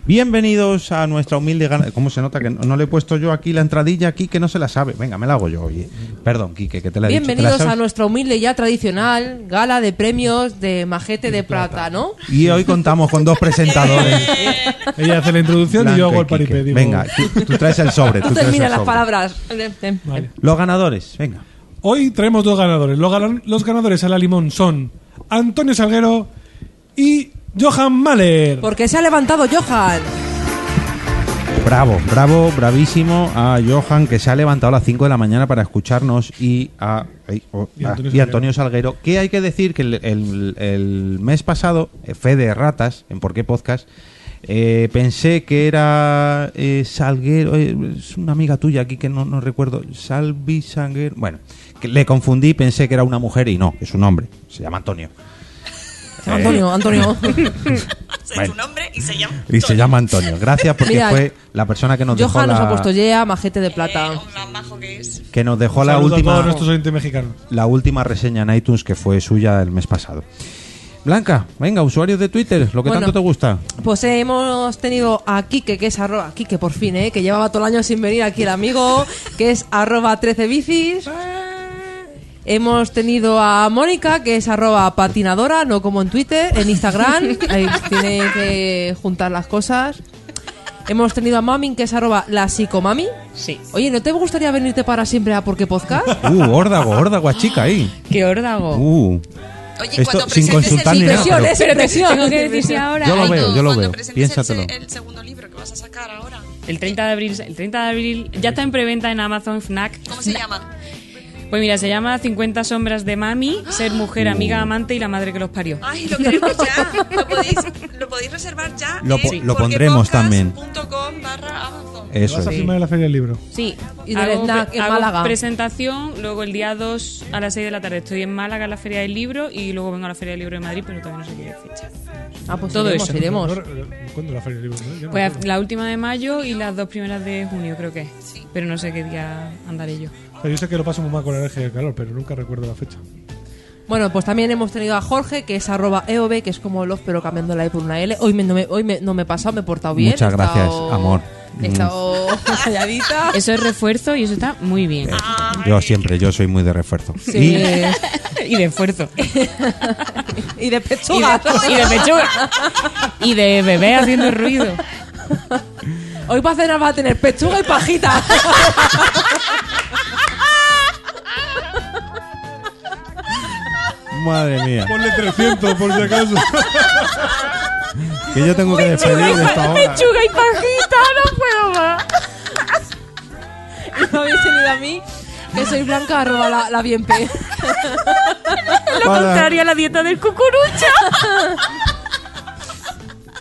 [SPEAKER 2] Bienvenidos a nuestra humilde gana. ¿Cómo se nota que no, no le he puesto yo aquí la entradilla aquí que no se la sabe? Venga, me la hago yo. Oye. Perdón, Quique, que te la he dicho. ¿Te la
[SPEAKER 4] Bienvenidos
[SPEAKER 2] sabes?
[SPEAKER 4] a nuestra humilde y ya tradicional gala de premios de Majete de Plata, ¿no?
[SPEAKER 2] Y hoy contamos con dos presentadores.
[SPEAKER 3] Ella hace la introducción y
[SPEAKER 2] Blanca
[SPEAKER 3] yo hago el
[SPEAKER 2] y Quique.
[SPEAKER 3] paripé. digo,
[SPEAKER 2] Venga, tú, tú traes el sobre. Tú
[SPEAKER 4] Tú
[SPEAKER 2] traes el
[SPEAKER 4] terminas las
[SPEAKER 2] sobre.
[SPEAKER 4] palabras.
[SPEAKER 3] Vale.
[SPEAKER 2] Los ganadores, venga.
[SPEAKER 3] Hoy traemos dos ganadores. Los, galan- los ganadores a la limón son Antonio Salguero y Johan Mahler.
[SPEAKER 4] Porque se ha levantado Johan.
[SPEAKER 2] Eh, Bravo, bravo, bravísimo a Johan que se ha levantado a las 5 de la mañana para escucharnos y a ay, oh,
[SPEAKER 3] Y
[SPEAKER 2] ah,
[SPEAKER 3] Antonio
[SPEAKER 2] y a Antonio Salguero. Que hay que decir que el, el- el mes pasado, eh, Fede Ratas, en Por qué Podcast, eh, pensé que era eh, Salguero, eh, es una amiga tuya aquí que no, no recuerdo, Salvi Salguero. Bueno, que le confundí, pensé que era una mujer y no, es un hombre, se llama Antonio. Eh,
[SPEAKER 4] Antonio, Antonio.
[SPEAKER 5] Es su nombre y se llama.
[SPEAKER 2] Y se llama Antonio. Gracias porque
[SPEAKER 4] Mira,
[SPEAKER 2] fue la persona que nos dejó
[SPEAKER 4] Johan nos
[SPEAKER 2] la-
[SPEAKER 4] ha puesto Yea, Majete de
[SPEAKER 5] Eh,
[SPEAKER 4] Plata.
[SPEAKER 5] un gran majo que es.
[SPEAKER 2] que nos dejó
[SPEAKER 3] Un
[SPEAKER 2] la
[SPEAKER 3] saludo a
[SPEAKER 2] última
[SPEAKER 3] todos nuestros oyentes mexicanos.
[SPEAKER 2] la última reseña en iTunes que fue suya el mes pasado. Blanca, venga, usuarios de Twitter, lo que
[SPEAKER 4] Bueno.
[SPEAKER 2] tanto te gusta.
[SPEAKER 4] Pues eh, hemos tenido a Quique, que es arroba, Quique por fin, eh, que llevaba todo el año sin venir aquí el amigo, que es arroba 13 bicis. Hemos tenido a Mónica, que es arroba patinadora, no como en Twitter, en Instagram, ahí tiene que juntar las cosas. Hemos tenido a Mamin, que es arroba la psicomami.
[SPEAKER 6] Sí.
[SPEAKER 4] Oye, ¿no te gustaría venirte para siempre a Porque Podcast?
[SPEAKER 2] Uh, órdago, órdago a chica ahí.
[SPEAKER 6] Qué órdago.
[SPEAKER 2] Uh,
[SPEAKER 5] Oye,
[SPEAKER 2] Esto
[SPEAKER 5] cuando
[SPEAKER 2] sin
[SPEAKER 5] presentes
[SPEAKER 2] consultar
[SPEAKER 5] el
[SPEAKER 2] ni nada,
[SPEAKER 5] libro-
[SPEAKER 4] Impresión,
[SPEAKER 2] pero-
[SPEAKER 4] es impresión.
[SPEAKER 6] Tengo que decir si ahora.
[SPEAKER 2] Yo lo
[SPEAKER 6] hay-
[SPEAKER 2] veo.
[SPEAKER 5] cuando-
[SPEAKER 2] veo.
[SPEAKER 5] Cuando presentes el,
[SPEAKER 2] Piénsatelo.
[SPEAKER 5] se- el segundo libro que vas a sacar ahora.
[SPEAKER 6] El 30 de abril, el 30 de abril ya está en preventa en Amazon Fnac.
[SPEAKER 5] ¿Cómo se llama?
[SPEAKER 6] Pues mira, se llama 50 sombras de mami, ser mujer, amiga, amante y la madre que los parió.
[SPEAKER 4] Ah.
[SPEAKER 5] Ay, lo queremos ya. Lo podéis, lo podéis reservar ya.
[SPEAKER 2] Lo
[SPEAKER 5] en
[SPEAKER 2] po- lo pondremos también.
[SPEAKER 5] porquepodcast.com barra Amazon.
[SPEAKER 2] eso
[SPEAKER 3] Vas a
[SPEAKER 2] es.
[SPEAKER 3] firmar en la feria del libro.
[SPEAKER 6] Sí,
[SPEAKER 4] Y del snack en
[SPEAKER 6] hago
[SPEAKER 4] Málaga.
[SPEAKER 6] presentación, luego el día 2 a las 6 de la tarde estoy en Málaga en la Feria del Libro y luego vengo a la Feria del Libro de Madrid, pero todavía no sé qué fecha.
[SPEAKER 4] Ah, pues
[SPEAKER 6] Todo
[SPEAKER 4] iremos,
[SPEAKER 6] eso.
[SPEAKER 4] iremos.
[SPEAKER 3] No, no, no, ¿Cuándo la feria del libro? No, ya no
[SPEAKER 6] Pues
[SPEAKER 3] recuerdo.
[SPEAKER 6] la última de mayo y las dos primeras de junio, creo que.
[SPEAKER 5] Sí.
[SPEAKER 6] Pero no sé qué día andaré yo.
[SPEAKER 3] O sea, yo sé que lo paso muy mal con la alergia y el calor, pero nunca recuerdo la fecha.
[SPEAKER 4] Bueno, pues también hemos tenido a Jorge, que es arroba EOB, que es como Love, pero cambiando la E por una L. Hoy, me- no, me, hoy me- no me he pasado, me he portado bien.
[SPEAKER 2] Muchas
[SPEAKER 4] he estado-
[SPEAKER 2] gracias, amor.
[SPEAKER 4] He
[SPEAKER 2] Mm.
[SPEAKER 4] estado calladita.
[SPEAKER 6] Eso es refuerzo y eso está muy bien.
[SPEAKER 2] Ah. Yo siempre, yo soy muy de refuerzo.
[SPEAKER 4] Sí.
[SPEAKER 6] y de esfuerzo.
[SPEAKER 4] y de
[SPEAKER 6] Y
[SPEAKER 4] pechuga.
[SPEAKER 6] de, y de pechuga. Y de bebé haciendo ruido.
[SPEAKER 4] Hoy para cenar vas a tener pechuga y pajita.
[SPEAKER 2] Y- Madre mía,
[SPEAKER 3] Ponle 300, por si acaso.
[SPEAKER 2] que yo tengo que despedir de esta hora.
[SPEAKER 6] Pechuga y pajita, no puedo más.
[SPEAKER 4] Me habéis tenido a mí, que soy blanca, arroba la, la bien P.
[SPEAKER 6] Lo
[SPEAKER 2] Para-
[SPEAKER 6] contrario a la dieta del cucurucho.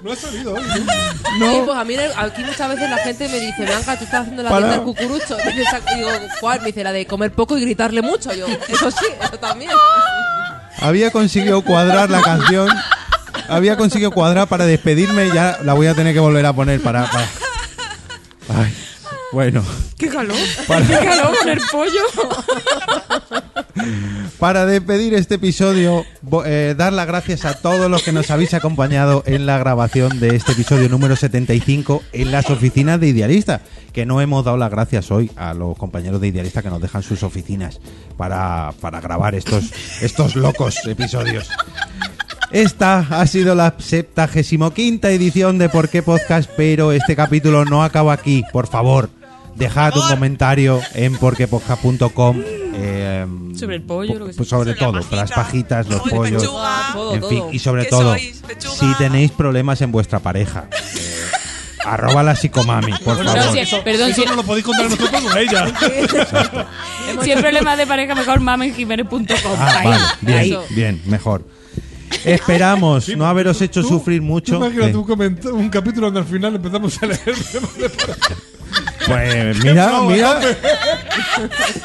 [SPEAKER 3] No ha salido hoy.
[SPEAKER 4] Sí, pues a mí en el- aquí muchas veces la gente me dice, Blanca, tú estás haciendo la
[SPEAKER 2] Para.
[SPEAKER 4] dieta del cucurucho. Y yo digo, ¿cuál? Me dice, la de comer poco y gritarle mucho. Yo, eso sí, eso también.
[SPEAKER 2] Había conseguido cuadrar la canción. Había conseguido cuadrar para despedirme y ya la voy a tener que volver a poner para. para- Ay, bueno,
[SPEAKER 6] Qué calor.
[SPEAKER 2] Para-
[SPEAKER 6] Qué calor con el pollo.
[SPEAKER 2] para despedir este episodio, bo- eh, dar las gracias a todos los que nos habéis acompañado en la grabación de este episodio número 75 en las oficinas de Idealista. Que no hemos dado las gracias hoy a los compañeros de Idealista que nos dejan sus oficinas para, para grabar estos, estos locos episodios. Esta ha sido la 75 edición de Por qué Podcast, pero este capítulo no acaba aquí. Por favor, dejad un comentario en porquepodcast.com. eh,
[SPEAKER 6] Sobre el pollo,
[SPEAKER 2] po-
[SPEAKER 6] lo que sea.
[SPEAKER 2] Sobre
[SPEAKER 5] Sobre la
[SPEAKER 2] todo, las
[SPEAKER 5] pajita,
[SPEAKER 2] pajitas, los
[SPEAKER 5] sobre
[SPEAKER 2] pollos.
[SPEAKER 5] pechuga.
[SPEAKER 4] Todo,
[SPEAKER 2] en fin,
[SPEAKER 4] todo.
[SPEAKER 2] y sobre
[SPEAKER 5] ¿Qué
[SPEAKER 2] todo,
[SPEAKER 5] sois, pechuga?
[SPEAKER 2] si tenéis problemas en vuestra pareja, eh, arroba la psicomami, por
[SPEAKER 6] No,
[SPEAKER 2] favor.
[SPEAKER 6] si- perdón, si,
[SPEAKER 3] Eso no lo podéis contar nosotros con ella.
[SPEAKER 6] si el problema es de pareja, mejor mamenjiménez.com.
[SPEAKER 2] Ah,
[SPEAKER 6] Ahí,
[SPEAKER 2] vale, bien,
[SPEAKER 6] ahí.
[SPEAKER 2] bien, mejor. Esperamos no haberos hecho
[SPEAKER 3] Tú-
[SPEAKER 2] sufrir
[SPEAKER 3] tú
[SPEAKER 2] mucho.
[SPEAKER 3] Imagínate
[SPEAKER 2] Eh,
[SPEAKER 3] un, coment- un capítulo donde al final empezamos a leer.
[SPEAKER 2] Pues mira,
[SPEAKER 3] broma,
[SPEAKER 2] mira.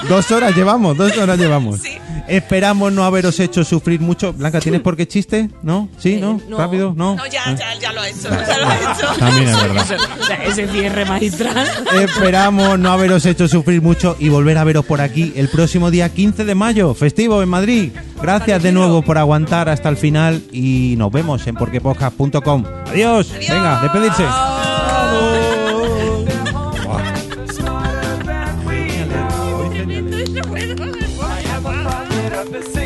[SPEAKER 2] Dos horas llevamos, dos horas llevamos.
[SPEAKER 5] Sí.
[SPEAKER 2] Esperamos no haberos hecho sufrir mucho. Blanca, ¿tienes por qué chiste? ¿No? ¿Sí? ¿No?
[SPEAKER 4] no.
[SPEAKER 2] ¿Rápido? ¿No?
[SPEAKER 5] Eh, No, ya,
[SPEAKER 2] Ah.
[SPEAKER 5] ya, ya lo he hecho. Ya lo he hecho.
[SPEAKER 2] También es verdad.
[SPEAKER 6] Eso, o sea, ese cierre magistral.
[SPEAKER 2] Esperamos no haberos hecho sufrir mucho y volver a veros por aquí el próximo día 15 de mayo, festivo en Madrid. Gracias de nuevo por aguantar hasta el final y nos vemos en porquepodcast.com. Adiós. Venga, despedirse.
[SPEAKER 10] Hoy tenía-